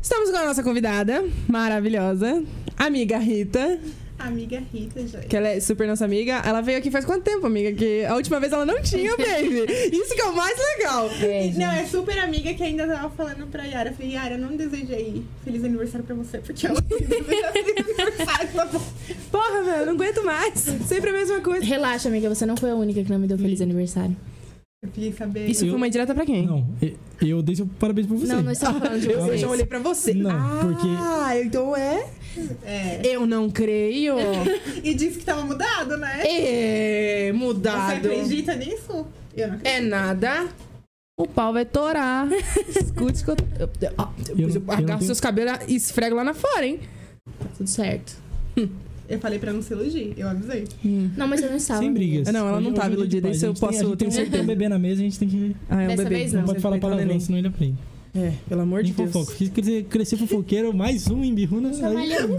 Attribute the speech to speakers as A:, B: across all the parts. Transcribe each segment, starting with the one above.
A: Estamos com a nossa convidada maravilhosa, amiga Rita,
B: Amiga Rita, gente.
A: que ela é super nossa amiga. Ela veio aqui faz quanto tempo, amiga? Que a última vez ela não tinha baby. Isso que é o mais legal.
C: Beijo.
B: Não, é super amiga que ainda tava falando pra Yara. Eu falei, Yara, eu não desejei feliz aniversário pra você, porque eu não desejei feliz aniversário pra você.
A: Porra, velho, não aguento mais. Sempre a mesma coisa.
C: Relaxa, amiga, você não foi a única que não me deu feliz aniversário.
B: Eu fiquei sabendo.
A: Isso
B: Isso.
A: foi uma indireta pra quem?
D: Não, e- eu dei seu parabéns pra você.
C: Não, nós estamos falando de
D: eu
A: Eu
C: vocês.
A: já olhei pra você.
D: Não,
A: ah,
D: porque-
A: então é.
B: É.
A: Eu não creio.
B: E disse que tava mudado, né?
A: É
B: Você
A: mudado.
B: acredita nisso? Eu não acredito.
A: É nada. O pau vai torar. Escute que eu. eu, eu, ah, depois eu,
D: Eu não- eu não
A: arrasto
D: tenho-
A: seus cabelos e esfrego lá na fora, hein?
C: Tudo certo.
B: Eu falei pra não se iludir, eu avisei.
A: Hum.
C: Não, mas eu não estava.
D: Sem brigas.
A: Não, ela não
D: Hoje-
A: tava
D: hoje é de
A: iludida,
D: paz.
A: isso
D: A
A: eu
D: gente tem-
A: posso-
D: A gente tem um
A: tenho
D: certeza. bebê na mesa, a gente tem que.
A: Ah, é um
C: Dessa
A: bebê.
C: vez
D: Não,
C: Não,
D: pode falar palavrão, senão ele aprende.
A: É, pelo amor de
D: Nem
A: Deus.
D: fofoca. Quis crescer, crescer fofoqueiro, mais um em Birruna. Aí...
C: Trabalhando.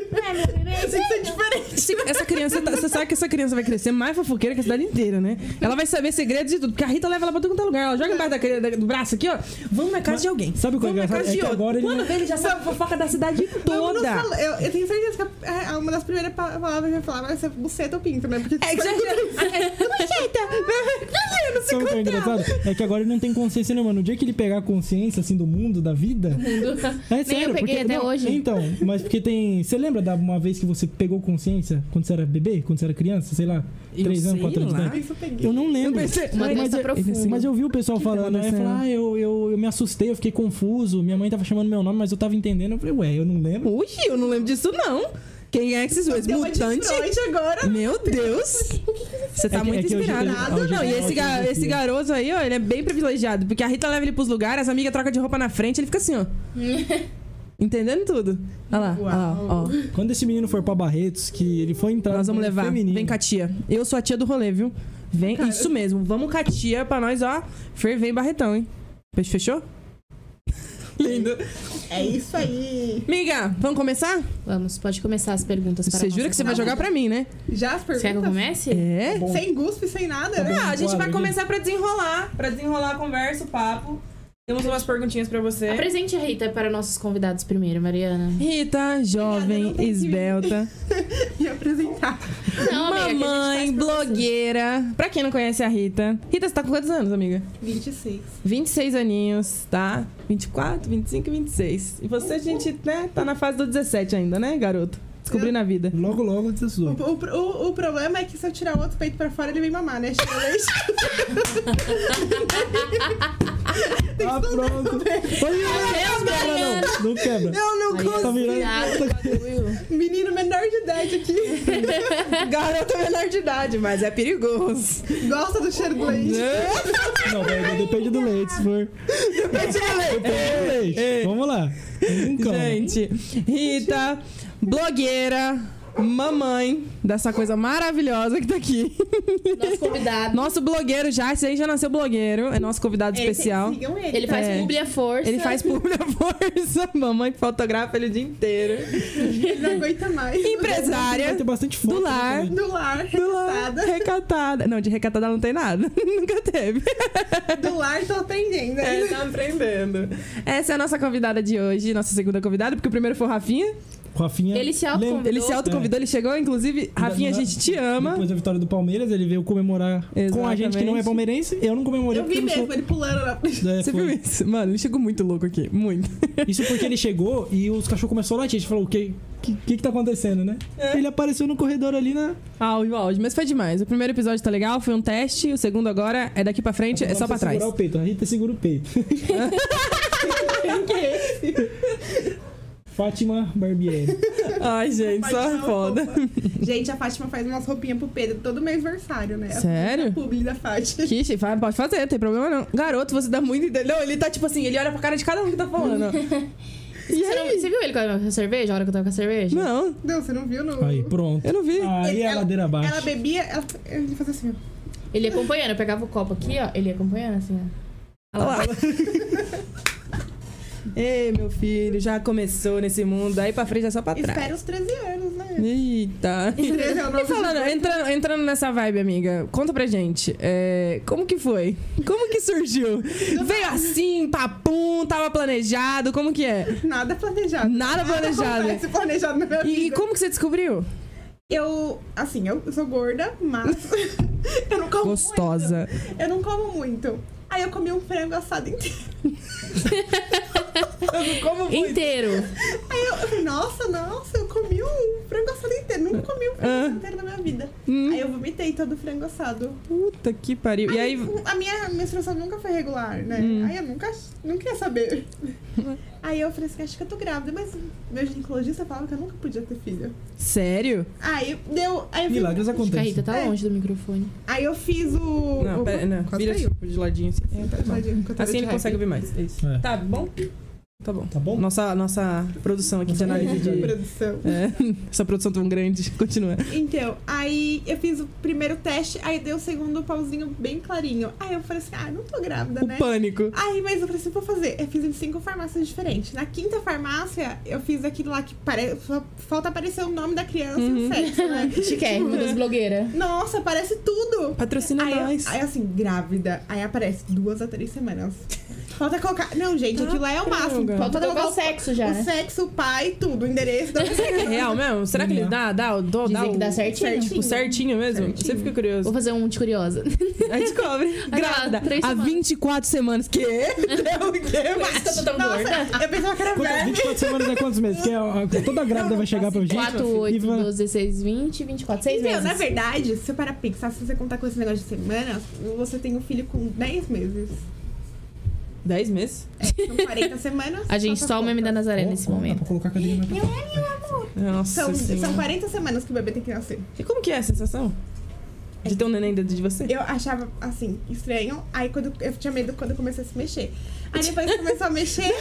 B: Isso é diferente.
A: Esse- essa criança, tá- você sabe que essa criança vai crescer mais fofoqueira que a cidade inteira, né? Ela vai saber segredos de tudo, porque a Rita leva ela pra todo quanto é lugar. Ela joga embaixo da, cri- da- do braço aqui, ó. Vamos na casa
D: Mas
A: de alguém.
D: sabe o que é
A: Vamos na
D: engraçado?
A: casa
D: É
A: de
D: que
A: outro.
D: agora ele
A: Quando
D: não-
A: vê, ele já sabe a fofoca da cidade
B: Vamos
A: toda.
B: falar- Eu, eu tenho certeza que a- a- uma das primeiras pa- palavras que eu ia falar vai ser buceta ou pinto, né? Porque
A: É que já. Não se
D: Sabe o que é
A: contar.
D: engraçado? É que agora ele não tem consciência nenhuma. No dia que ele pegar a consciência, assim, do mundo, da vida. É
C: Nem
D: sério,
C: eu peguei
D: porque,
C: até
D: não,
C: hoje.
D: Então, mas porque tem. Você lembra da uma vez que você pegou consciência quando você era bebê? Quando você era criança? Sei lá,
A: Eu
D: 3 anos,
A: sei
D: 4 anos de
A: lá.
D: idade?
B: isso eu peguei.
D: Eu não lembro.
A: Eu pensei-
C: Uma doença profunda.
D: Mas é eu vi o pessoal falando, aí eu falei,
A: acontecendo?
D: ah, eu, eu, eu me assustei, eu fiquei confuso, minha mãe tava chamando meu nome, mas eu tava entendendo. Eu falei, ué, eu não lembro.
A: Ui, eu não lembro disso, não. Quem é esses dois?
B: Deu uma de
A: Mutante?
B: Freud agora.
A: Meu Deus! Você tá
D: É que-
A: muito
D: é que hoje-
A: inspirado.
D: hoje-
A: Não, não,
D: hoje-
A: e esse, ga-
D: hoje-
A: esse garoto aí, ó, ele é bem privilegiado. Porque a Rita leva ele pros lugares, as amigas trocam de roupa na frente, ele fica assim, ó. Entendendo tudo. Olha lá, olha lá, ó.
D: Quando esse menino for pra Barretos, que ele foi entrar
A: Nós
D: no
A: vamos levar.
D: feminino.
A: Vem com a tia. Eu sou a tia do rolê, viu? Vem, isso mesmo. Vamos com a tia pra nós, ó. Fer vem Barretão, hein? Fech- Fechou? Linda.
B: É isso aí.
A: Miga, vamos começar?
C: Vamos, pode começar as perguntas para
A: Você jura que você vai jogar pra mim, né?
B: Já as
C: Você quer que eu
B: perguntas?
C: comece?
A: É?
D: Tá Bom,
B: Sem guspe, sem nada, né?
A: Ah, a gente vai
D: Quadro,
A: começar pra desenrolar, pra desenrolar a conversa, o papo. Temos umas perguntinhas pra você.
C: Apresente a Rita para nossos convidados primeiro, Mariana.
A: Rita, jovem,
B: Obrigada, não tem
A: esbelta,
B: Me apresentar.
C: Não, amiga, que a gente
A: mamãe,
C: faz pra você.
A: blogueira. Pra quem não conhece a Rita, Rita, você tá com quantos anos, amiga?
B: 26.
A: 26 aninhos, tá? 24, 25 e 26. E você, a gente, né, tá na fase do 17 ainda, né, garoto? Descobrindo a vida.
D: Logo,
B: O,
D: logo,
A: Ah,
D: desastou.
B: o, o, o problema é que se eu tirar o outro peito pra fora, ele vem mamar, né? Chega leite.
D: Ah, pronto. Olha, não, não quebra, não.
B: Eu não
C: Aí,
B: consigo.
D: Tá virando.
C: cuidado.
B: Menino menor de idade aqui.
A: Garoto menor de idade, mas é perigoso.
B: Gosta do cheiro do leite.
D: Não, vai, depende do leite, se for. Depende do leite. Vamos lá. Um cão.
A: Gente, Rita, blogueira, mamãe dessa coisa maravilhosa que tá aqui.
C: Nosso convidado.
A: Nosso blogueiro já, esse aí já nasceu blogueiro, é nosso convidado
B: É,
A: especial.
B: tem- sigam ele.
C: Ele faz
A: É.
C: publi à força.
A: Ele faz por minha força, mamãe que fotografa ele o dia inteiro.
B: Ele não aguenta mais.
D: Vai
A: Empresária
D: ter bastante
A: do
D: foto.
A: lar.
B: Do lar,
A: Do lar,
B: recatada.
A: recatada. Não, de recatada ela não tem nada. Nunca teve.
B: Do lar, tô aprendendo.
A: É, tá aprendendo. Essa é a nossa convidada de hoje, nossa segunda convidada, porque o primeiro foi o Rafinha.
D: Rafinha.
C: Ele se autoconvidou.
D: lembra-
A: Ele se autoconvidou, ele chegou, inclusive, Rafinha, a gente te ama.
D: Depois da vitória do Palmeiras, ele veio comemorar com a gente que não é
A: Exatamente.
D: palmeirense. Eu não comemorei
B: Eu vi
D: porque eu
B: mesmo
D: não
B: ele pulando na frente.
D: sou... É,
A: Você
D: foi.
A: viu isso? Mano, ele chegou muito louco aqui, muito.
D: Isso porque ele chegou e os cachorros começaram a latir. A gente falou, o que, que, que que tá acontecendo, né? Ele apareceu no corredor ali na...
A: Áudio, áudio, mas foi demais. O primeiro episódio tá legal, foi um teste, o segundo agora é daqui pra frente, é só pra
D: Vamos
A: trás.
D: Segurar o peito. né? A Rita segura o peito. Fátima Barbieri.
A: Ai, gente, só
B: Fátima,
A: é foda.
B: Gente, a Fátima faz umas roupinhas pro Pedro todo mês versário, né?
A: Sério?
B: A publi da Fátima.
A: Kishi, vai, pode fazer, não tem problema não. Garoto, você dá muito. inte- Não, ele tá tipo assim, ele olha pra cara de cada um que tá falando. e
C: Você, não-
A: aí?
C: você viu ele com a cerveja, a hora que eu tava com a cerveja?
A: Não,
B: Não, você não viu? No...
D: Aí, pronto.
A: eu não vi.
D: Aí é a
B: Ela-
D: ladeira abaixo.
B: Ela bebia, ela, ele fazia assim, ó.
C: Ele ia acompanhando, eu pegava o copo aqui, ó. Ele ia acompanhando assim, ó.
A: Olha lá. Ei, meu filho, já começou nesse mundo. Daí pra frente é só pra trás.
B: Espera os 13 anos, né?
A: Eita.
B: Esse é o
A: E
B: novo
A: falando, entrando, entrando nessa vibe, amiga, conta pra gente. é, como que foi? Como que surgiu? Veio assim, papum, tava planejado, como que é?
B: Nada planejado.
A: Nada é planejado.
B: acontece planejado na minha
A: E, e
B: vida.
A: como que você descobriu?
B: Eu, assim, eu sou gorda, mas eu não como
A: Gostosa.
B: muito. Eu não como muito. Aí eu comi um frango assado inteiro. eu não como muito.
C: Inteiro.
B: Aí eu, eu falei, nossa, nossa, eu comi um frango assado inteiro. Nunca comi um frango
A: Ah.
B: assado inteiro na minha vida.
A: Hum.
B: Aí eu vomitei todo o frango assado.
A: Puta que pariu. E aí.
B: hum, A minha menstruação nunca foi regular, né?
A: Hum.
B: Aí eu nunca, nunca ia saber. Aí eu falei assim, acho que eu tô grávida, mas meu ginecologista falava que eu nunca podia ter filho.
A: Sério?
B: Aí deu. Aí eu, fui-
D: Milagres
C: Acho que a Rita
D: acontecem.
C: tá
B: É.
C: longe do microfone.
B: aí eu fiz o.
A: Não,
B: o-
A: pera, não.
B: Quase
A: Vira
B: caiu.
A: tipo, de ladinho assim.
B: É, tá, tadinho, com a
A: Assim ele
B: de
A: consegue
B: hype.
A: ouvir mais. É Isso.
D: É.
A: Tá bom? Tá bom.
D: Tá bom?
A: Nossa, nossa produção aqui de análise de.
B: Produção.
A: É, essa produção tão grande. Continua.
B: Então, aí eu fiz o primeiro teste, aí deu o segundo pauzinho bem clarinho. Aí eu falei assim, ah, não tô grávida, né?
A: O pânico.
B: Aí, mas eu falei assim, vou fazer. Eu fiz em cinco farmácias diferentes. Na quinta farmácia, eu fiz aquilo lá que pare... só falta aparecer o nome da criança e
A: Uhum.
B: o sexo, né?
C: Chiquérrimo das blogueiras.
B: Nossa, aparece tudo!
A: Patrocina
B: Aí,
A: nós.
B: aí, assim, grávida. Aí aparece duas a três semanas. Falta colocar... Não, gente, aquilo lá é o máximo.
A: Droga.
C: Falta
B: colocar
C: tocar o sexo já,
B: o
C: né?
B: sexo, o pai, tudo. O endereço. da pessoa.
A: É real mesmo? Será que ele
D: Não.
A: dá, dá, dá, dá
C: Dizem que
A: o-
C: dá certinho.
A: Tipo, certinho mesmo? Você fica
C: Vou
A: curioso.
C: fazer um de curiosa.
A: Aí descobre.
C: lá,
A: Grávida.
C: três
A: Há
C: semanas. tá
A: 24 semanas. Que? Deu o quê?
C: Por isso que eu tô tão gorda.
B: Nossa, eu pensava que era
D: Quanto-
B: verme.
D: 24 semanas é quantos meses? Que é, a- toda grávida vai chegar pra gente.
C: 4,
D: e
C: 8,
D: vai-
C: 12, 16, 20, 24, 6
B: Então,
C: meses.
B: na verdade, se eu parar pra pensar, se você contar com esse negócio de semanas, você tem um filho com 10 meses.
A: 10 meses?
B: São 40 semanas.
C: A gente só o meme da Nazaré
D: Ó,
C: nesse
D: ó, Dá pra
C: momento.
D: colocar a cadeira na
B: Eu amo, meu um amor.
A: Nossa
B: São,
A: senhora.
B: são 40 semanas que o bebê tem que nascer.
A: E como que é a sensação?
B: É
A: De ter um neném dentro de você?
B: Eu achava, assim, estranho. Aí quando eu tinha medo quando eu comecei a se mexer. Aí depois que começou a mexer.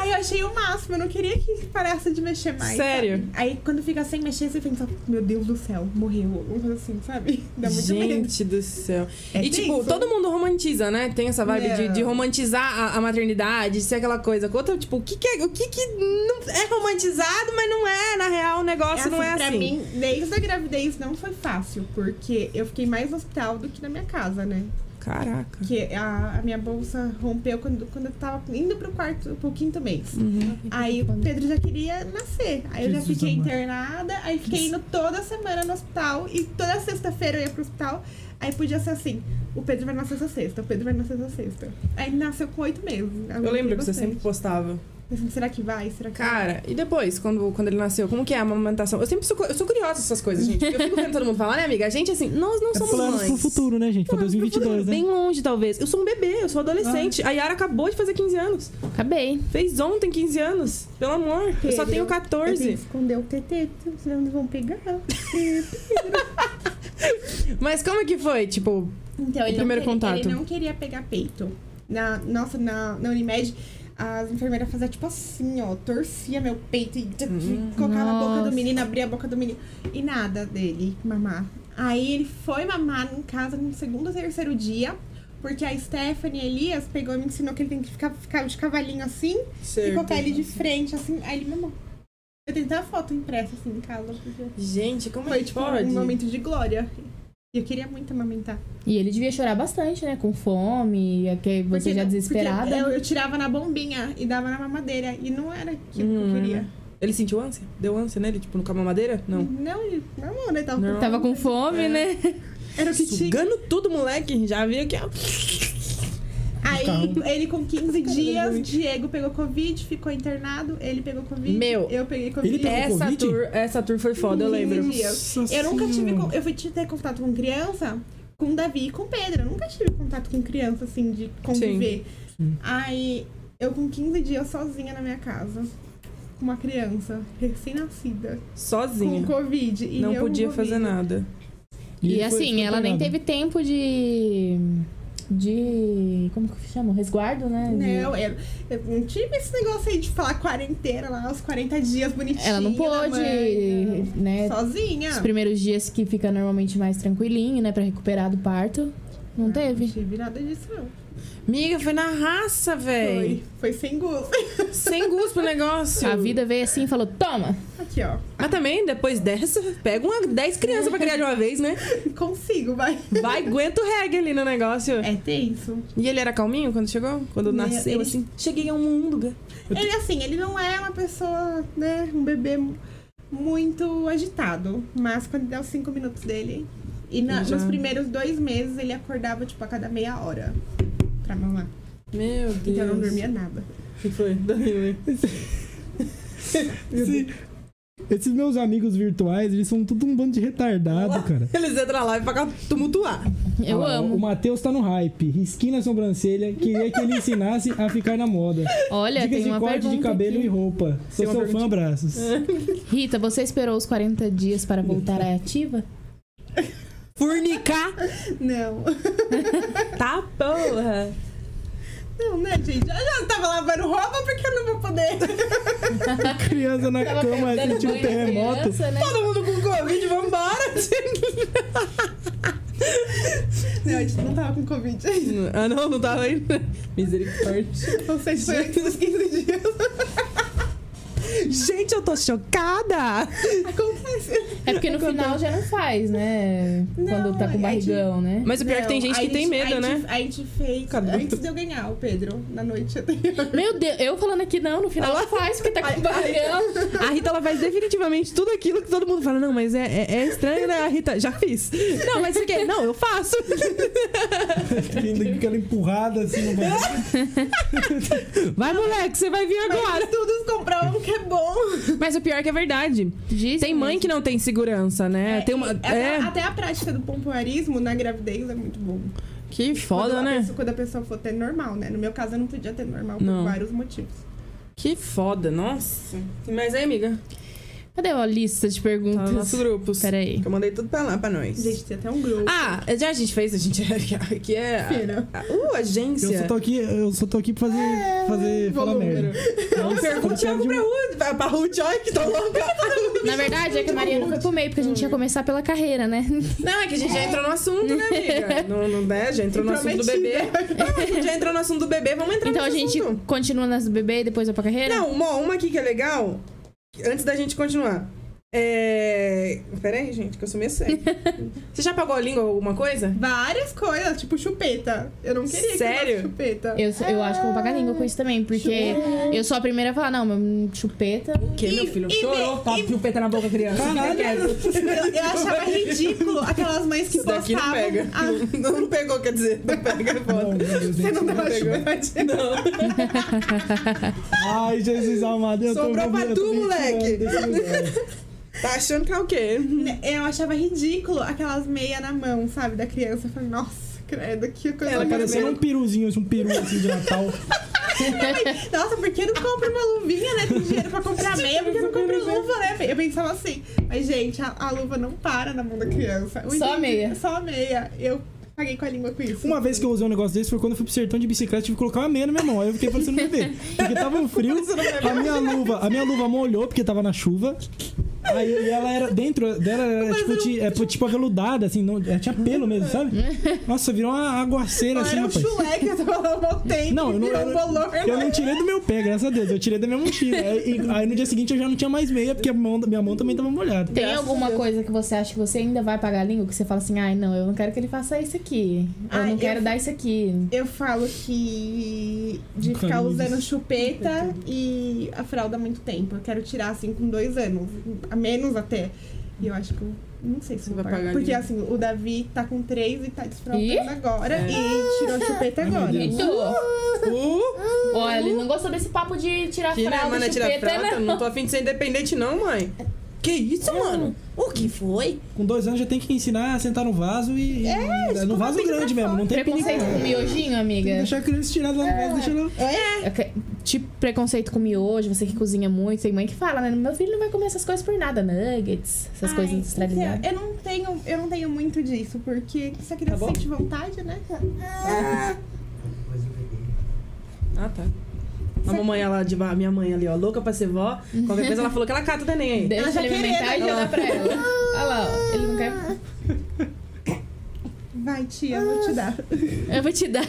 B: Aí eu achei o máximo. Eu não queria que parasse de mexer mais.
A: Sério?
B: sabe? Aí quando fica sem mexer, você pensa, meu Deus do céu, morreu. Uma coisa assim, sabe? Dá muito medo.
A: Gente do céu.
B: É
A: e tipo,
B: tenso. É.
A: todo mundo romantiza, né? Tem essa vibe de,
B: Não.
A: de romantizar a, a maternidade, ser aquela coisa. Conta, tipo, o que, que é. O que, que não é romantizado, mas não é, na real, o negócio não é
B: pra
A: assim.
B: mim, desde a gravidez não foi fácil, porque eu fiquei mais no hospital do que na minha casa, né?
A: Caraca.
B: Porque a, a minha bolsa rompeu quando, quando eu tava indo pro quarto, pro quinto mês.
A: Uhum.
B: Aí o Pedro já queria nascer. Aí eu já
D: Jesus
B: fiquei
D: amado.
B: internada, aí fiquei indo toda semana no hospital e toda sexta-feira eu ia pro hospital. Aí podia ser assim: o Pedro vai nascer essa sexta, o Pedro vai nascer essa sexta. Aí ele nasceu com oito meses.
A: Eu lembro que você sempre postava.
B: Pensando, será que vai? Será que vai?
A: Cara, e depois, quando, quando ele nasceu, como que é a amamentação? Eu sempre sou, cu- eu sou curiosa essas coisas, gente. porque Eu fico vendo todo mundo falar, né, amiga? A gente, assim, nós não
D: É
A: somos
D: planos
A: mães.
D: pro futuro, né, gente? Pra
A: Planos pro
D: 2022,
A: futuro,
D: né?
A: Bem longe, talvez. Eu sou um bebê, eu sou adolescente. A Yara acabou de fazer 15 anos.
C: Acabei.
A: Fez ontem 15 anos. Pelo amor, eu só
B: Pedro,
A: tenho
B: Eu tenho que
A: 14.
B: esconder o teteto, senão eles vão pegar.
A: Mas como é que foi? Tipo,
B: Então,
A: O primeiro
B: não queria,
A: contato.
B: Ele não queria pegar peito. Na, nossa, na, na Unimed, as enfermeiras faziam tipo assim, ó. Torcia meu peito e tch-
A: Hum.
B: colocava a boca
C: Nossa.
B: do menino, abria a boca do menino. E nada dele mamar. Aí ele foi mamar em casa no segundo ou terceiro dia. Porque a Stephanie Elias pegou e me ensinou que ele tem que ficar, ficar de cavalinho assim e colocar ele de frente, assim. Aí ele mamou. Eu tenho até a foto impressa assim em casa. porque
A: Gente, como é
B: Foi
A: que
B: tipo
A: pode?
B: um momento de glória. E eu queria muito amamentar.
C: E ele devia chorar bastante, né? Com fome, é que você
B: Porque- é
C: já desesperada.
B: porque Eu, eu tirava na bombinha e dava na mamadeira. E não era aquilo que
A: Hum,
B: eu queria.
A: Ele sentiu ânsia? Deu ânsia nele? Tipo, no madeira? Não.
B: Não, ele- normal, né? Tava,
A: Normal.
C: Tava com fome, né?
B: Era o que tinha.
A: Sugando tudo, moleque. Já viu que é.
B: Aí,
D: Carro.
B: ele com 15
A: Cara,
B: dias,
A: doido.
B: Diego pegou Covid, ficou internado. Ele pegou Covid.
A: Meu.
B: Eu peguei Covid.
D: Ele pegou
A: Essa
D: Covid?
A: tour, essa tour foi foda, eu lembro.
B: Hum. dias.
D: Nossa
B: Eu nunca tive.
D: Senhora.
B: con- Eu fui te- ter contato com criança com o Davi e com o Pedro. Eu nunca tive contato com criança, assim, de conviver.
D: Sim.
B: Aí, eu com 15 dias sozinha na minha casa. Com uma criança recém-nascida. Com
A: Sozinha.
B: Covid. E
A: Não
B: eu
A: podia
B: com
A: fazer
B: Covid.
A: nada.
C: E,
D: ele foi-
C: assim,
D: foi
C: ela nem teve
D: internado.
C: tempo de. De. Como que chama? Resguardo, né? De-
B: Não, eu, eu não tive esse negócio aí de falar quarentena lá, os 40 dias bonitinho.
C: Ela não
B: da
C: pôde,
B: mãe, não.
C: né?
B: Sozinha.
C: Os primeiros dias que fica normalmente mais tranquilinho, né? Pra recuperar do parto. Não teve?
B: Não tive nada disso, não.
A: Miga, foi na raça,
B: Foi.
A: velho.
B: Foi sem gosto.
A: Sem gosto pro negócio.
C: A vida veio assim e falou: toma!
B: Aqui, ó.
A: Mas também, depois dessa, pega uma 10 crianças pra criar de uma vez, né?
B: Consigo, vai.
A: Vai, aguenta o reggae ali no negócio.
B: É tenso.
A: E ele era calminho quando chegou? Quando
B: Meu
A: nasceu,
B: Deus.
A: assim. Cheguei a um mundo.
B: Ele, assim, ele não é uma pessoa, né? Um bebê mu- muito agitado. Mas quando der os cinco minutos dele. E na-
A: Já.
B: nos primeiros dois meses ele acordava, tipo, a cada meia hora pra mamar.
A: Meu Deus.
B: Então eu não dormia nada.
A: O que foi? Dormiu, hein?
D: Esse- esses meus amigos virtuais, eles são tudo um bando de retardado, cara.
A: Eles entram lá e pra tumultuar.
C: Eu
D: Olha lá, O
C: amo.
D: Matheus tá no hype. Esquina a sobrancelha. Queria que ele ensinasse a ficar na moda.
C: Olha,
D: Dicas
C: tem
D: de
C: uma
D: corte
C: pergunta
D: de cabelo
C: aqui.
D: e roupa. Sou
A: uma
D: seu
A: pergunta-
D: fã, abraços.
C: Rita, você esperou os 40 dias para voltar à ativa?
A: Fornicar.
B: Não.
A: Tá, porra.
B: Não, né, gente? Eu já tava lavando roupa porque eu não vou poder.
D: Criança na cama,
C: Dando
D: sentiu um
C: banho na
D: terremoto.
C: é criança, né?
A: Todo mundo com Covid, vambora.
B: Não, a gente não tava com Covid.
A: ah, não, não tava aí. Misericórdia.
B: Vocês foram aqui nos 15 dias.
A: Gente, eu tô chocada.
B: Acontece.
C: É porque no final já não faz, né?
B: Não,
C: Quando tá
B: é
C: com
B: de-
C: barrigão, né?
A: Mas o pior é que tem
B: Não,
A: gente
B: a
A: que tem medo,
B: a
A: né?
B: gente- a gente fez
A: Cadu.
B: antes de eu ganhar o Pedro, na noite anterior.
C: Meu Deus, eu falando aqui não, no final ela faz porque tá com barrigão.
A: A Rita, ela faz definitivamente tudo aquilo que todo mundo fala. Não, mas é, é- é estranho, né, Rita? Já fiz. Não, mas o quê? Não, eu faço.
D: Vindo com aquela empurrada assim no banheiro.
A: Vai, moleque, você vai vir agora.
B: Mas todos compraram um que é bom.
A: Mas o pior é que é verdade.
C: Diz
A: Tem mãe
C: mesmo.
A: que não tem segurança, né? tem uma.
B: e Até,
A: É.
B: até a prática do pompoarismo na gravidez é muito bom.
A: Que
B: quando
A: foda,
B: a
A: né?
B: pessoa- quando a pessoa for ter normal, né? No meu caso, eu não podia ter normal por
A: Não.
B: vários motivos.
A: Que foda, nossa. Mas aí, amiga?
C: Cadê a lista de
A: Tá nos
C: perguntas?
A: nossos grupos.
C: Peraí.
A: Que eu mandei tudo pra lá, pra nós.
B: Gente, tem até um grupo.
A: Ah, já a gente fez, a gente é. Aqui é.
B: Pira.
A: A, uh, agência.
D: Eu só tô aqui, eu só tô aqui pra fazer, fazer falar
B: volume.
D: merda. Nossa,
A: Pergunte
D: quando
A: algo pra
D: perde um-
A: Ruth. Pra, pra Ruth, olha que tá louca.
C: Na verdade, é que a Maria nunca foi meio, porque a gente ia começar pela carreira, né?
A: Não, é que a gente já entrou no assunto, né, amiga? Não, não né? Já entrou no assunto do bebê. Não, a gente já entrou no assunto do bebê, vamos entrar
C: Então a
A: nesse
C: gente
A: assunto.
C: continua nas do bebê e depois vai pra carreira?
A: Não, uma, uma aqui que é legal, antes da gente continuar. É. Pera aí, gente, que eu sou meio cega. Você já pagou a língua ou alguma coisa?
B: Várias coisas, tipo chupeta. Eu não queria que
A: Sério?
B: fosse chupeta.
C: Eu, eu acho que eu vou pagar língua com isso também, porque eu sou a primeira a falar, não, mas chupeta.
A: O que, meu filho? Chorou? Tá chupeta na boca, criança. Caralho,
B: Eu, eu achava ridículo aquelas mães que
A: Isso daqui não
B: postavam.
A: pega.
B: Ah,
A: Não, não pegou, quer dizer, não pega, é
D: Não,
A: foda.
D: meu Deus,
B: você
D: gente.
B: não deu uma
A: pegou.
B: chupetinha.
A: Não.
D: Ai, Jesus amado, eu tô
A: Sobrou pra
D: eu
A: tu,
D: tô me
A: moleque.
D: tirando desse lugar.
A: Tá achando que é o quê?
B: Eu achava ridículo aquelas meias na mão, sabe, da criança. Eu falei, nossa, credo, que coisa
A: Ela
B: mais
D: Parecendo um
B: bela.
D: peruzinho, assim, um peru assim de Natal.
B: Nossa, por que não compra uma luvinha, né? Tem dinheiro pra comprar meia, por que não compra luva, né? Eu pensava assim. Mas, gente, a, a luva não para na mão da criança. Eu
C: Só a
B: entendi,
C: meia.
B: Só a meia. Eu paguei com a língua com isso.
D: Uma vez que eu usei um negócio desse foi quando eu fui pro sertão de bicicleta, tive que colocar uma meia na minha mão. Aí eu fiquei parecendo um bebê. Porque tava um frio, a minha luva, a minha luva molhou porque tava na chuva. Aí e ela era dentro dela era tipo, ti- é, tipo aveludada, assim, não, ela tinha pelo mesmo, sabe? Nossa, virou uma aguaceira
B: Não
D: assim,
B: era um
D: rapaz.
B: chulé que eu tava lá, eu voltei.
D: Não, eu não,
B: virou
D: eu,
B: um
D: não-
B: bolor.
D: eu não tirei do meu pé, graças a Deus. Eu tirei da minha mochila. Aí, e- aí no dia seguinte eu já não tinha mais meia, porque a mão, minha mão também tava molhada.
C: Tem
A: Graças a
C: alguma
A: Deus.
C: coisa que você acha que você ainda vai pagar língua? Que você fala assim, ai, não, eu não quero que ele faça isso aqui. Eu
B: Ai,
C: não
B: eu
C: quero
B: fa-
C: dar isso aqui.
B: Eu falo que de
D: Nunca
B: ficar
D: vi
B: usando
D: isso.
B: chupeta e a fralda há muito tempo. Eu quero tirar assim com dois anos, a menos até. E eu acho que eu não sei se
A: Você
B: eu vou
A: vai
B: pagar.
A: pagar
B: Porque
A: ali.
B: assim, o Davi tá com três e tá
C: Ih?
B: desfraldando agora
A: É.
B: e tirou a chupeta
D: Ai, meu
B: agora. Então,
D: Deus.
C: Edu,
A: Uh,
C: Olha, ele não gostou desse papo de tirar
A: que né,
C: fralda,
A: mano, é tirar
C: chupeta,
A: fralda? Não tô afim de ser independente, não, mãe. Que isso, mano? O que foi?
D: Com dois anos já tem que ensinar a sentar no vaso e. É, no vaso
B: tem que
D: grande
B: dar
D: mesmo, não tem perigo.
C: Preconceito com miojinho,
D: Tem que
C: amiga?
D: deixar a criança tirada lá no vaso, deixa ela.
B: é,
C: Ok, Tipo, preconceito com miojo, você que cozinha muito. Tem mãe que fala, né? Meu filho não vai comer essas coisas por nada. Nuggets, essas
B: Ai,
C: coisas
B: então,
C: industrializadas.
B: eu não tenho, eu não tenho muito disso, porque se a criança
A: Tá bom?
B: sente vontade, né, cara?
A: Ah, tá. A mamãe, ela, de, a minha mãe ali, ó, louca pra ser vó. Qualquer coisa, ela falou que ela cata o neném aí.
C: Deixa
B: Ela já
C: ele
B: queria,
C: alimentar
B: né?
C: e já dá pra ela. Olha lá, ó, ele não quer...
B: Vai, tia, eu vou te dar.
C: Eu vou te dar.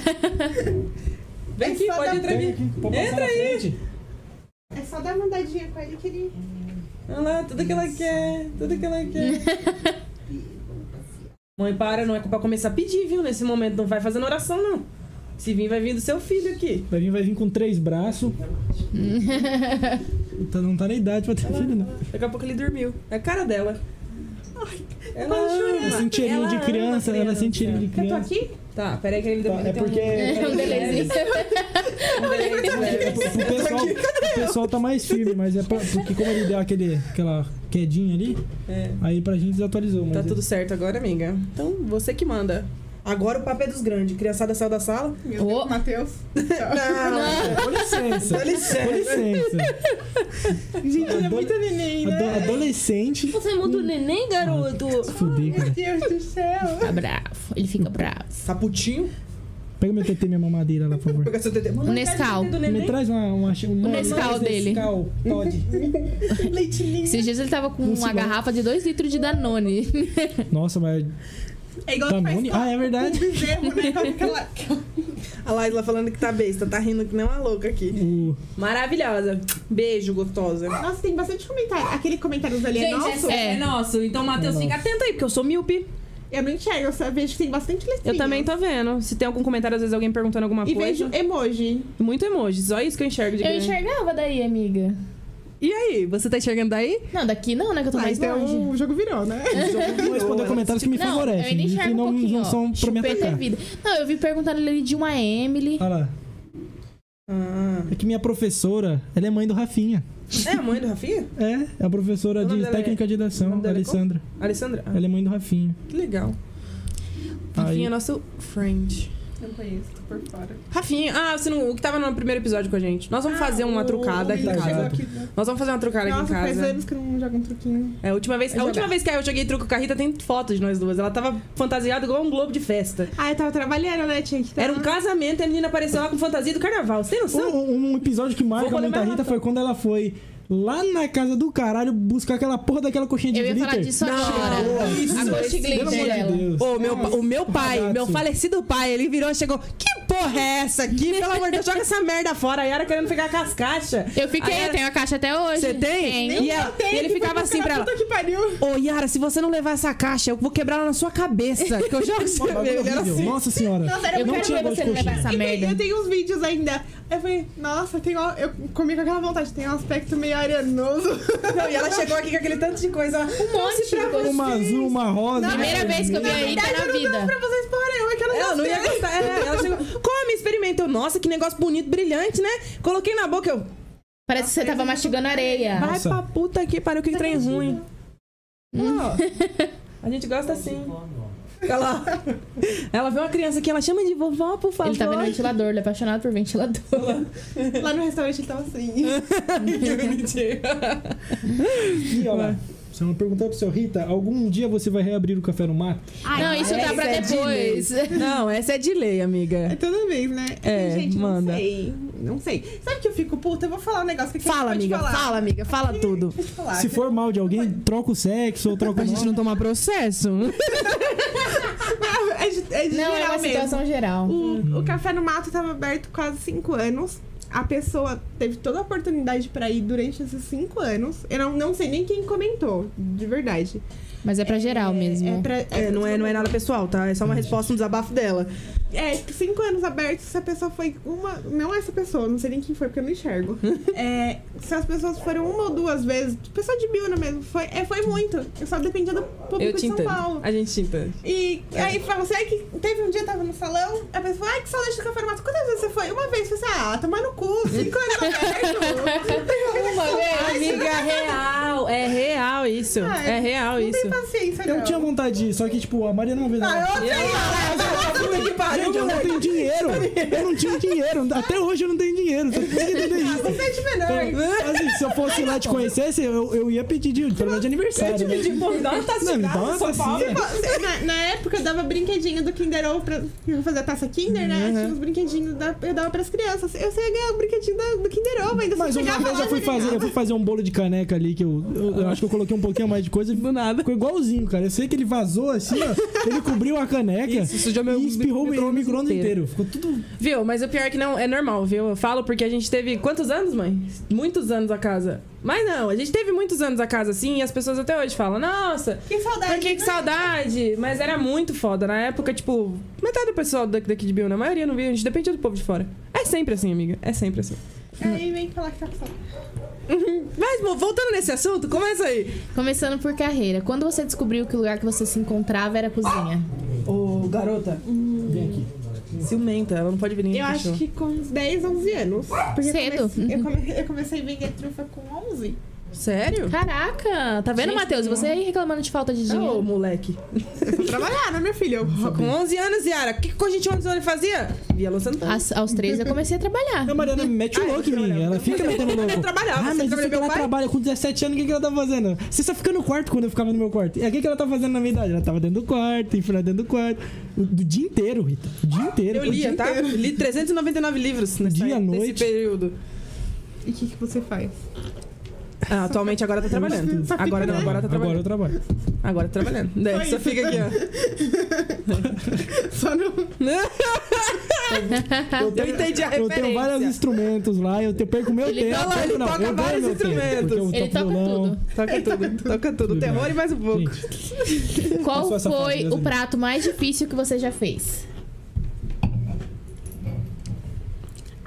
A: Vem aqui,
B: só
A: pode
B: dá-
A: entrar aqui.
D: Vou passar
A: Entra
D: na
A: aí.
D: frente.
B: É só dar uma andadinha com ele que ele.
A: Olha lá, tudo que ela quer, tudo que ela quer. Mãe, para, não é pra começar a pedir, viu? Nesse momento, não vai fazendo oração, não. Se vir, vai vir do seu filho aqui.
D: Vai vir, vai vir com três braços. Tá- não tá na idade pra ter filho, não.
A: Daqui a pouco ele dormiu. É a cara dela. Ela
B: quando chora,
A: ama.
D: Ela sente cheirinho
A: Ela
D: de
A: ama
D: criança, ela sente cheirinho de
B: Eu tô
D: criança.
B: aqui?
A: Tá, peraí que ele
D: Tá, é
A: tem um-
D: porque.
C: É um belezinho.
A: um delay, um
D: É,
A: delay.
D: pro- pro pessoal, o pessoal tá mais firme, mas é pra- porque como ele deu aquele, aquela quedinha ali,
A: É.
D: aí pra gente desatualizou. Mas
A: Tá
D: é-
A: tudo certo agora, amiga. Então, você que manda. Agora o papo é dos grandes. Criançada saiu da sala.
B: Meu
C: Ô.
B: Deus, Matheus.
A: Não,
D: é Com licença.
A: dá licença.
D: Com licença.
B: Gente, ele é
D: Ado-
B: muito neném, né?
D: Ado- adolescente.
E: Você muda o neném, garoto?
D: Se fuder,
B: Meu
D: cara.
B: Deus do céu.
C: Fica Tá bravo. Ele fica bravo.
A: Saputinho.
D: Pega meu TT, minha mamadeira lá, por favor.
A: Pega seu TT. Mano,
C: Nescau.
A: cadê o TT do
D: Me
A: neném?
D: traz uma, uma, uma
C: O Nescau dele.
D: Nescau, Todd.
B: Leite lindo.
C: Esses dias ele tava com uma
D: segundo.
C: garrafa de 2 litros de Danone.
D: Nossa, mas
B: É igual
D: Danone.
B: que faz
D: Ah, é
B: com
D: verdade.
B: o bezerro, né? Com aquela- aquela-
A: A Laila falando que tá besta. Tá rindo que nem uma louca aqui.
D: O
A: Maravilhosa. Beijo, gostosa.
B: Nossa, tem bastante comentário. Aquele comentário ali é nosso.
C: é.
A: nosso. Então, Matheus,
D: É
A: fica atento aí, porque eu sou míope.
B: Eu não enxergo, eu só vejo que tem bastante letrinha.
A: Eu também tô vendo. Se tem algum comentário, às vezes alguém perguntando alguma
B: E
A: coisa.
B: vejo emoji.
A: Muito emoji. Só isso que eu enxergo de
C: Eu
A: grande.
C: enxergava daí, amiga.
A: E aí, você tá enxergando daí?
C: Não, daqui não, né? Que eu tô
B: Ah,
C: mais
B: então
C: longe.
B: o jogo virou, né?
D: vou responder comentários que me
C: Não, eu
D: favorecem.
C: ainda
D: que
C: enxergo
D: não,
C: um pouquinho,
D: não
C: ó.
D: são pra me
C: Chupeta é
D: atacar.
C: vida. Não, eu vi perguntando ali de uma Emily.
D: Olha lá.
A: Ah.
D: É que minha professora, ela é mãe do Rafinha.
A: É a mãe do Rafinha?
D: É, é a
A: O
D: professora
A: nome
D: de
A: dela é-
D: técnica de
A: o
D: redação,
A: nome dela é
D: Alessandra.
A: Alessandra? Ah,
D: Ela é mãe do Rafinha.
A: que legal. Rafinha é nosso friend.
B: Não conheço, tô por fora.
A: Rafinha, ah, você não, o que tava no primeiro episódio com a gente. Nós vamos fazer
B: Ah,
A: uma trucada aqui em
D: William
A: casa.
D: chegou
A: Nós vamos fazer uma trucada
B: Nossa,
A: aqui em
B: faz
A: casa.
B: anos que eu não jogo um truquinho.
A: É, a última vez, a
B: Jogar.
A: última vez que eu joguei truco com a Rita tem foto de nós duas. Ela tava fantasiada igual um globo de festa.
B: Ah, eu tava trabalhando, né? Tinha que tá...
A: Era um casamento e a menina apareceu lá com fantasia do carnaval. Você tem noção?
D: Um, um episódio que marca
A: Vou
D: muito a
A: lembrar,
D: Rita foi quando ela foi lá na casa do caralho buscar aquela porra daquela coxinha de
C: Eu ia
D: glitter.
C: falar disso agora.
A: isso,
C: A coxa
A: esse-
D: Pelo
C: glitter
D: amor de
C: dela.
D: Deus.
A: Ô, meu, o meu pai,
D: Ragazzo.
A: meu falecido pai, ele virou e chegou. Que porra é essa aqui? Pelo amor de Deus, joga essa merda fora. A Yara querendo ficar com as caixas.
C: Eu
D: Ah,
C: fiquei,
A: A
D: é.
A: Yara-
C: eu tenho a caixa até hoje.
A: Você tem?
C: Tenho.
A: E, ela- e ele ficava assim pra ela.
B: Puta que pariu.
A: Ô, Yara, se você não levar essa caixa, eu vou quebrar ela na sua cabeça. Que eu jogo esse
D: Bagulho
A: Ele era
D: horrível.
A: assim.
D: Nossa senhora.
B: Nossa, era
C: Eu
B: um
D: não
C: quero
D: tinha
C: ver
D: gosto de
C: você levar
D: coxinha.
C: essa
B: E tem,
C: merda.
B: eu tenho uns vídeos ainda. Eu falei, nossa, tem, ó, eu comi com aquela vontade. Tem um aspecto meio arenoso.
A: Não, e ela chegou aqui com aquele tanto de coisa. Ela, um
C: monte de coisa.
D: Uma azul, uma rosa.
C: Primeira vez que eu vi a Rita na
B: Não pra
C: vida.
B: vocês porra nenhuma, é que ela,
A: Ela não ia gostar. né? Ela, ela chegou. Come, experimenta. Eu, Nossa, que negócio bonito, brilhante, né? Coloquei na boca. Eu,
C: Parece que você tava mastigando areia.
A: vai
D: Nossa.
A: pra puta que pariu, que trem ruim. Ó, a gente gosta assim. Ela, ela vê uma criança aqui, ela chama de vovó, por favor.
C: Ele tava no ventilador, ele é apaixonado por ventilador.
B: Lá no restaurante ele tava assim.
A: É. Que bonitinho.
D: Aqui, ó lá. é Você não perguntou pro seu Rita, algum dia você vai reabrir o café no mato?
C: não, isso
A: é,
C: dá pra
A: isso é
C: depois.
A: Não, essa é de lei,
B: É
A: amiga.
B: toda vez, né?
A: É,
B: gente,
A: manda.
B: não sei. Não sei. Sabe que eu fico puta? Eu vou falar um negócio que aqui
A: Fala,
B: a gente
A: amiga.
B: pode falar.
A: Fala, amiga. Fala tudo.
B: Deixa eu falar.
D: Se for mal de alguém, troca o sexo ou troca
A: Pra
D: o
A: gente
D: nome.
A: não tomar processo.
B: É de, é de
C: Não, é
B: geral
C: uma
B: mesmo.
C: situação geral.
A: assim.
B: O, o Café no Mato tava aberto quase cinco anos. A pessoa teve toda a oportunidade pra ir durante esses cinco anos. Eu não, não sei nem quem comentou, de verdade.
C: Mas é pra geral mesmo.
B: É, pra- é
A: É,
B: pra
A: não é,
B: todo
A: não é nada pessoal, tá? É só uma resposta, um desabafo dela.
B: É, cinco anos abertos, se a pessoa foi uma. Não é essa pessoa, não sei nem quem foi, porque eu não enxergo. É, se as pessoas foram uma ou duas vezes, pessoa de Biuna mesmo, foi, é, foi muito. Eu só dependia do público
A: Eu
B: de
A: te
B: São
A: entendo.
B: Paulo.
A: A gente te entende.
B: E aí fala assim, ai, que teve um dia eu tava no salão, a pessoa, ai, que saudade do café no mato. Quantas vezes você foi? Uma vez, eu falei assim, ah, tomar no cu, cinco anos aberto.
C: Uma vez.
A: Amiga, real. É real isso.
B: Ai,
A: É real
B: Não
A: isso.
B: tem paciência, não.
A: um
D: Eu tinha vontade de ir, só que, tipo, a Maria não vê
B: tá- Ah,
D: nada.
B: eu odeio!
A: Puta que pariu,
D: Gente, eu não
A: moleque.
D: tenho dinheiro. Eu não tinha dinheiro. Até hoje eu não tenho dinheiro. Você tem que entender isso.
B: Você é de menor.
D: Então, assim, se eu fosse lá te conhecesse, eu, eu ia pedir de, pelo menos de aniversário.
A: Te
D: né?
A: pedi, pô, me dá uma tacinha.
D: Não, então é me dá uma
A: tá São Paulo.
D: tacinha.
B: Você- Na, na época eu dava brinquedinho do Kinder ou pra eu fazer a taça Kinder,
D: Uhum.
B: né? Tinha uns brinquedinhos da, eu dava pras crianças. Eu sei ganhar o brinquedinho da- do Kinder Ovo, ainda
D: Mas
B: só
D: uma
B: chegava
D: vez
B: lá
D: eu fui
B: já ganhava.
D: fazer, eu fui fazer um bolo de caneca ali que eu, eu, eu acho que eu coloquei um pouquinho mais de coisa e
A: Do nada.
D: ficou igualzinho, cara. Eu sei que ele vazou assim, ó. Ele cobriu a caneca
A: Isso, sujou meu
D: e espirrou o
A: micro-ondas
D: micro-ondas
A: inteiro.
D: inteiro. Ficou tudo
A: Viu? Mas o pior é que não é normal, viu? Eu falo porque a gente teve quantos anos, mãe? Muitos anos a casa. Mas não, a gente teve muitos anos a casa assim e as pessoas até hoje falam: "Nossa,
B: Que saudade.
A: Por que, que
B: né?
A: saudade? Mas era muito foda. Na época, tipo, metade do pessoal da- daqui de Biona, a maioria não via, a gente dependia do povo de fora. É sempre assim, amiga. É sempre assim.
B: Aí vem falar que tá com saudade.
A: Mas, mo, voltando nesse assunto, começa aí.
C: Começando por carreira. Quando você descobriu que o lugar que você se encontrava era a cozinha?
A: Ô, garota,
D: bem aqui.
A: ciumenta, ela não pode vir ninguém.
B: Eu acho que com uns 10, 11 anos. Porque eu
C: Cedo.
B: comecei- Eu, come- eu comecei a vender trufa com 11.
A: Sério?
C: Caraca! Tá vendo,
A: Gente,
C: Matheus? Você aí reclamando de falta de
A: Ô,
C: dinheiro.
A: moleque.
B: Trabalharam, né, filho? Eu-
A: Com 11 anos, Yara, o que que a gente 11 anos fazia? Via Lu
D: Ah,
A: Santana.
C: Às- aos 13 eu comecei a trabalhar.
D: A Mariana mete o louco em mim. Ela fica metendo louco.
A: Eu trabalhava,
D: Ah,
A: você
D: mas isso
A: trabalhou
D: que
A: meu
D: ela
A: pai?
D: trabalha com 17 anos, o que, que ela tá fazendo? Você só fica no quarto quando eu ficava no meu quarto. E aí, o que, que ela tá fazendo na minha idade? Ela tava dentro do quarto, enfiada dentro do quarto. O, do dia inteiro, Rita. O dia inteiro.
A: Eu lia, tá? Li 399 livros nessa,
D: Dia,
A: nesse
D: noite.
A: período.
B: E o que, que você faz?
A: Ah, atualmente agora tá trabalhando.
B: Só fica,
A: Agora não,
B: né?
A: agora tá
D: Agora
A: trabalhando.
D: eu trabalho.
A: Agora tá trabalhando. Daí
B: Só
A: só
B: isso.
A: fica aqui, ó. Né?
B: Só no.
A: Eu entendi a
D: Eu
A: referência.
D: tenho vários instrumentos lá, eu te- perco meu
C: Ele
D: tempo.
A: toca- ele
D: eu não,
A: toca
D: eu ganho
A: vários
D: meu tempo,
A: instrumentos.
D: porque eu
C: Ele
D: toco
C: toca
D: violão.
C: tudo.
A: Toca tudo, toca tudo. Terror e mais um pouco.
D: Gente,
C: Qual
D: Passou essa fase,
C: foi
D: Deus
C: o
D: me
C: prato mais difícil que você já fez?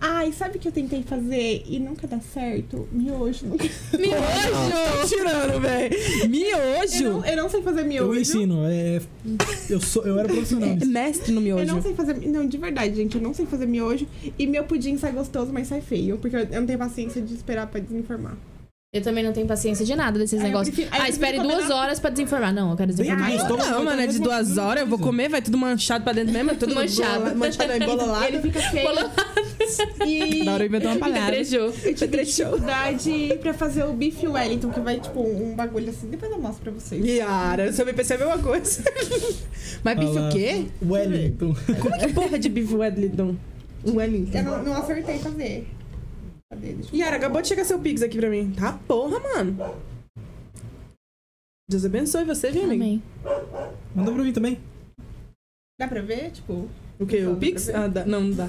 B: Ai, sabe o que eu tentei fazer e nunca dá certo? Miojo.
A: Miojo! Tirando, velho.
B: Eu
A: Miojo?
B: não, eu não sei fazer miojo.
D: eu ensino. é- eu, sou, eu era
A: É,
D: profissional. nisso.
A: Mestre no
B: Eu não
A: miojo.
B: sei fazer. Não, de verdade, gente, eu não sei fazer miojo. E meu pudim sai gostoso, mas sai feio. Porque eu eu não tenho paciência de esperar pra desinformar.
C: Eu também não tenho paciência de nada desses
B: Aí É, eu
C: negócios.
B: prefiro- aí eu
C: ah, espere
B: prefiro
C: duas
B: comer na-
C: horas pra desinformar. Não, eu quero
D: Dentro
C: desinformar.
D: do
C: agora.
D: estômago,
A: Não, mano, é de duas horas, eu vou comer, vai tudo manchado pra dentro mesmo, é tudo
C: Manchado.
A: bola- manchado aí, bololado.
B: Ele fica feio. E
A: Da hora eu inventou uma palavra.
C: Trejou.
B: eu tive dificuldade pra fazer o bife Wellington, que vai, tipo, um bagulho assim. Depois eu mostro pra vocês.
A: Yara, eu só me percebi uma coisa. Mas bife o
D: Olha
A: quê?
D: Wellington.
A: Como é que porra de bife Wellington? Um
B: Eu
A: Wellington.
B: não, não acertei fazer. Cadê? Deixa eu-
A: Yara, acabou de chegar seu pix aqui pra mim. Tá porra, mano. Deus abençoe você, viu, amigo?
C: Amém.
D: Mandou pra mim também.
B: Dá pra ver? Tipo.
A: O quê? O pix? Ah, dá. Não, não dá.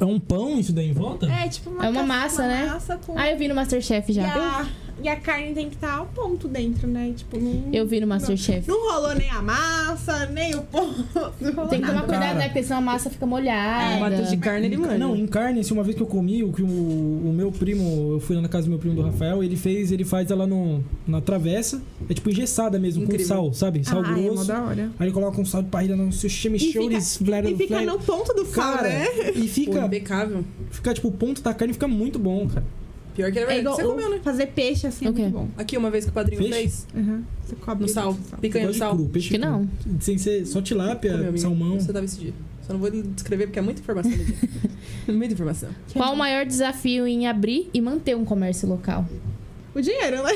D: É um pão isso daí em volta?
B: É, tipo uma,
C: É uma massa, né?
B: massa com.
C: Ah, eu vi no Masterchef
B: e,
C: já.
B: a, e a carne tem que estar ao ponto dentro, né? Tipo, não.
C: Eu vi no Masterchef.
B: Não rolou nem a massa, nem o ponto. Não É, rolou
C: Tem que tomar
B: nada.
C: cuidado,
D: Cara.
C: né? Porque senão a massa fica molhada.
A: Matheus de carne ele manja.
D: Não, em carne, assim, uma vez que eu comi, o que o, o meu primo, eu fui lá na casa do meu primo do Rafael, ele fez, ele faz ela no, na travessa, é tipo engessada mesmo,
A: Incrível.
D: com sal, sabe? Sal
B: Ah, é mó
D: grosso.
B: da hora.
D: Aí ele coloca um sal de parrilha no seu chimichurri, flare,
B: E fica
D: flare.
B: no ponto do sal,
D: Cara,
B: né?
D: e
A: Pô,
D: fica,
A: impecável.
D: fica, tipo, o ponto da carne fica muito bom, cara.
A: Pior que é
B: É
A: verdade.
B: igual
A: Você comeu, né?
B: fazer peixe assim é
C: O quê?
B: muito bom.
A: Aqui, uma vez que o padrinho
D: Peixe?
A: fez,
B: Uhum. Você cobre
A: no sal.
B: com sal.
A: Picanha
D: Eu
A: no
D: gosto de
A: sal.
D: cru, peixe
C: Acho que
D: cru.
C: não.
D: Sem ser só tilápia,
A: Comeu, amiga.
D: salmão.
A: Você tava esse dia. Só não vou descrever porque é muita informação. amiga. muita informação.
C: Qual o maior desafio em abrir e manter um comércio local?
B: O dinheiro, né?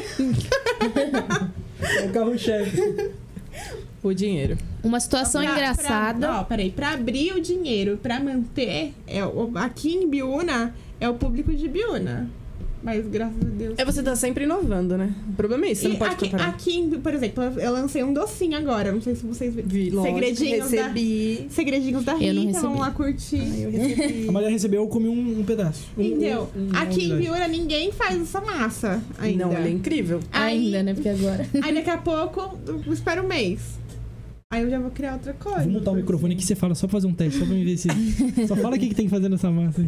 D: É o carro-chefe.
A: O dinheiro.
C: Uma situação
B: Pra-
C: engraçada.
B: Pra, ó, peraí. Pra abrir o dinheiro, pra manter, é, o- aqui em Biúna, é o público de Biúna. Mas graças a Deus.
A: É você tá sempre inovando, né? O problema é isso, você
B: E
A: não pode
B: aqui,
A: comparar.
B: aqui, em- por exemplo, eu lancei um docinho agora. Não sei se vocês viram.
A: Vi, lógico,
B: Segredinhos da-
A: recebi.
B: Segredinhos da
C: Eu não
B: Rita, vão
C: recebi.
B: lá curtir.
A: Eu recebi.
D: A Maria recebeu, eu comi um, um pedaço. Um-
B: Entendeu?
D: um- um-
B: aqui em
D: um-
B: Biúna ninguém faz essa massa ainda.
A: Não, ele é incrível.
B: Aí-
C: Ainda, né? Porque agora.
B: Aí daqui a pouco, eu espero um mês. Aí eu já vou criar outra coisa.
D: Vou
A: um
D: mutar o microfone aqui, você fala só pra fazer um teste, só pra me ver se. Só fala o que, que tem que fazer nessa massa.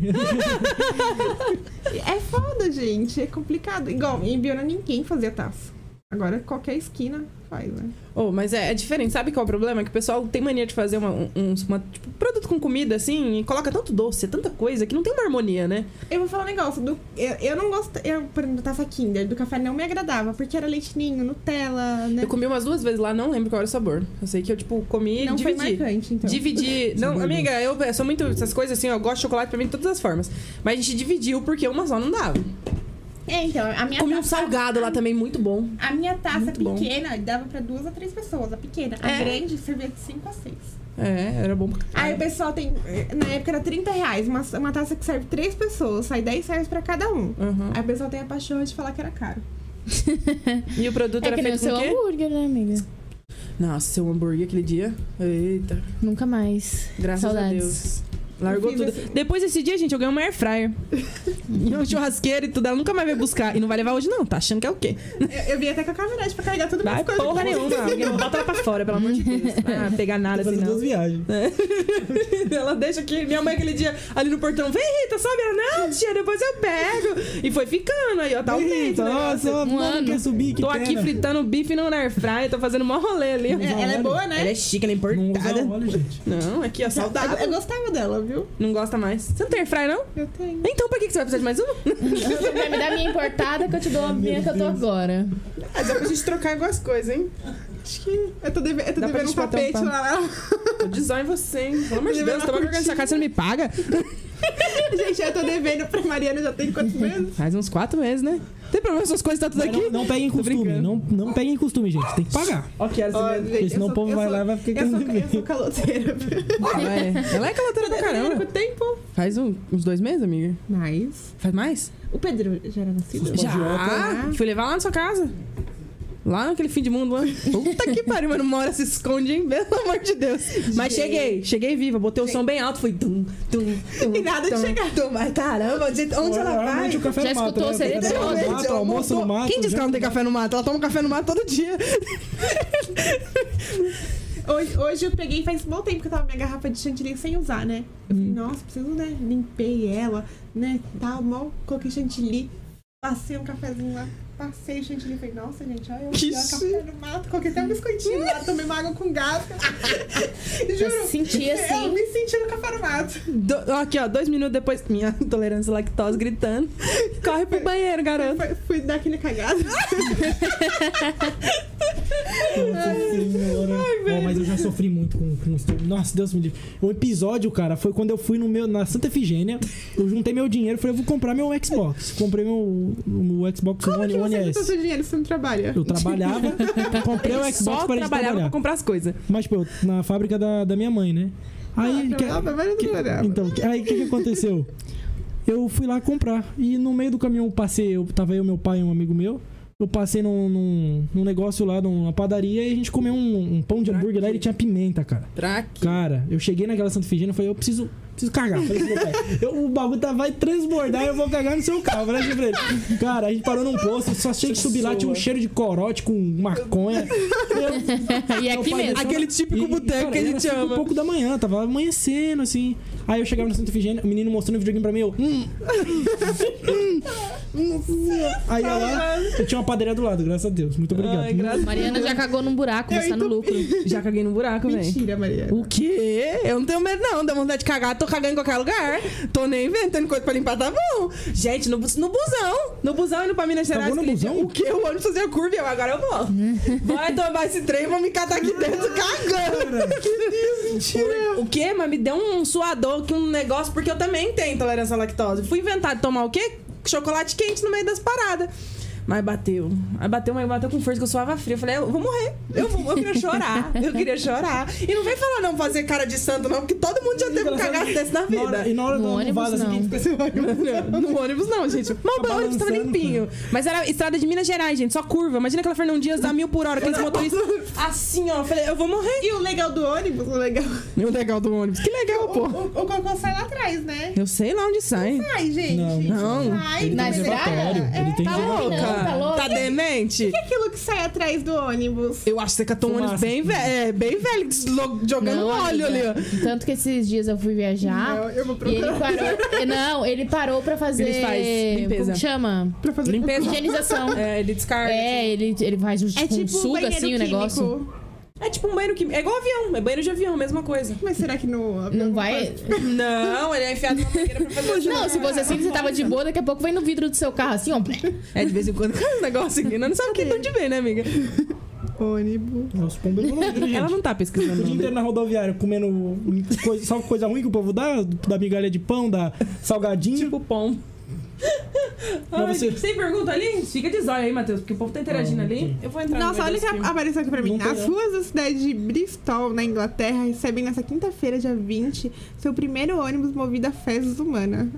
B: É foda, gente. É complicado. Igual, em Biona ninguém fazia taça. Agora qualquer esquina faz, né?
A: Oh, mas é, é diferente. Sabe qual é o problema? Que o pessoal tem mania de fazer uma, um, um- uma, tipo, produto com comida, assim, e coloca tanto doce, tanta coisa, que não tem uma harmonia, né?
B: Eu vou falar um negócio. Do, eu, eu não gosto. Eu, por exemplo, tava Kinder, do café não me agradava, porque era leite ninho, Nutella, né?
A: Eu comi umas duas vezes lá, não lembro qual era o sabor. Eu sei que eu, tipo, comi e
B: não foi
A: dividi.
B: marcante, então.
A: Dividir. Não,
D: Sabor
A: amiga, eu eu sou muito. Essas coisas assim, eu gosto de chocolate pra mim de todas as formas. Mas a gente dividiu porque uma só não dava.
B: É, então, a minha
A: Comi um
B: taça-
A: salgado lá também, muito bom.
B: A minha taça
A: Muito bom.
B: pequena dava pra duas a três pessoas, a pequena. A
A: É.
B: grande servia de cinco a seis.
A: É, era bom pra
B: Aí
A: caralho.
B: o pessoal tem. Na época era 30 reais, uma, uma taça que serve três pessoas, sai 10 reais pra cada um.
A: Uhum.
B: Aí o pessoal tem a paixão de falar que era caro.
A: E o produto
C: É
A: era
C: que nem o
A: feito
C: seu
A: com o quê?
C: hambúrguer, né, amiga?
A: Nossa, seu hambúrguer aquele dia. Eita,
C: Nunca mais.
A: graças
C: Saudades.
A: a Deus. Largou
B: Eu
A: tudo.
B: fiz esse-
A: Depois desse dia, gente, eu ganhei uma air fryer. e um churrasqueiro e tudo. Ela nunca mais veio buscar. E não vai levar hoje, não. Tá achando que é o quê?
B: Eu, eu vim até com a caminhonete pra carregar tudo
A: Vai
B: mais coisa.
A: porra nenhuma. Alguém Bota ela pra fora, pelo amor de Deus. Ah, pegar nada assim,
D: Fazendo
A: não.
D: duas viagens.
A: Ela deixa aqui, minha mãe aquele dia ali no portão, vem Rita, sobe ela, não tia, depois eu pego. E foi ficando aí, ó, tá um mês o
D: Eita,
A: negócio.
D: nossa, mano,
C: ano.
D: quer subir, que
A: Tô aqui
D: pena.
A: fritando bife no air fryer, tô fazendo mó rolê ali.
B: É, ela é boa, né?
A: Ela é chique, ela é
D: Não usa
A: importada.
D: óleo, gente.
A: Não, aqui, ó,
B: Eu,
A: saudável.
B: eu gostava dela, viu?
A: Não gosta mais. Você não tem air fryer, não?
B: Eu tenho.
A: Então pra que que você vai precisar de mais uma?
C: Você vai me dar a minha importada que eu te dou a minha que eu tô agora.
B: Ah, dá pra gente trocar algumas coisas, hein? Acho que. Eu tô, deve... eu tô
A: Dá pra
B: devendo um
A: gente botar um
B: tapete
A: pano.
B: lá. né?
A: Eu design você, hein? Pelo amor de
B: Eu
A: Deus,
B: não
A: toma vergonha nessa casa, você não me paga?
B: gente, eu tô devendo pra Mariana já tem quantos meses?
A: Faz uns quatro meses, né? Tem problema, suas coisas tá tudo
D: Mas
A: aqui.
D: Não, não peguem
A: Tô
D: costume,
A: brincando.
D: não, não peguem costume, gente. Tem que pagar.
A: Ok, ela
B: Ó,
A: se
B: gente, eu
D: senão
B: sou-
D: o povo
B: eu
D: vai
B: sou-
D: lá e vai ficar
B: Eu sou,
D: querendo
B: eu sou caloteira.
A: é. Ela é caloteira pra caramba.
B: Com o tempo.
A: Faz um- uns dois meses, amiga?
B: Mas.
A: Faz mais?
B: O Pedro já era nascido?
A: Já?
D: né?
A: Fui levar lá na sua casa. Lá naquele fim de mundo, né? Puta que pariu, mas uma hora se esconde, hein? Pelo amor de Deus. Mas
B: Gente.
A: cheguei, cheguei viva, botei o som bem alto, fui tum, tum, tum.
B: E nada de
A: tum,
B: chegar.
A: Tum, mas caramba, de- onde ela vai?
D: Normalmente o café
C: Já
D: no mato,
C: escutou
D: né?
C: o CD
D: Café no
C: todo?
D: mato, almoço no mato.
A: Quem disse
D: já-
A: que ela não tem café no mato? Ela toma café no mato todo dia.
B: Hoje, hoje eu peguei faz um bom tempo que eu tava minha garrafa de chantilly sem usar, né? Eu falei, nossa, preciso, né? Limpei ela, né? Tal, mal, coloquei chantilly, passei um cafezinho lá, passei o chantilly. Falei, nossa, gente, olha, eu
A: Que
B: que café no mato, coloquei até um biscoitinho lá, tomei uma água com gás.
C: Eu
B: Juro.
C: senti
B: Eu
C: assim.
B: me senti no café no mato.
A: Do- aqui, ó, dois minutos depois, minha intolerância à lactose gritando. Corre pro banheiro, garoto.
B: Fui, fui dar aquele cagado.
D: Nossa senhora. Ó, mas eu já sofri muito com, com isso. Nossa, Deus me livre. O episódio, cara, foi quando eu fui no meu, na Santa Efigênia. Eu juntei meu dinheiro e falei, eu vou comprar meu Xbox. Comprei meu, meu Xbox
B: Como
D: One,
B: que
D: One
B: você
D: S.
B: juntou seu dinheiro se você não trabalha?
D: Eu trabalhava, comprei o Xbox
A: Só
D: para de
A: trabalhava pra
D: trabalhar.
A: comprar as coisas.
D: Mas, pô, na fábrica da, da minha mãe, né? Aí.
B: Ah,
D: que-
B: trabalhava, mas não
D: que-
B: trabalhava.
D: então, que- aí o que, que aconteceu? Eu fui lá comprar. E no meio do caminhão eu passei, eu tava eu, meu pai e um amigo meu. Eu passei num, num, num negócio lá, numa padaria, e a gente comeu um, um pão de hambúrguer lá e ele tinha pimenta, cara.
A: Traque.
D: Cara, eu cheguei naquela Santa Figênia e falei, eu preciso, preciso cagar. Falei pro meu pai, eu, o bagulho tá, vai transbordar, eu vou cagar no seu carro. Falei assim pra ele. Cara, a gente parou num posto, eu só achei que subir lá, tinha um cheiro de corote com maconha. Eu,
C: E é aqui
D: pai
C: mesmo.
D: deixou-
A: Aquele típico
D: e-
A: boteco
D: cara,
A: que a
D: era
A: gente
D: cinco e
A: ama.
D: pouco da manhã, tava amanhecendo, assim. Aí eu chegava no Santa Efigênia, o menino mostrando o videogame pra mim, eu... Hum, hum, hum. Aí eu lá, eu tinha uma padaria do lado, graças a Deus. Muito obrigado.
A: Ai, graças
C: Mariana já cagou num buraco,
B: Eu
C: mas tá no
B: entupi.
C: lucro.
A: Já caguei no buraco, velho.
B: Mentira, Maria.
A: O quê? Eu não tenho medo, não. Dá vontade de cagar, tô cagando em qualquer lugar. Tô nem inventando coisa pra limpar, tá bom. Gente, no, bu- no busão. No busão indo pra Minas Gerais.
D: Cagou no
A: aquele dia,
D: busão?
A: O quê? O ônibus fazia curva e eu agora eu vou. Vai tomar esse trem, vão me catar aqui dentro cagando. Mentira. O quê? Mas me deu um suador aqui, um negócio, porque eu também tenho intolerância à lactose. Fui inventar de tomar o quê? Chocolate quente no meio das paradas. Mas bateu. Aí bateu, mas bateu com força que eu suava frio. Eu falei, eu vou morrer. Eu, vou, eu queria chorar. Eu queria chorar. E não vem falar não fazer cara de santo, não, porque todo mundo já teve um cagado desse na
D: Na hora-
A: vida.
D: e na hora
C: No
D: do
C: ônibus,
D: vaza,
C: não.
D: assim, que a gente
A: No ônibus não, gente. Mas o ônibus tava
D: balançando,
A: limpinho. Mas era estrada de Minas Gerais, gente. Só curva. Imagina aquela Fernão Dias dá mil por hora, aqueles motoristas. Assim, ó. Eu falei, eu vou morrer.
B: E o legal do ônibus, o legal.
A: Meu legal do ônibus. Que legal,
B: O,
A: pô.
B: o, o cocô sai lá atrás, né?
A: Eu sei lá onde sai.
B: Ai, gente.
D: Não,
A: não.
B: Ai,
D: Ele
C: Na
D: tem
C: estrada?
D: reservatório, ele tem
A: Tá
D: reservatório.
A: louca?
C: tá louca?
A: Tá demente?
B: E aquilo que sai atrás do ônibus?
A: Eu acho que você catou um ônibus
D: Fumaça.
A: bem velho, é, bem velho, deslo- jogando um
C: Não,
A: óleo ali,
C: amiga.
A: ó.
C: Tanto que esses dias eu fui viajar.
B: Eu, eu vou
C: E ele
B: procurar
C: parou. Não, ele parou pra fazer.
A: Ele faz limpeza.
C: Como que chama?
B: pra fazer.
A: Limpeza.
C: Higienização.
A: É, ele descarga.
C: É, ele, ele faz tipo,
B: É tipo
C: um
B: um
C: suga
B: banheiro
C: assim o
B: químico.
C: negócio.
A: É tipo um banheiro químico. É igual avião, é banheiro de avião, mesma coisa.
B: Mas será que no...
C: Não vai.
A: Não, ele é enfiado numa banheira pra fazer.
C: Não, se você assim, você tava de boa, daqui a pouco vem no vidro do seu carro assim, ó.
A: É, de vez em quando cai um negócio aqui. Não, não sabe que de onde vem, né, amiga?
B: Ônibus.
D: Nossa, pombeiros não viram, né, gente.
A: Ela não tá pesquisando.
D: O dia inteiro na rodoviária comendo coisa, só coisa ruim que o povo dá, da migalha de pão, da salgadinho.
A: Tipo pão.
D: Mas
A: Ai,
D: você-
A: gente, Sem pergunta ali? Fica de zóio aí, Matheus, porque o povo tá interagindo
D: Ah,
A: ali.
D: ok.
A: Eu vou entrar no
B: Nossa,
A: meio
B: olha o que
A: desse filme.
B: apareceu aqui pra mim.
D: Não tem,
B: As
D: não.
B: ruas da cidade de Bristol, na Inglaterra, recebem nessa quinta-feira, dia 20, seu primeiro ônibus movido a fezes humana.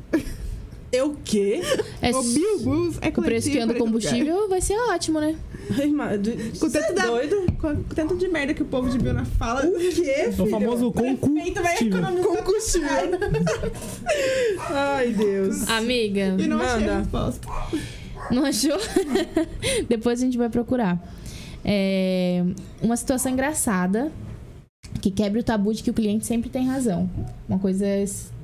A: Eu quê?
C: É
B: O Bilgus é
C: com o preço que
B: coletivo
C: anda o
B: por esse lugar.
C: combustível vai ser ótimo, né?
A: Ai, ma- do-
B: Com
A: Você é
B: tanto, da-
A: doido?
B: com- com tanto de merda que o povo de Biona fala.
A: O quê?
D: É o
B: Feito,
D: famoso
B: vai
D: concultivo.
B: economizar. Combustível.
A: Ai, Deus.
C: Amiga,
B: E não achei
A: Manda.
B: a resposta.
C: não achou? Depois a gente vai procurar. É, uma situação engraçada que quebra o tabu de que o cliente sempre tem razão. Uma coisa,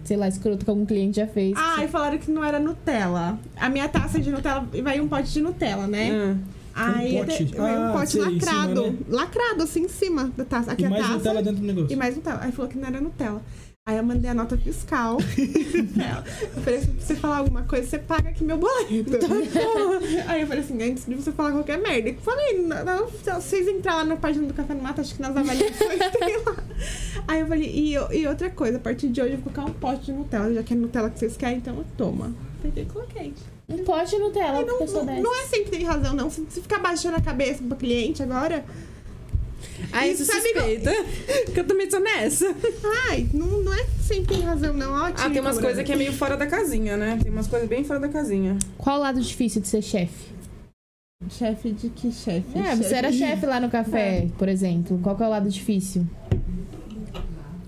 C: sei lá, escroto que algum cliente já fez.
B: Ah, e falaram que não era Nutella. A minha taça de Nutella vai um pote de Nutella, né?
A: Ah.
B: Aí
D: Um pote.
B: eu te- veio um
D: Ah,
B: pote
D: sei, em cima,
B: lacrado.
D: né?
B: Lacrado, assim, em cima da taça. Aqui
D: E
B: a
D: mais
B: taça.
D: Nutella dentro do
B: E
D: negócio.
B: mais Nutella. Aí falou que não era Nutella. Aí eu mandei a nota fiscal. pra ela. eu falei assim, se você falar alguma coisa, você paga aqui meu boleto.
A: Então.
B: Aí eu falei assim, antes de você falar qualquer merda. Eu falei, não, não, se vocês entrar lá na página do Café no Mato, acho que nas avaliações tem lá. Aí eu falei, e, eu- e outra coisa, a partir de hoje eu vou colocar um pote de Nutella, já que é Nutella que vocês querem, então eu toma. Peguei e coloquei.
C: Um pote de Nutella,
B: Aí
C: porque
B: não,
C: eu sou
B: não,
C: dessa.
B: não é sempre tem razão, não. Se, se ficar baixando a cabeça pro cliente agora,
A: Aí você
B: Isso, amigo.
A: Ah, suspeita que eu também sou nessa.
B: ai, não, não é sempre tem razão, não. Ó, tipo,
A: Ah, tem umas coisas que é meio fora da casinha, né? Tem umas coisas bem fora da casinha.
C: Qual o lado difícil de ser chefe?
B: Chefe de que chefe?
C: É, você era chefe lá no café, por exemplo. Qual que é o lado difícil?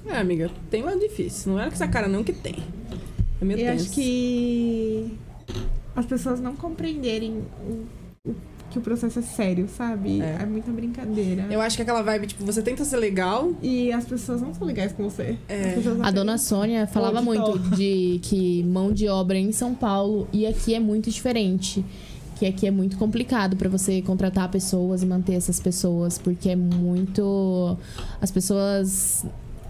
A: É, amiga, tem lado difícil. Não era com essa cara não que tem. É meio
B: Eu
A: tenso.
B: acho que as pessoas não compreenderem o- o- que o processo é sério, sabe?
A: É.
B: É, muita brincadeira.
A: Eu acho que aquela vibe, tipo, você tenta ser legal.
B: E as pessoas não são legais com você.
A: É.
B: As pessoas não
C: A
B: têm-
C: dona Sônia falava
D: Onde tá?
C: muito de que mão de obra em São Paulo e aqui é muito diferente. Que aqui é muito complicado pra você contratar pessoas e manter essas pessoas, porque é muito. As pessoas.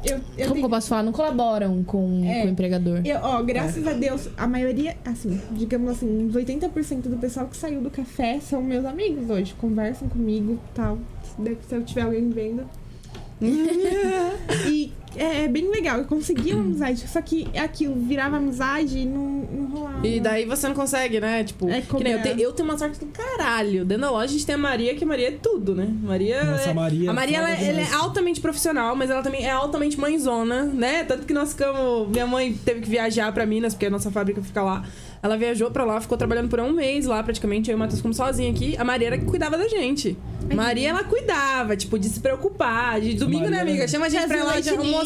B: Eu, eu
C: como que eu posso falar? Não colaboram com,
B: É.
C: com o empregador.
B: tenho- eu- ó, graças a Deus, a maioria, assim, digamos assim, uns 80% do pessoal que saiu do café são meus amigos hoje. Conversam comigo tal. Se der- se eu tiver alguém vendo. E é bem legal, eu consegui uma
A: Uhum.
B: amizade. Só que é aquilo, virava amizade e não, não rolava.
A: E daí você não consegue, né? Tipo,
B: É
A: que nem eu,
B: cobrar.
A: te- eu tenho uma sorte do caralho. Dentro da loja a gente tem a Maria, que a Maria é tudo, né? Maria.
D: Nossa,
A: é-
D: a Maria.
A: A Maria, ela,
D: foda
A: ela é
D: demais.
A: altamente profissional, mas ela também é altamente mãezona, né? Tanto que nós ficamos. Minha mãe teve que viajar pra Minas, porque a nossa fábrica fica lá. Ela viajou pra lá, ficou trabalhando por um mês lá, praticamente. Eu e o Matheus ficamos sozinha aqui. A Maria era que cuidava da gente. Maria, ela cuidava, tipo, de se preocupar. De domingo, né,
D: Maria-
A: amiga? Chama a gente pra ir lá de almoçar.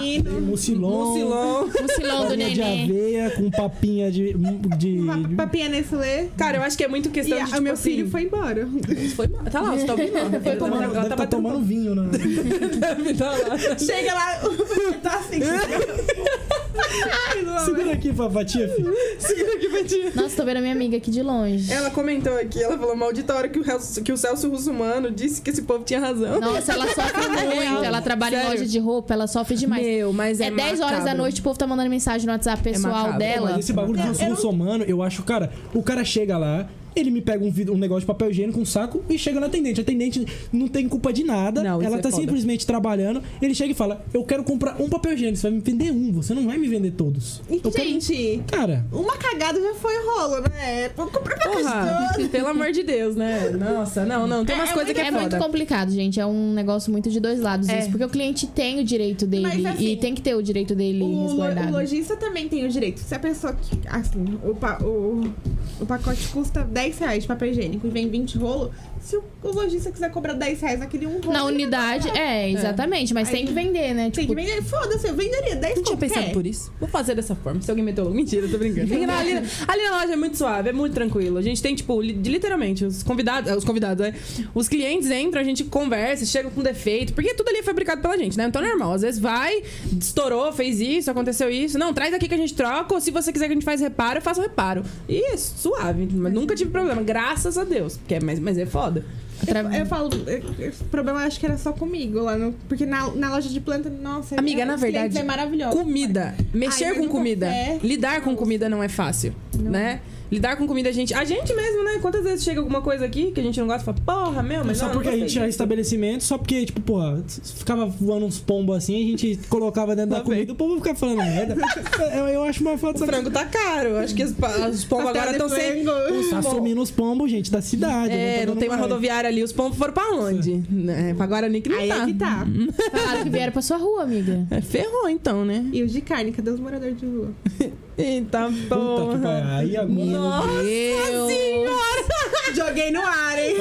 A: Um
D: Tem Mucilon.
A: Mucilão.
C: Mucilão do
D: farinha de
C: neném.
D: aveia com papinha de. hum, de...
B: Papinha Nestlé.
A: Cara, eu acho que é muito
B: E
A: questão de.
B: a,
A: Tipo,
B: meu
A: assim,
B: filho foi embora.
A: Foi mal. Tá lá, você tá ouvindo? Ela
D: Deve tomar-
A: ela
D: deve tá
A: batendo
D: tomando vinho, né?
A: palma, tá lá.
B: Chega lá, tá assim. Ai, não.
D: Segura aqui, Fafatia, filho.
A: Segura aqui, Betinha.
C: Nossa, tô vendo a minha amiga aqui de longe.
A: Ela comentou aqui, ela falou maldita hora que o, Celso- que o Celso Russo Humano disse que esse povo tinha razão.
C: Nossa, ela sofre muito. Ela trabalha em
A: Sério?
C: loja de roupa, ela sofre demais.
A: Meu, mas
C: é 10 horas da
A: macabro.
C: noite, o povo tá mandando mensagem no WhatsApp pessoal
A: macabro.
C: dela.
D: Mas esse bagulho dos russomano, eu acho, cara, o cara chega lá. Ele me pega um, vid- um negócio de papel higiênico, um saco, e chega na atendente. A atendente não tem culpa de nada.
A: Não, isso
D: ela
A: é
D: tá
A: foda.
D: simplesmente trabalhando. Ele chega e fala: Eu quero comprar um papel higiênico. Você vai me vender um, você não vai me vender todos.
B: E, gente,
D: Cara,
B: uma cagada já foi rolo, né? Vamos comprar pra
A: Porra, pelo amor de Deus, né? Nossa, não, não. Tem umas
B: É,
A: coisas que é,
C: É muito
A: foda. É.
C: complicado, gente. É um negócio muito de dois lados isso. Porque o cliente tem o direito dele.
B: Mas, assim,
C: e tem que ter o direito dele
B: O, lo- o
C: resguardado.
B: lojista também tem o direito. Se a pessoa que. Assim, o, pa- o, o pacote custa 10 reais de papel higiênico e vem 20 rolo, se o o lojista quiser cobrar 10 reais naquele um rolo...
C: Na
B: ele vai
C: unidade,
B: comprar.
C: é, exatamente. Mas
B: Aí-
C: tem que vender, né?
B: Tem que
C: Tipo,
B: vender, foda-se, eu venderia 10
A: Não tinha
B: qualquer.
A: pensado por isso. Vou fazer dessa forma. Se alguém meteu louco. Mentira, tô brincando. Ali na, ali na- ali na loja é muito suave, é muito tranquilo. A gente tem, tipo, li- literalmente, os convidados. eh, Os convidados, né? Os clientes entram, a gente conversa, chega com defeito. Porque tudo ali é fabricado pela gente, né? Então é normal. Às vezes vai, estourou, fez isso, aconteceu isso. Não, traz aqui que a gente troca. Ou se você quiser que a gente faz reparo, eu faço reparo. E é suave. Mas nunca tive problema. Graças a Deus. Porque é, mas, mas é foda.
C: atra-
B: Eu falo, eu- eu- o problema eu acho que era só comigo lá no. Porque na, na loja de planta, nossa,
A: Amiga,
B: é-
A: na
B: os clientes
A: verdade,
B: É maravilhosa.
A: Comida. Mexer
B: Aí,
A: com
B: no
A: comida.
B: café.
A: Lidar com comida não é fácil, né? Lidar com comida, a gente. A gente mesmo, né? Quantas vezes chega alguma coisa aqui que a gente não gosta e fala, porra, meu, Ah, mas.
D: Só
A: não,
D: porque
A: não
D: a gente
A: gostei
D: tinha estabelecimento, só porque, tipo, porra, ficava voando uns pombos assim, a gente colocava dentro da comida, o povo ficava falando merda. eu, eu acho uma falta
A: disso." O frango tá caro. Acho que as, pa- as pombos
B: Pastel
A: agora
B: de
A: estão sem.
B: frango.
A: os
D: Tá
A: pombos-
D: sumindo os pombos, gente, da cidade.
A: É,
D: tá
A: não
D: dando
A: tem mais
D: mais.
A: rodoviária ali. Os pombos foram pra onde? É, pra Guarani que não
B: Aí
A: tá.
B: é que tá.
C: Falaram que vieram pra sua rua, amiga.
A: É, ferrou então, né?
B: E os de carne, cadê os moradores de rua?
A: Eita
D: Puta que pariu.
A: porra.
D: Aí agora.
A: Nossa
C: Deus.
A: senhora!
B: Joguei no ar, hein?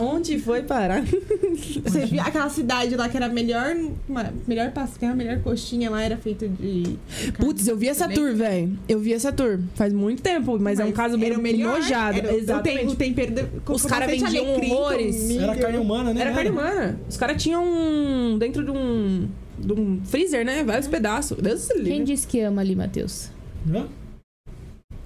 A: Onde foi parar?
B: Você viu aquela cidade lá que era a melhor, uma- melhor pastel, a melhor coxinha lá era feito de.
A: Putz, eu vi essa tour, velho. Eu vi essa tour. Faz muito tempo, mas, é um caso bem
B: era o melhor,
A: nojado.
B: era-
A: Exatamente.
B: O, tem, o tempero. de-
A: Os
B: com
A: cara
B: bastante
A: vendiam
B: alecrim,
A: horrores.
B: tomilho.
D: Era carne humana, né?
A: Era carne humana. Os caras tinham um. dentro de um. de um freezer, né? Vários pedaços. Deus se
C: Quem
A: livre.
C: disse que ama ali, Matheus?
D: Hã?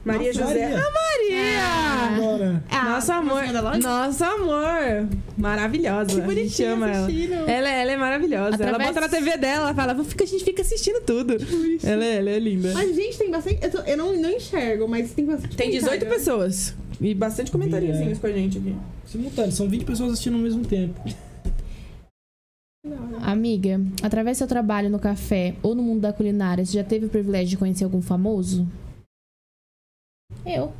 A: Maria
D: Nossa,
A: José.
D: Maria.
A: Ah, Maria!
D: Agora.
B: Ah,
A: Nosso amor.
B: da loja?
A: Nosso amor. Maravilhosa.
B: Que
A: A gente
B: bonitinho
A: chama ela.
B: assistindo.
A: Ela, é- ela é maravilhosa. Ela
C: Através-
A: bota na TV dela, ela fala, "Vou ficar- a gente fica assistindo tudo. Ela é, ela é linda.
B: Mas, gente, tem bastante. Eu, tô- eu não, não enxergo, mas tem bastante.
A: Tem 18
B: comentário.
A: pessoas. E bastante comentariozinhos com a gente aqui.
D: Simultâneo, são 20 pessoas assistindo ao mesmo tempo. Ah,
C: Ah, Amiga, através do seu trabalho no café ou no mundo da culinária, você já teve o privilégio de conhecer algum famoso? Eu.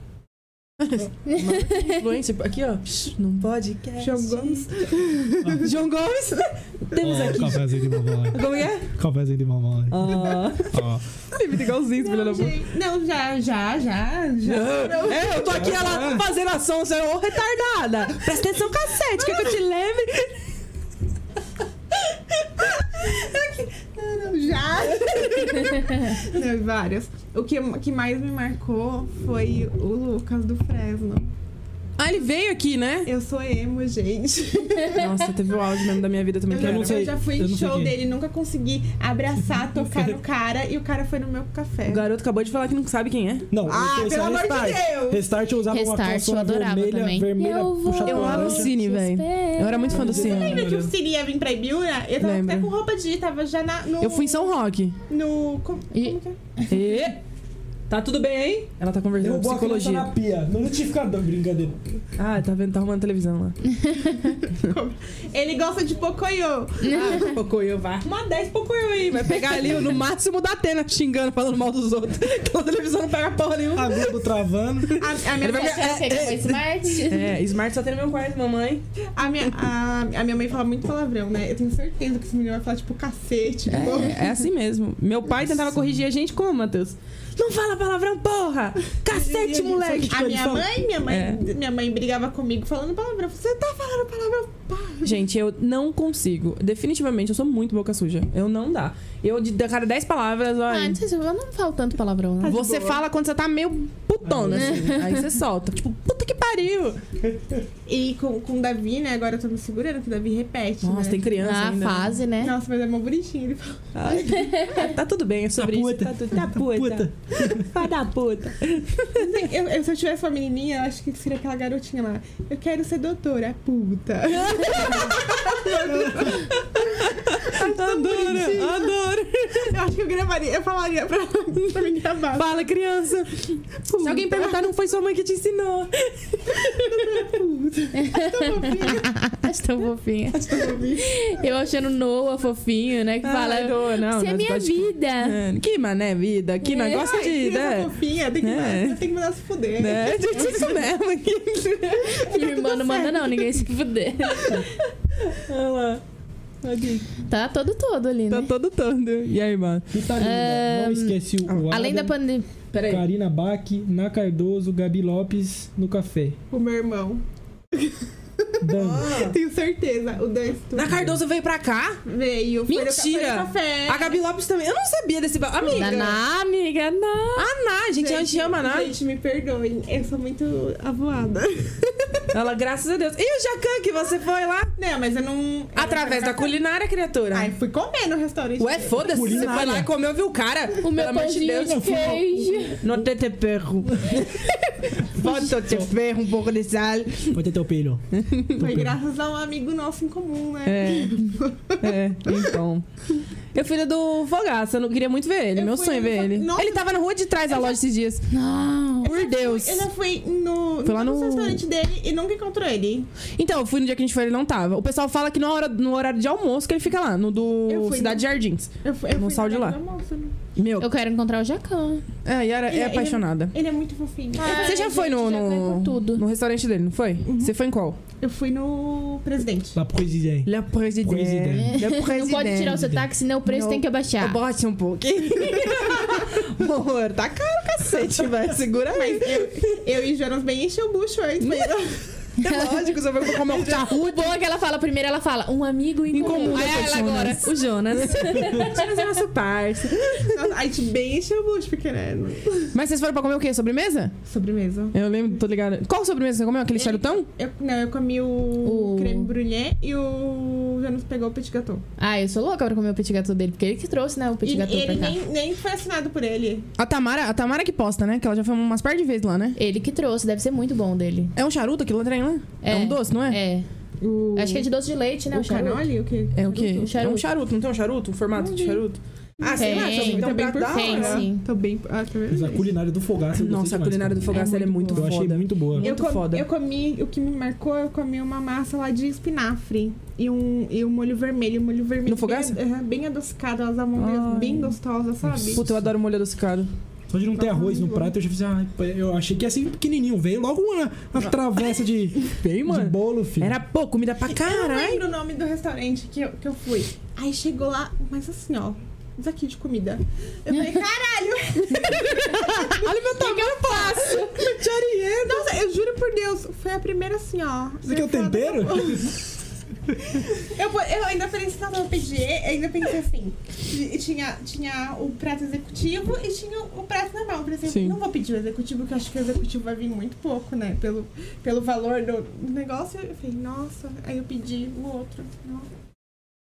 A: influencer. Aqui, ó. Psh, Não pode. quer.
B: João Gomes.
A: João Gomes. Temos aqui.
D: Cafézinho de mamãe.
A: Como é?
D: Cafézinho de mamãe.
A: Ah. Ele igualzinho, esse filho da
B: Não,
A: puta.
B: gente, não, já, já, já, já.
A: É, eu tô aqui ela fazendo a sonsa, ô retardada. Presta atenção, cacete, quer que eu te lembre?
B: Não, não, já. não, várias. O que, o que mais me marcou foi o Lucas do Fresno.
A: Ah, ele veio aqui, né?
B: Eu sou emo, gente.
A: Nossa, teve o áudio mesmo da minha vida também.
B: Eu,
A: Que é
D: não
A: era-
D: sei,
B: já fui
D: eu
B: em
D: não sei
B: show
D: quem.
B: dele, nunca consegui abraçar, tocar no cara e o cara foi no meu café.
A: O garoto acabou de falar que não sabe quem é.
D: Não,
B: Ah,
D: esse é
B: pelo amor de
D: restart.
B: Deus!
D: Restart eu usava uma
C: Restart, eu
D: calçona
C: adorava
D: vermelha,
C: também.
D: vermelha, puxada
A: Eu
D: pra
A: amo o
D: laranja.
A: Cine, velho. Eu era muito fã do Cine.
B: Lembra um que o Siri ia vir pra Ibiúna? Eu tava
A: É, Lembro.
B: até com roupa de. Tava já na, no.
A: Eu fui em São Roque.
B: No. Como, como que é?
A: E... Tá tudo bem, hein? Ela tá conversando com
D: Derrubou a criança
A: psicologia.
D: na pia, no notificador, brincadeira.
A: Ah, tá vendo? Tá arrumando televisão lá.
B: Ele gosta de Pocoyo.
A: Ah, Pocoyo vai arrumar 10 Pocoyo aí. Vai pegar ali no máximo da Atena xingando, falando mal dos outros. Que a televisão não pega porra nenhuma.
D: A Globo travando.
B: A, a minha
A: Ele vai
C: Você achou que foi smart?
A: É, Smart só tem no meu quarto, mamãe.
B: A minha, a, a minha mãe fala muito palavrão, né? Eu tenho certeza que esse menino vai falar, tipo, cacete. porra.
A: É, é assim mesmo. Meu pai tentava corrigir a gente como, Matheus? Não fala palavrão, porra! Cacete, moleque!
B: A minha mãe, minha mãe,
A: É.
B: minha mãe brigava comigo falando palavrão. Você tá falando palavrão? pá."
A: Ah, Gente, eu não consigo. Definitivamente, eu sou muito boca suja. Eu não dá. Eu, de, da cara 10 palavras,
C: Ah,
A: olha.
C: não sei se eu não falo tanto palavrão, né?
A: você fala quando você tá meio putona, assim. Aí você solta. Tipo, puta que pariu!
B: E com, com o Davi, né? Agora eu tô me segurando, que o Davi repete.
A: Nossa,
B: né?
A: tem criança
C: Na
A: ainda.
C: fase, né?
B: Nossa, mas é mó bonitinho. Ele fala.
A: Ai, tá tudo bem, é sobre isso.
D: puta.
A: Tá tudo tá puta. Vai da puta.
B: Não sei, Assim, Eu, eu- se eu tivesse uma menininha, eu acho que seria aquela garotinha lá. Eu quero ser doutora, puta.
A: Tá Adoro, adoro.
B: Eu acho que eu gravaria, eu falaria pra, pra me gravar.
A: Fala, criança. Se alguém perguntar, não foi sua mãe que te ensinou.
C: Acho tão fofinha. Eu achando Noah fofinho, né? Que fala.
A: Ai, Dô, Ah, não,
C: Você é
A: nós
C: minha
A: pode-
C: vida.
A: É, Que mané vida, que
C: É.
A: negócio
B: Ai,
A: de...
B: criança
A: Né?
B: fofinha, tem que,
A: É.
B: tem que mandar se fuder.
A: Né? Gente, isso mesmo. aqui.
C: Minha irmã não manda, não, ninguém se fuder.
A: Olha lá.
C: Tá todo todo ali, né?
A: Tá todo todo. E aí, mano?
D: Vitalina, tá não
A: É,
C: Ahn,
D: esquece
A: ah,
D: o Adam,
C: Além
A: né?
C: da pandemia.
A: Peraí.
D: Karina Bach, Ná Cardoso, Gabi Lopes no café.
B: O meu irmão.
D: Dan.
A: Ah.
B: Tenho certeza. O Dan Stuber
A: Na Cardoso veio pra cá?
B: veio. foi no ca-
A: Mentira!
B: foi no café.
A: A Gabi Lopes também. Eu não sabia desse... ba- Amiga.
C: Da Ná, Ah, amiga, não.
A: A Ná, gente. né? A gente ama a Ná.
B: Gente, me perdoem. Eu sou muito avoada.
A: Ela, graças a Deus. E o Jacan que você foi lá?
B: Não, mas eu não.
A: Através da culinária, criatura.
B: Ai, fui comer no restaurante.
A: Ué, foda-se. Você
D: Culinária.
A: foi lá e comeu, viu o cara?
C: O meu
A: Ah, Pelo amor de
C: pãozinho
A: Deus.
C: de queijo.
A: Não tem te perro. Bota te perro, um pouco de sal.
D: Pode ter teu pelho.
B: Foi graças a um amigo nosso em comum, né?
A: É. É, então. Eu fui do Fogaça, eu não queria muito ver ele.
B: Eu
A: meu
B: fui
A: sonho é
B: no
A: ver
B: Fo-
A: ele.
B: Nossa.
A: Ele tava na rua de trás da loja esses dias.
C: Não.
A: Por Deus.
B: Eu já fui no,
A: Foi lá
B: no
A: no-
B: restaurante dele e nunca encontrou ele.
A: Então, eu fui no dia que a gente foi, ele não tava. O pessoal fala que na hora, no horário de almoço que ele fica lá, no
B: Eu
A: do
B: fui né?
A: Cidade
B: no-
A: Jardins.
B: Eu fui, eu
A: Não
B: fui
A: saiu de
B: na
A: lá.
B: casa da moça, né?
A: Meu,
C: Eu quero encontrar o Jacan.
A: é, a Yara
B: Ele-
A: é apaixonada.
B: Ele é muito fofinho.
A: Você já
C: gente,
A: foi no,
C: já vai
A: no-
C: por tudo.
A: no restaurante dele, não foi?
B: Uhum.
A: Você foi em qual?
B: Eu fui no presidente.
D: La Présidente.
A: Le Président.
D: Président.
A: Le
C: Não pode tirar o seu táxi, senão o preço
A: Não.
C: tem que abaixar.
A: Bote um pouco. Amor, tá caro, cacete, velho. Segura aí.
B: Eu e Jonas bem encheu o bucho antes, mas
A: É lógico, você vai comer um
C: O bom é que ela fala, primeiro ela fala, um amigo em,
A: Em comum, né,
C: comum. Aí
A: depois
C: ela agora,
A: Jonas.
C: o Jonas.
A: Jonas é nosso parceiro.
B: Nossa, a gente bem encheu o bucho, porque né?
A: Mas vocês foram pra comer o quê? Sobremesa?
B: Sobremesa.
A: Eu lembro, tô ligada. Qual sobremesa você comeu? Aquele
B: Ele-
A: charutão?
B: Eu, não, eu comi o,
C: O-
B: creme brulee e o Jonas pegou o petit gâteau.
C: Ah, eu sou louca pra comer o petit gâteau dele, porque ele que trouxe, né, o petit
B: E
C: gâteau
B: ele
C: pra cá.
B: nem, nem foi assinado por ele.
A: A Tamara, a Tamara que posta, né? Que ela já foi umas par de vezes lá, né?
C: Ele que trouxe, deve ser muito bom dele.
A: É um charuto aquilo lá trem, né? É.
C: É.
A: um doce, não é?
C: É.
B: O,
C: Acho que é de doce de leite, né, o,
B: o
C: charuto.
B: canoli, o que?
A: É o quê?
C: Um
A: É
C: charuto.
A: um charuto, não tem um charuto? Um formato de charuto? Ah, sei lá,
C: Tem.
A: só- então
B: Tá bem
A: pra
B: por
A: dar-
C: Tem,
B: fora.
C: sim.
B: Tô bem... Ah, tá
D: Mas
B: vendo?
D: a culinária do Fogaça. eu gostei
A: Nossa, a
D: demais,
A: culinária do
D: cara.
A: Fogaça ela é muito
D: né? Eu achei
A: foda.
D: muito boa.
A: Muito
B: eu comi,
A: foda.
B: Eu comi, o que me marcou, eu comi uma massa lá de espinafre e um, e um molho vermelho. Um molho vermelho
A: No fogaça?
B: Bem, aham, bem adocicado, elas amôndegas
A: Ai.
B: bem gostosas, sabe?
A: Puta, eu adoro molho adocicado.
D: Só de não ter arroz no prato, eu já fiz. Ah, eu achei que ia ser pequenininho. Veio logo uma, uma travessa de,
A: Bem,
D: de
A: mano.
D: bolo, filho.
A: Era pô, comida pra
B: Eu não
A: caralho.
B: lembro o nome do restaurante que eu, que eu fui. Aí chegou lá, mas assim, ó, isso aqui de comida. Eu falei, caralho!
A: Olha o meu tamanho. eu faço? Te oriento.
B: Nossa, eu juro por Deus, foi a primeira assim, ó.
D: Isso aqui é o tempero?
B: Eu, vou- eu ainda falei assim, não, eu pedi, eu ainda pensei assim. e Tinha, tinha o prato executivo e tinha o prato normal. Eu falei assim,
A: Sim.
B: não vou pedir o executivo, porque eu acho que o executivo vai vir muito pouco, né? Pelo, pelo valor do, do negócio. Eu falei, nossa, aí eu pedi o outro. Não.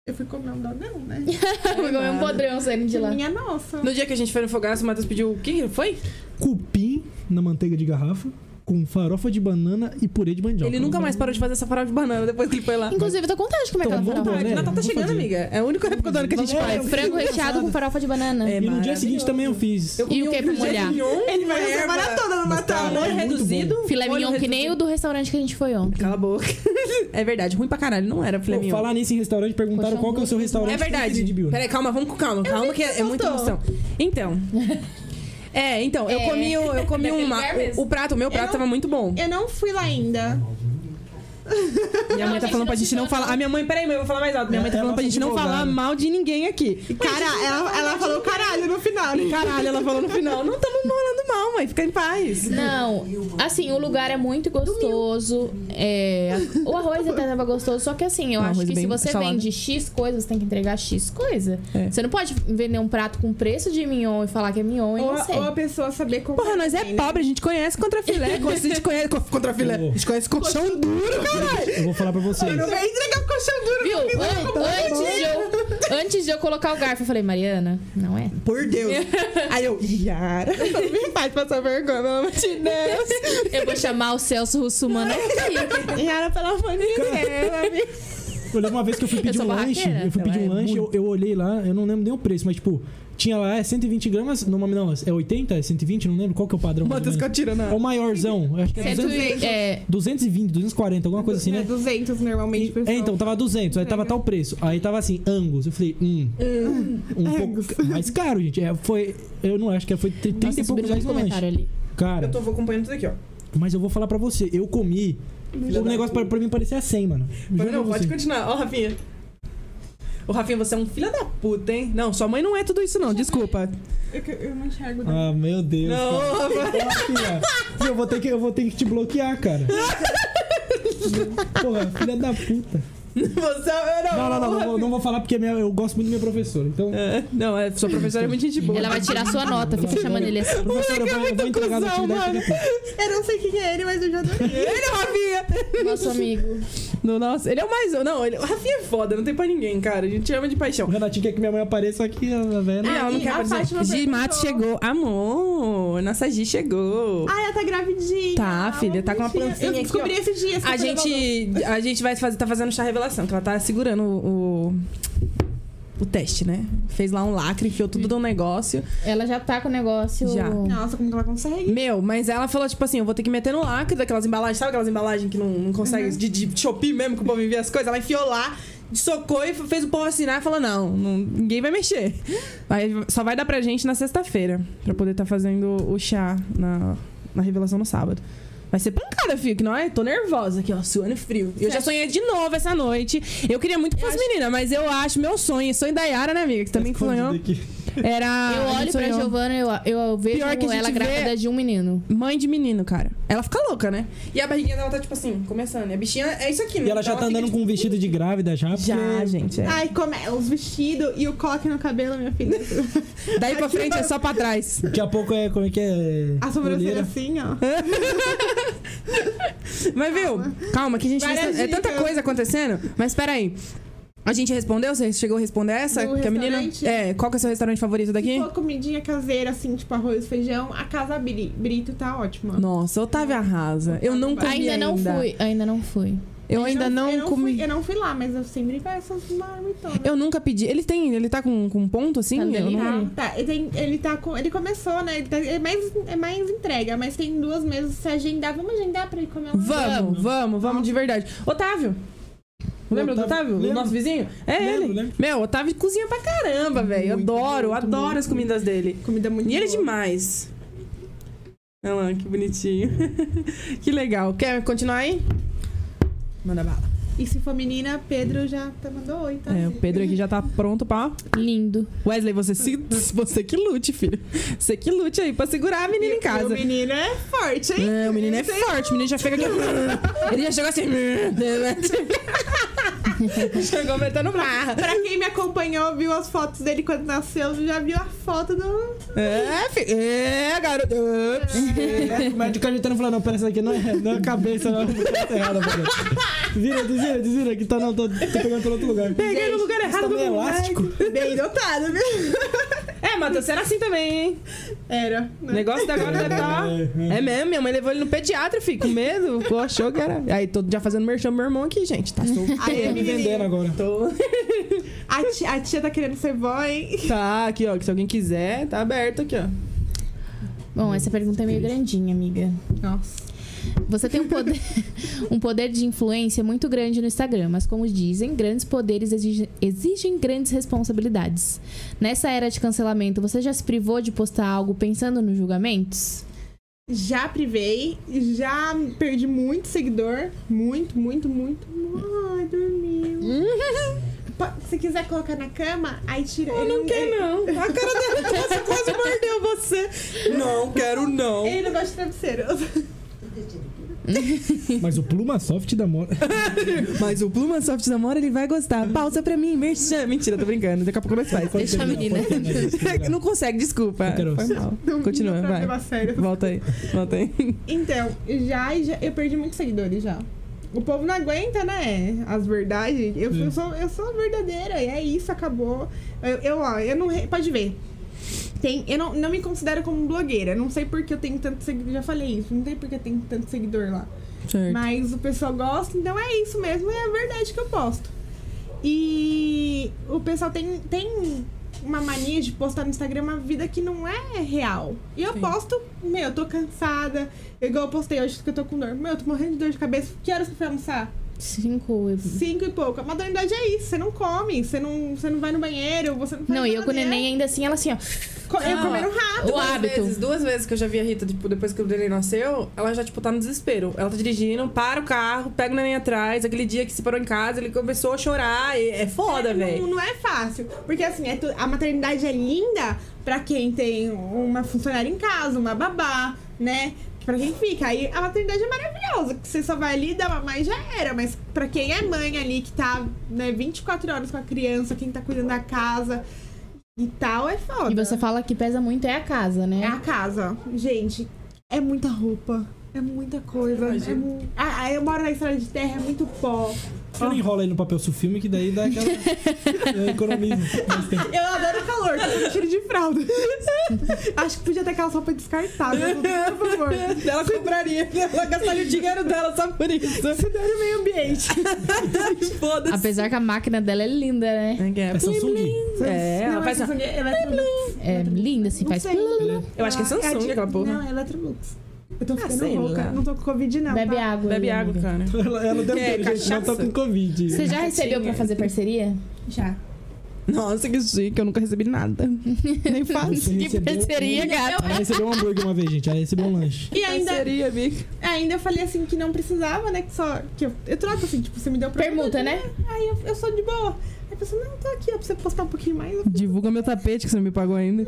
B: Eu fui comer um dogão, né? Tipo,
C: Vou comer um podrão saindo de lá.
B: Minha nossa.
A: No dia que a gente foi no Fogaço, o Matheus pediu o que foi?
D: Cupim na manteiga de garrafa, com farofa de banana e purê de mandioca.
A: Ele nunca mais parou de fazer essa farofa de banana depois que ele foi lá.
C: Inclusive, eu tô contando de como é que ela
D: Tomou
C: farofa. Tipo,
D: banana.
A: Ah,
D: né?
A: Então, Natal tá
D: Vamos
A: chegando,
D: fazer.
A: amiga. É a única época do ano que a gente
D: Vamos-
A: faz.
D: É,
C: Frango recheado com farofa de banana.
A: É
D: E no dia
A: maravilhoso.
D: seguinte também eu fiz.
A: Eu comi
C: E o
A: um
C: que é pra
A: filé
C: molhar?
A: mignon,
B: Ele vai
A: uma
B: fazer a
A: erva,
B: semana toda no
D: Mas tá,
B: Natal.
D: é
A: Molho
D: muito
A: reduzido.
C: Filé
A: molho
C: mignon que nem
A: reduzido.
C: o do restaurante que a gente foi ontem.
A: Cala a boca. é verdade, ruim pra caralho, não era filé
D: Pô,
A: mignon.
D: falar nisso em restaurante, perguntaram
C: Coxão
D: qual que é o seu
C: muito bom.
D: restaurante
A: É verdade.
D: preferido, Bill.
A: Peraí, calma, vamos com calma. Calma que é, é muita
B: assustou.
A: emoção. Então. É, então, eu
C: É.
A: comi, o- eu comi
C: Daquele
A: uma,
C: lugar
A: o,
C: mesmo.
A: o prato, o meu prato
B: não-
A: tava muito bom.
B: Eu não fui lá ainda.
A: Minha
C: Não,
A: mãe
C: a
A: tá falando
C: gente
A: pra
C: não
A: gente
C: se
A: não
C: dá, não.
A: falar. Ah, minha mãe, peraí, mãe, eu vou falar mais alto. Minha mãe tá
D: É a
A: falando pra
D: nossa
A: gente não
D: advogada.
A: falar mal de ninguém aqui.
B: Cara, ela, ela falou caralho no final.
D: é-
B: né?
A: Caralho, ela falou no final. Não tamo falando mal, mãe. Fica em paz.
C: Não, assim, o lugar é muito gostoso. é, o arroz até tava gostoso, só que assim, eu
A: Um
C: acho
A: arroz
C: que se
A: bem
C: você
A: salada.
C: vende X coisa, você tem que entregar X coisa.
A: É.
C: Você não pode vender um prato com preço de mignon e falar que é mignon e
B: Ou,
C: não
B: a-
C: sei.
B: ou a pessoa saber como.
A: Porra, nós é
B: né?
A: pobre, a gente conhece contra filé. A gente conhece co- contra filé. A gente conhece colchão duro, caralho.
D: Eu vou falar pra vocês.
B: Não vai entregar o colchão duro.
C: Viu? An-
A: tá
C: antes, de eu, antes de eu colocar o garfo, eu falei, Mariana, não é?
A: Por Deus. Aí eu, Yara, não me faz passar vergonha, pelo amor de Deus.
C: Eu vou chamar o Celso Russumano aqui.
A: Yara, pelo amor de Deus.
D: Eu lembro uma vez que eu fui pedir
C: sou
D: um lanche.
C: barraqueira.
D: Eu fui
A: Ela
D: pedir um
A: é
D: lanche, eu, eu olhei lá, eu não lembro nem o preço, mas tipo, tinha lá, é 120 gramas, não, não, é 80, é 120, não lembro qual que é o padrão. mais ou
A: Matheus
D: menos.
A: Catira,
D: É o
A: não.
D: maiorzão, eu acho que é 200,
C: Sendo, é,
D: 220, 240, alguma coisa assim,
B: É
D: né?
B: 200
D: E-
B: normalmente, pessoal.
D: é, então, tava 200, aí
A: É.
D: tava tal preço. Aí tava assim, Angus. Eu falei, hum. Um pouco mais caro, gente. É, foi, eu não acho que é, foi 30
C: nossa,
D: e poucos
C: subiram
D: reais
C: muito
D: no lanche.
C: comentário ali.
D: Cara,
A: Eu tô vou acompanhando tudo aqui, ó.
D: mas eu vou falar pra você, eu comi. O negócio pra, pra mim parecia 100, mano. Juro
A: Não,
D: pra
A: pode
D: você.
A: continuar. Ó, Rafinha. Ô, Rafinha, você é um filho da puta, hein? Não, sua mãe não é tudo isso, não. Desculpa.
B: Eu, É que- eu não enxergo. da-
D: Ah, meu Deus.
A: Não,
D: cara.
A: Rafa.
D: Ô, Rafinha, eu vou, ter que, eu vou ter que te bloquear, cara. Porra, filha da puta.
A: Você é.
D: Não, não, não, não,
A: Rafinha.
D: vou, não vou falar porque minha- eu gosto muito da minha professora. Então,
A: É, não, é, sua professora é muito gente boa.
C: Ela vai tirar sua nota, fica chamando ele assim.
D: professora, eu vou, eu vou entregar a
A: é cuzão,
D: atividade
A: mano.
D: daqui a pouco.
B: Eu não sei quem é ele, mas eu já adorei.
A: Ele, é Rafinha!
C: Nosso amigo.
A: No, nossa, ele é o mais. Não, ele, o Rafinha é foda, não tem pra ninguém, cara. A gente ama de paixão.
D: O Renatinho quer que minha mãe apareça aqui, tá a velha.
A: Não, não
B: Ah, e
A: quero
B: a Fátima
A: dizer. Gi
B: perguntou-
A: Matos chegou. Amor, nossa Gi chegou.
B: Ah, ela tá gravidinha.
A: Tá, filha, tá com uma
B: Bonitinha.
A: pancinha
B: Eu descobri
A: aqui,
B: esses dias. que
A: A
B: eu tava
A: gente, a gente vai fazer, tá fazendo chá revelação, que ela tá segurando o, o, o teste, né? Fez lá um lacre, enfiou tudo no negócio.
C: Ela já tá com o negócio.
A: Já.
B: louca. Nossa, como que ela consegue?
A: Meu, mas ela falou, tipo assim, eu vou ter que meter no lacre daquelas embalagens, sabe aquelas embalagens que não, não consegue, de, de Shopee mesmo, que o povo envia as coisas? Ela enfiou lá, socou e fez o povo assinar e falou, não, não, ninguém vai mexer. Aí só vai dar pra gente na sexta-feira, pra poder estar fazendo o chá na, na revelação no sábado. Vai ser pancada, filho, que não é? Tô nervosa aqui, ó, suando frio. E Eu já sonhei de novo essa noite. Eu queria muito que fosse menina, mas eu acho meu sonho, sonho da Yara, né,
D: Tá
A: amiga? Que também sonhou. Era.
C: Eu
A: a
C: olho
A: gente
C: pra
A: sonhou.
C: Giovana, eu, eu vejo
A: Ah, Pior que a gente
C: ela
A: vê-
C: grávida de um menino.
A: Mãe de menino, cara. Ela fica louca, né? E a barriguinha dela tá, tipo assim, começando. E a bichinha é isso aqui, né?
D: E ela já
A: Então
D: tá andando
A: fica,
D: com um vestido de grávida já.
A: tipo, Já,
D: porque-
A: gente. é.
B: Ai, como é? Os vestidos e o coque no cabelo, minha filha.
A: Daí pra frente é só pra trás.
D: Daqui a pouco é como é que é.
B: A sobrancelha
D: Olheira.
B: assim, ó.
A: Mas, viu? Calma, que a gente...
B: Várias
A: É tanta
B: dicas.
A: coisa acontecendo. Mas, peraí. A gente respondeu? Você chegou a responder essa?
B: Do
A: que a menina...
B: restaurante?
A: É, qual que é o seu restaurante favorito daqui?
B: Se for comidinha caseira, assim, tipo arroz, feijão, a casa Bri- Brito tá ótima.
A: Nossa, Otávio arrasa. Eu não comi ainda.
C: ainda não fui, ainda não fui.
A: Eu ainda não,
B: eu
A: comi.
B: Fui, eu não fui lá, mas eu sempre peço essas marmitonas.
A: Eu nunca pedi. Ele tem... Ele tá com, com ponto, assim?
C: Tá
A: eu não...
C: delivery?
B: Tá, ele, tem- ele tá com. Ele começou, né? Ele tá- é, mais, é mais entrega, mas tem duas mesas se agendar. Vamos agendar pra ele comer um lá.
A: Vamos, vamos, vamos de verdade. Otávio. Lembra do
D: Otávio,
A: Otávio? O
D: lembro.
A: nosso vizinho? É
D: Lembro,
A: ele.
D: lembro.
A: Meu, Otávio cozinha pra caramba, velho.
D: Muito,
A: Adoro,
D: muito,
A: adoro
D: muito,
A: as comidas dele.
B: Comida muito
A: E ele é
B: boa.
A: demais. Olha lá, que bonitinho. que legal. Quer continuar aí? Manda bala.
B: E se for menina, Pedro já tá mandou oi, tá?
A: É, o Pedro aqui já tá pronto pra.
C: Lindo.
A: Wesley, você, se... você que lute, filho. Você que lute aí pra segurar a menina em
B: E O
A: casa.
B: menino é forte, hein?
A: É, o menino é forte, o menino já fica aqui. Ele já chegou assim. chegou metendo marra.
B: Pra quem me acompanhou, viu as fotos dele quando nasceu, já viu a foto do.
A: É, filho. É, garoto. Ups. é
D: É, O médico agitando e falando, não, pera, essa aqui não é, não é a cabeça, não. Tá errada, velho. Desvira, desvira, desvira, que tá não, tô, tô pegando pelo outro lugar.
A: Peguei no lugar
D: Você tá
A: errado do
D: meio elástico.
B: Bem dotado, viu?
A: É, Matheus, você era assim também, hein?
B: Era.
A: O
B: né?
A: negócio da agora deve tá.
D: É, é.
A: É mesmo, minha mãe levou ele no pediatra, filho, com medo. Pô, achou que era. Aí, tô já fazendo merchan pro meu irmão aqui, gente. Tá solto.
B: Aí,
D: Tá me vendendo
B: menino,
D: agora.
A: Tô-
B: a, tia, a tia tá querendo ser vó, hein?
A: Tá, aqui, ó. Que se alguém quiser, tá aberto aqui, ó.
C: Bom, essa pergunta é meio grandinha, amiga.
B: Nossa.
C: Você tem um poder, um poder de influência muito grande no Instagram, mas como dizem, grandes poderes exigem, exigem grandes responsabilidades. Nessa era de cancelamento, você já se privou de postar algo pensando nos julgamentos?
B: Já privei, já perdi muito seguidor. Muito, muito, muito. Ai, dormiu. Pa- Se quiser colocar na cama, aí tira.
A: Uhum. Eu
B: ele
A: não quero,
B: ele-
A: não. A cara dela quase- quase mordeu você. Não, quero não.
B: Ele não gosta de travesseiro.
D: Mas o Pluma Soft da Mora.
A: Mas o Pluma Soft Namora, ele vai gostar. Pausa pra mim, merchan. Mentira, tô brincando. Daqui a pouco nós faz.
C: Deixa a menina.
B: né?
A: Não consegue, desculpa.
D: Eu quero-
A: Foi mal.
B: Não-
A: Continua,
B: não é
A: vai.
B: problema sério.
A: Volta aí, volta aí.
B: Então, já, já eu perdi muitos seguidores já. O povo não aguenta, né? As verdades. Eu, eu sou, eu sou verdadeira, e é isso, acabou. Eu, eu, ó, eu não. re- Pode ver. Tem, eu não, não me considero como blogueira. Não sei porque eu tenho tanto seguidor. Já falei isso. Não sei porque eu tenho tanto seguidor lá. Mas o pessoal gosta, então é isso mesmo, é a verdade que eu posto. E o pessoal tem, tem uma mania de postar no Instagram uma vida que não é real. E eu
A: Sim.
B: posto, meu, eu tô cansada. Igual eu postei hoje que eu tô com dor. Meu, eu tô morrendo de dor de cabeça. Que horas que eu fui almoçar?
C: Cinco. eu-
B: Cinco e pouco. A maternidade é isso. Você não come, você não, você não vai no banheiro, você não faz
C: Não, e eu com o
B: nada, né?
C: neném ainda assim, ela assim, ó.
B: Co- Eu
A: Não,
B: comendo rápido.
C: o hábito.
A: Vezes, duas vezes que eu já vi a Rita, tipo, depois que o neném nasceu, ela já, tipo, tá no desespero. Ela tá dirigindo, para o carro, pega o neném atrás. Aquele dia que se parou em casa, ele começou a chorar. e- É foda,
B: É,
A: velho.
B: não, não é fácil. Porque assim, é tu- a maternidade é linda pra quem tem uma funcionária em casa, uma babá, né? Pra quem fica. Aí a maternidade é maravilhosa. Que você só vai ali dar mamãe e já era. Mas pra quem é mãe ali, que tá né, 24 horas com a criança, quem tá cuidando da casa e tal, é foda.
C: E você fala que pesa muito é a casa, né?
B: É a casa. Gente, é muita roupa. É muita coisa. É mu... ah, ah, eu moro na estrada de terra, é muito pó.
D: Você não enrola ele no papel sulfilme que daí dá aquela. É, Eu economizo.
B: Eu adoro calor, tô com cheiro de fralda. Acho que podia ter aquela sopa descartável, por favor.
A: Ela compraria, ela gastaria o dinheiro dela só por isso.
B: Cuidado do meio ambiente.
A: Foda-se.
C: Apesar que a máquina dela é linda, né?
D: É Samsung?
A: É, ela
B: Não,
A: faz.
B: Samsung, é Electrolux.
C: É linda, assim,
B: Não
C: faz.
B: sei. Ah,
A: Eu acho que é
B: de-
A: Samsung aquela porra.
B: Não, é Electrolux. Eu tô ficando
A: sei
B: louca.
A: lá.
B: Não tô com Covid, não.
C: Bebe
B: tá?
C: água.
A: Bebe
C: aí,
A: água,
C: amiga.
A: cara.
D: Ela, ela deu
A: Que é
D: tempo, gente. Não tá
A: cachaça?
D: com Covid.
C: Você já recebeu pra fazer parceria?
B: Já.
A: Nossa, que chique, eu nunca recebi nada. Nem
D: Você recebeu-
C: gata?
D: Ela recebeu um hambúrguer uma vez, gente. Ela recebeu um lanche.
B: E ainda,
A: Parceria, Bic.
B: ainda eu falei assim que não precisava, né? Que só. Que eu, eu troco assim, tipo, você me deu pra.
C: Permuta, né?
B: Aí eu, eu sou de boa. Aí a pessoa, não, tô aqui, ó, pra você postar um pouquinho mais. Eu
A: Divulga meu tapete que você não me pagou ainda.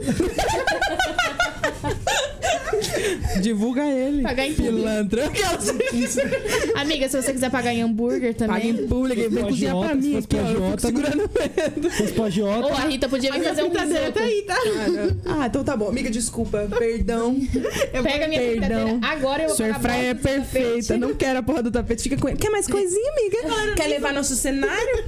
A: Divulga ele.
C: Pagar em público.
A: Pilantra.
C: Amiga, se você quiser pagar em hambúrguer
A: Paga
C: também.
A: em público, vem
D: Agiota,
A: cozinhar pra
D: se
A: mim
D: fosse
A: aqui, ó. Eu
D: agiota,
A: fico segurando o medo.
D: Se fosse pro
C: Ou
D: agiota,
C: a Rita podia vir fazer um
B: tá
C: risoto.
B: aí, tá?
A: Ah, então tá bom. Amiga, desculpa. Perdão.
C: Pega minha
A: Perdão.
C: fritadeira. Agora eu vou
A: Sua
C: pagar
A: airfryer é
C: bosta do tapete.
A: perfeita. Não quero a porra do tapete. Fica com ele. Quer mais coisinha, amiga? Quer levar nosso cenário?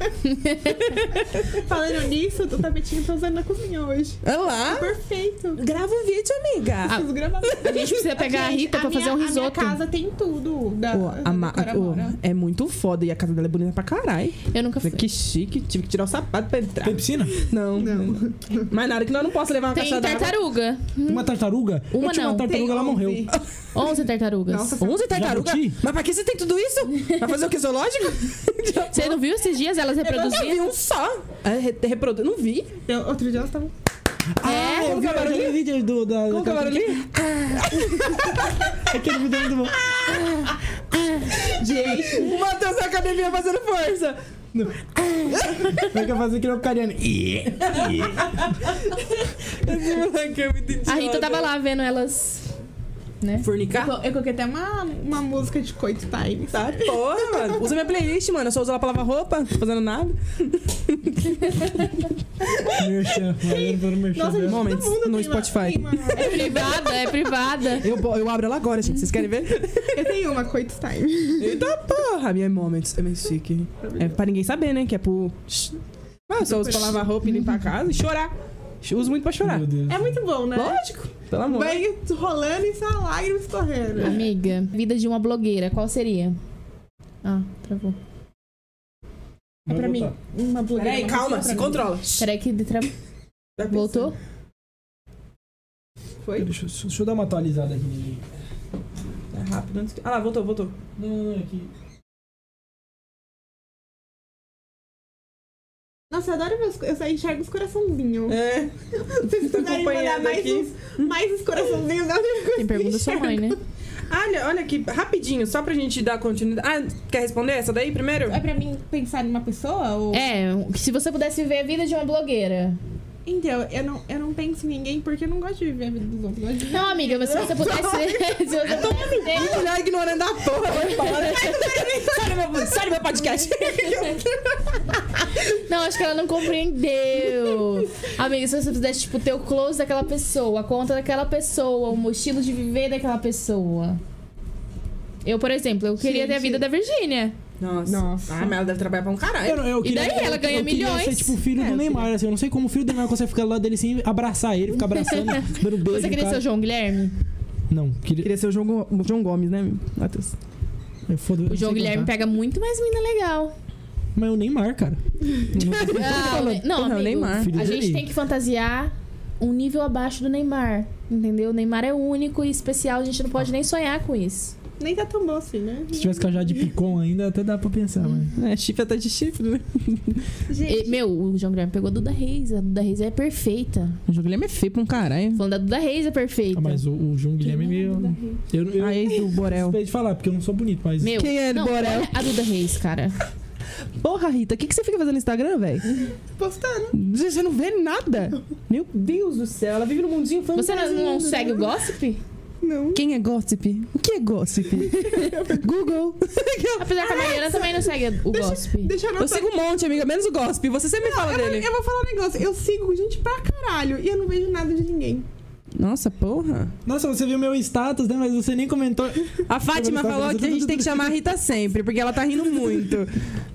B: Falando nisso, o tapetinho tá usando na cozinha hoje.
A: Olha lá.
B: Perfeito.
A: Grava o vídeo, amiga.
B: Preciso gravar.
C: A gente precisa pegar a
B: Gente,
C: Rita pra fazer um
B: minha- A minha
C: risoto.
B: casa tem tudo. Da,
A: Pô, a ma-
B: da
A: pô,
B: Coramora.
A: é muito foda. E a casa dela é bonita pra caralho.
C: Eu nunca fui.
A: Que chique. Tive que tirar o sapato pra entrar.
D: tem piscina?
A: Não. Mas nada que nós não posso levar uma
C: Tem
A: caixa d'água.
C: tartaruga.
D: Uma tartaruga?
C: Uma
D: eu tinha
C: não.
D: uma tartaruga, ela morreu.
C: 11 tartarugas.
B: Nossa,
A: 11 tartarugas?
D: Jabuti?
A: Mas pra que você tem tudo isso? Pra fazer o que? Zoológico?
C: Você não viu esses dias elas
A: Eu nunca
C: reproduzindo?
A: vi um só. É, re- Reprodu... Não vi.
B: Eu- Então, outro dia elas estavam.
C: É?
D: Ah, eu vi aquele vídeo do, da,
A: Como que é o
D: da-
A: barulhinho?
D: Aquele vídeo é muito bom.
A: O Matheus na academia fazendo força.
D: Como que eu fazer aquele cariano? Yeah.
A: Esse moleque é muito idiota.
C: A Rita tava lá vendo elas. Né?
A: Fornicar?
B: Eu coloquei até uma, uma música de Coito Time.
A: Tá, porra, mano. Usa minha playlist, mano. Eu só uso ela pra lavar roupa. Não tô fazendo nada.
D: Merchan. Valeu pelo merchan
B: Nossa, gente,
D: dela.
A: Moments,
B: todo mundo
A: no
B: tem uma-
A: Spotify.
B: tem uma-
C: É privada, é privada.
A: Eu, bo- eu abro ela agora, gente. Vocês querem ver?
B: Eu tenho uma Coito Time.
A: Eita porra, minha Moments. É meio chique. É pra ninguém saber, né? Que é pro... Ah, eu só uso pra lavar roupa e limpar a casa e chorar. Uso muito pra chorar.
D: Meu Deus.
B: É muito bom, né?
A: Lógico. Pelo amor.
B: Banho rolando e só lágrima
A: É.
B: escorrendo.
C: Amiga, vida de uma blogueira, qual seria? Ah, travou.
B: É pra mim. Uma blogueira.
A: Peraí,
B: uma
A: calma,
B: pessoa
A: se
B: pra mim.
A: controla. tá
C: Será que de tra... voltou?
B: Foi?
D: Deixa, eu- deixa eu dar uma atualizada aqui. menino.
A: É rápido. antes que- Ah lá, voltou, voltou.
D: Não, não, não, aqui.
B: Nossa, eu adoro ver os, eu só enxergo os corações.
A: É.
B: Vocês quiserem mandar
A: acompanhando
B: mais,
A: aqui.
B: uns, mais uns coraçãozinhos, eu não
C: Quem
B: consigo
C: pergunta é sua mãe, né?
A: Olha, olha aqui, rapidinho, só pra gente dar continuidade. Ah, quer responder essa daí primeiro?
B: É pra mim pensar numa pessoa? Ou...
C: É, se você pudesse viver a vida de uma blogueira.
B: Então, eu não, eu não penso em ninguém porque eu não gosto de viver a vida dos outros. Eu gosto de viver-
C: Não, amiga, mas se você pudesse. se você pudesse ter-
A: Mulher ignorando da porra. vai falar. sai, do meu, sai do meu podcast.
C: Não, acho que ela não compreendeu. Amiga, se você pudesse, tipo, ter o close daquela pessoa, a conta daquela pessoa, o estilo de viver daquela pessoa. Eu, por exemplo, eu queria ter a vida da Virgínia.
A: Nossa.
B: Nossa.
A: Ah, mas ela deve trabalhar pra um
D: Eu,
A: caralho.
D: eu queria,
C: daí ela
D: eu-
C: ganha
D: eu queria
C: milhões.
D: Ser, tipo o filho
A: É, eu
D: do Neymar,
A: queria.
D: assim, eu não sei como o filho do Neymar consegue ficar do lado dele sem abraçar ele, ficar abraçando, dando beijo.
C: Você
D: no
C: queria
D: cara.
C: ser o João Guilherme?
D: Não, queria.
A: Queria ser o João, Go- o João Gomes, né, Matheus?
D: Eu foda, eu
C: O
D: não
C: João
D: sei
C: Guilherme
D: cantar.
C: pega muito mais mina legal.
D: Mas é o Neymar, cara.
C: Ah, o Ne- não,
A: Porra, o
C: amigo,
A: Neymar.
D: Filho
C: A gente
D: dele.
C: tem que fantasiar um nível abaixo do Neymar, entendeu? O Neymar é único e especial, a gente não pode nem sonhar com isso.
B: Nem tá tão bom assim, né?
D: Se tivesse cajado de picom ainda, até dá pra pensar, mas.
A: É, chifre até de chifre, né?
C: E, meu, o João Guilherme pegou a Duda Reis. A Duda Reis é perfeita.
A: O jogo Guilherme é feio pra um caralho.
C: Falando da Duda Reis é perfeita.
D: Ah, mas o, o João Guilherme é meio. Eu, eu,
A: A ex do Borel.
D: suspeito de falar, porque eu não sou bonito, mas.
C: Meu,
A: Quem é
C: não,
A: Borel?
C: olha a Duda Reis, cara.
A: Porra, Rita, o que, que você fica fazendo no Instagram, velho?
B: Postando.
A: Você você não vê nada. Meu Deus do céu, ela vive num mundinho
C: Você
A: fantástico.
C: não, não segue o gossip?
B: Não.
A: Quem é gossip? O que é gossip? Google.
C: Apesar que a Mariana também não segue o gossip.
B: Deixa eu
A: Eu
B: anotar.
A: sigo um monte, amiga, menos o gossip. Você sempre
B: Não,
A: fala
B: eu,
A: dele.
B: eu vou falar um negócio. Eu sigo gente pra caralho e eu não vejo nada de ninguém.
A: Nossa, porra.
D: Nossa, você viu meu status, né? Mas você nem comentou.
A: A Fátima
D: Agora tá
A: falou que a gente tem que chamar a Rita sempre, porque ela tá rindo muito.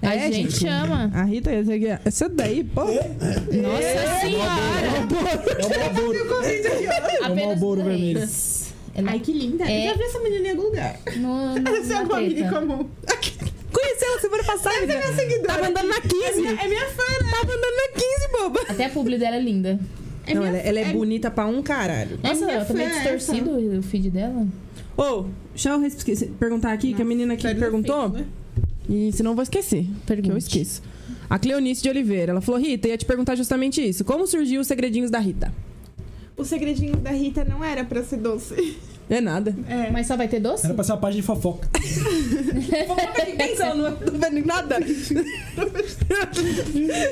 C: A
A: É,
C: gente chama.
A: A Rita, essa aqui, é essa daí, pô.
C: Nossa senhora!
D: É o Malboro. É o
C: Apenas
D: Malboro
C: Duda
D: vermelho.
C: Reis. Ela
B: Ai, que linda.
C: É.
B: Eu já vi essa menina em algum lugar.
C: no, no,
B: Essa é
C: na
B: uma menina
C: teta.
B: comum.
A: Conheci ela semana passada.
B: Essa é minha seguidora.
A: Tava andando na 15.
B: É minha, é minha fã, né?
A: Tava andando na 15, boba.
C: Até a publi dela é linda.
B: É
A: Não,
B: minha-
A: ela, ela é, bonita pra um caralho.
C: Nossa,
B: minha
C: eu também
B: fã,
C: distorcido o feed dela.
A: Ô, deixa eu esque- perguntar aqui, que a menina aqui
B: Sério,
A: perguntou.
B: perfeito, né?
A: E senão eu vou esquecer, que
C: Pergunte.
A: eu esqueço. A Cleonice de Oliveira, ela falou, Rita, ia te perguntar justamente isso. Como surgiu os segredinhos da Rita?
B: O segredinho da Rita não era pra ser doce.
A: É nada.
B: É.
C: Mas só vai ter doce?
D: Era pra ser uma página de fofoca.
A: Pensando, não tô
B: é
A: vendo nada.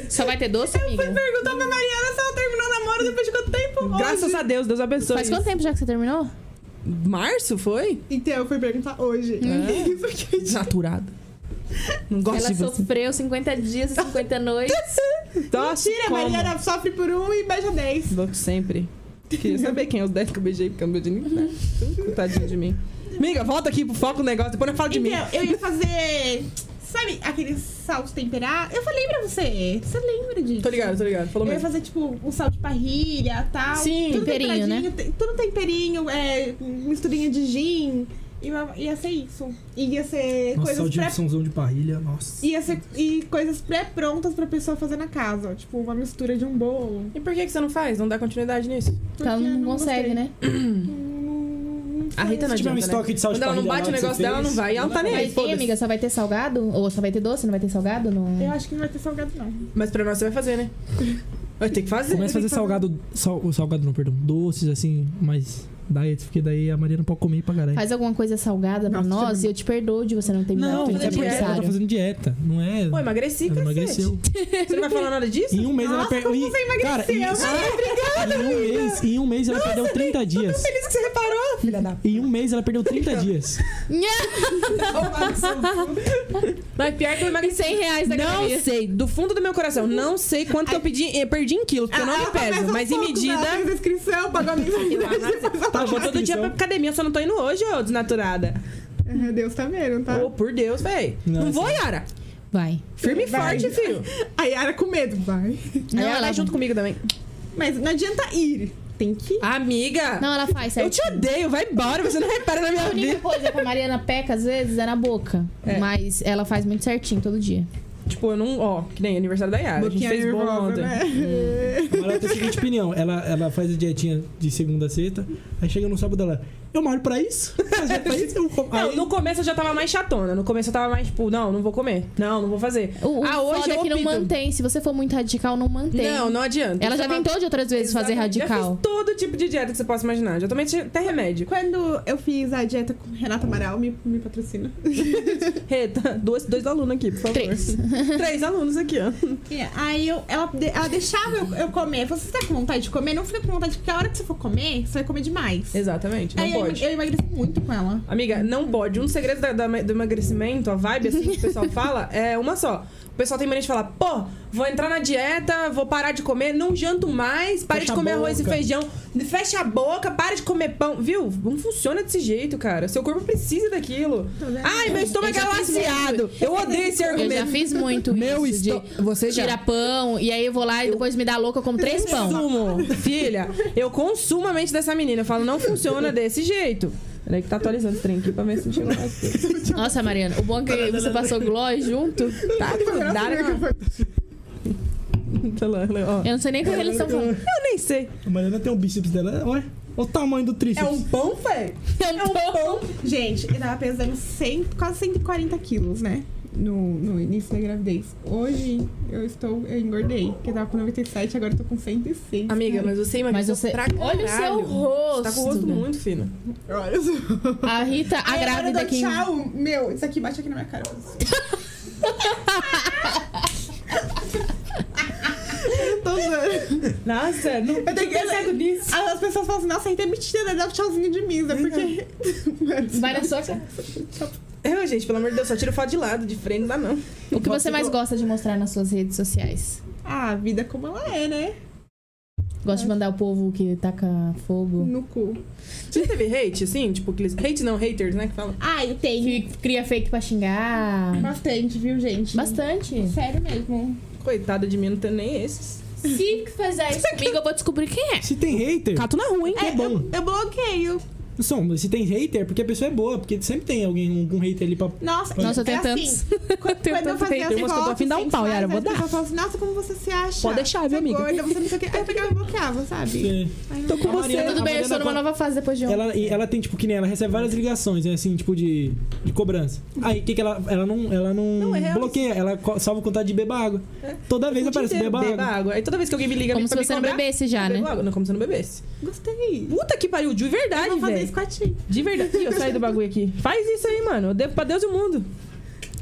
C: Só vai ter doce, amiga?
B: Perguntou pra Mariana se ela terminou o namoro depois de quanto tempo?
A: Graças
B: hoje.
A: a Deus, Deus abençoe.
C: Faz quanto tempo já que você terminou?
A: Março foi?
B: Então, eu fui perguntar hoje.
A: É.
B: Isso aqui.
A: Saturado. Não gosto
C: Ela
A: de você.
C: sofreu 50 dias e 50 noites.
A: Nossa,
B: Mentira,
A: como?
B: Mariana sofre por um e beija dez.
A: Louco sempre. Queria saber quem é os 10 que eu beijei, porque eu não beijei ninguém. Coitadinho de mim. Amiga, volta aqui pro foco do negócio, depois não fala de mim.
B: Então, eu ia fazer. Sabe aquele salto temperado? Eu falei pra você. Você lembra disso?
A: Tô ligado, tô ligado. Falou
B: Eu ia
A: mesmo.
B: fazer, tipo, um sal de parrilha e tal.
C: Sim,
B: tudo
C: temperinho, né?
B: temperadinho, tem- Tudo temperinho, é, misturinha de gin. E uma- ia ser isso. E ia ser
D: Nossa, o
B: coisas pré...
D: Gibsonzão de parrilha, nossa.
B: Ia ser, e coisas pré-prontas pra pessoa fazer na casa. Tipo, uma mistura de um bolo.
A: E por que, que você não faz? Não dá continuidade nisso?
B: Porque
C: Ela
B: eu
C: não
B: gostei.
C: consegue, né?
A: A Rita não
D: Se tiver um
A: adianta, né?
D: estoque de sal de
A: Quando ela não
D: parrilha
A: bate
D: lá
A: o
D: que
A: negócio
D: você
A: dela,
D: fez,
A: não vai. E ela não tá nem aí,
C: Mas sim,
A: foda-se.
C: amiga, só vai ter salgado? Ou só vai ter doce? Não vai ter salgado? Não...
B: Eu acho que não vai ter salgado, não.
A: Mas pra nós você vai fazer, né? Vai ter que fazer.
D: Começa a fazer salgado. Sal, o salgado não, perdão. Doces, assim, mas. Diet, porque daí a Maria não pode comer pra caralho.
C: Faz alguma coisa salgada pra
B: Nossa,
C: nós
B: você-
C: e eu te perdoo de você não ter me dado
D: Não,
C: feliz
D: é
A: tipo, fazer
D: porque ela tá
C: aniversário.
D: fazendo dieta. Não é.
A: Pô, emagreci,
D: ela
A: cacete.
D: emagreceu.
A: Você não vai falar nada disso?
D: Em um mês ela
B: Nossa,
D: perdeu.
B: como você emagreceu,
D: Cara,
A: é
D: em,
B: né?
D: em um mês, em um mês ela perdeu 30 dias.
A: Feliz que você reparou, filha da...
D: Em um mês ela perdeu 30 dias.
A: Mas pior que eu
C: E
A: emagreci.
C: 100 reais da
A: Não
C: galeria.
A: sei, do fundo do meu coração, não sei quanto que eu pedi, eu perdi em quilos, porque eu
B: Ah,
A: não me peso, mas em
B: né?
A: medida.
B: inscrição, pagou a minha vida.
D: Tá,
A: Eu vou todo dia pra academia, eu só não tô indo hoje, ô desnaturada.
B: Meu Deus, tá vendo, tá?
A: Ô, por Deus, véi.
D: Não,
A: Não,
D: assim-
A: vou, Yara.
C: Vai.
A: Firme e
B: Vai.
A: forte, filho.
B: A Yara com medo, vai.
A: Não,
C: Não,
A: ela
C: ela-
A: vai junto comigo também.
B: Mas não adianta ir. Tem que ir.
A: Amiga,
C: Não, ela faz, certo?
A: eu te odeio, vai embora, você não repara na
C: A
A: minha
C: única
A: vida.
C: coisa que a Mariana peca às vezes é na boca.
A: É.
C: Mas ela faz muito certinho todo dia.
A: Tipo, eu não, ó, que nem aniversário da Yara, a gente
B: Boquinha
A: fez bolo
B: nervosa,
A: ontem.
B: né?
D: Mas ela tem a seguinte opinião: ela, ela faz a dietinha de segunda a sexta, aí chega no sábado ela. Eu malho pra isso? Mas já pra isso eu como.
A: Não,
D: Aí,
A: no começo eu já tava mais chatona. No começo eu tava mais, tipo, não, não vou comer. Não, não vou fazer.
C: O, o
A: ah, hoje
C: foda
A: eu
C: é que não
A: opto.
C: mantém. Se você for muito radical, não mantém.
A: Não, não adianta.
C: Ela
A: Eu
C: já
A: tava-
C: tentou de outras vezes fazer
A: Exatamente. Já
C: radical.
A: fiz todo tipo de dieta que você possa imaginar. Já tomei até remédio.
B: Quando eu fiz a dieta com Renata Amaral, me, me patrocina.
A: Reta, dois, dois alunos aqui, por favor.
C: Três.
A: Três alunos aqui, ó.
B: E aí eu, ela, de- ela deixava eu, eu comer. Ela falou, você tá com vontade de comer? Não fica com vontade, porque a hora que você for comer, você vai comer demais.
A: Exatamente, não
B: Aí eu,
A: pode.
B: eu emagreci muito com ela.
A: Amiga,
C: Hum.
A: não pode. Um dos segredos da- da- do emagrecimento, a vibe assim que o pessoal fala, é uma só. O pessoal tem mania de falar, pô, vou entrar na dieta, vou parar de comer, não janto mais, pare
D: Fecha
A: de
D: a
A: comer arroz e
D: boca.
A: feijão, fecha a boca, para de comer pão. Viu? Não funciona desse jeito, cara. Seu corpo precisa daquilo. Ai, meu estômago
C: Eu
A: é
C: já fiz
A: laciado. Eu odeio esse
C: Eu já
A: argumento.
C: fiz muito
A: Meu
C: isso. de
A: estômago. Você já.
C: Tira pão, e aí eu vou lá e depois me dá louca, eu como três pão.
A: consumo, filha. Eu consumo a mente dessa menina. Eu falo, não funciona desse jeito. Peraí que tá atualizando o trem aqui pra ver se chegou mais coisa.
C: Nossa, Mariana, o bom é que você passou gloss junto.
A: Tá, dá Tá lá, ó.
C: Eu não sei nem o que eles estão falando.
A: Eu nem sei.
D: a Mariana tem um bíceps dela, olha. Olha o tamanho do
F: É
D: tríceps.
F: um pão, fé?
C: É um pão.
B: Gente, eu tava pesando 100, quase 140 quilos, né? No, no início da gravidez. Hoje eu estou. Eu engordei. Porque eu tava com 97, agora eu tô com 106.
A: Amiga, mas você
C: Mas
A: emagreceu
C: você.
A: pra
C: Olha o seu
A: caralho.
C: rosto.
A: Você tá com o rosto muito fino.
B: Olha só.
C: A Rita, a
B: Ai, agora eu
C: grávida
B: dou
C: que.
B: Tchau, meu. Isso aqui bate aqui na minha cara. Eu tô zoando.
F: Nossa, não
B: Eu tenho que-
F: pensado nisso.
B: As pessoas falam assim, nossa, aí tem mentira, dá um tchauzinho de mim,
C: Uhum.
B: né? Porque.
C: Vai na sua cara.
A: Eu, É, gente, pelo amor de Deus, só tira foto de lado, de frente, não dá não.
C: O que você mais gosta de mostrar nas suas redes sociais?
B: Ah, a vida como ela é, né?
C: Gosta de mandar o povo que taca fogo?
B: No cu.
A: Você já teve hate, assim? Tipo, aqueles- hate não, haters, né? Que fala.
B: Ah, eu tenho.
C: Que cria fake pra xingar?
B: Bastante, viu, gente?
C: Bastante.
B: Sério mesmo.
A: Coitada de mim, não tem nem esses.
C: Se fizer isso comigo, eu vou descobrir quem é.
D: Se tem hater,
A: Cato na rua, hein?
D: é bom.
B: Eu bloqueio.
D: Som, se tem hater, é porque a pessoa é boa, porque sempre tem alguém, um, algum hater ali pra.
B: Nossa,
C: Nossa, eu tenho
B: é
C: tantos.
B: Assim, quando
C: Tenho
B: eu
C: tanto
B: fazia
C: peito.
B: as
A: Tem umas que eu tô
B: fotos
A: afim de dar um pau,
B: sensuais,
A: Yara, vou
B: as
A: dar.
B: pessoas falam assim, nossa, como você se acha?
A: Pode deixar,
B: Você
A: viu,
B: é
A: amiga?
B: gorda, você não sei o quê. Aí eu pegava e bloqueava, sabe?
D: É.
B: Tô
D: com você.
C: Tudo bem, eu estou numa nova fase depois de ontem.
D: Ela, e ela tem, tipo, que nem ela recebe várias ligações, né, assim, tipo, de, de cobrança. Aí, o que que ela... Ela não, ela não,
A: Não, é real É.
D: bloqueia, ela co- salva o contato de beba água. Toda vez
A: O dia
D: aparece
A: inteiro,
D: beba, água.
A: Aí toda vez que alguém me liga
C: Como
A: pra
C: se
A: me
C: você não
A: cobrar,
C: bebesse já,
A: eu
C: né?
A: bebo água. Não, como se eu não bebesse.
B: Gostei.
A: Puta que pariu, de
B: Eu
A: verdade,
B: vou fazer
A: velho.
B: isso com a ti.
A: De verdade. Ih, eu saí do bagulho aqui. Faz isso aí, mano. Eu devo pra Deus e o mundo.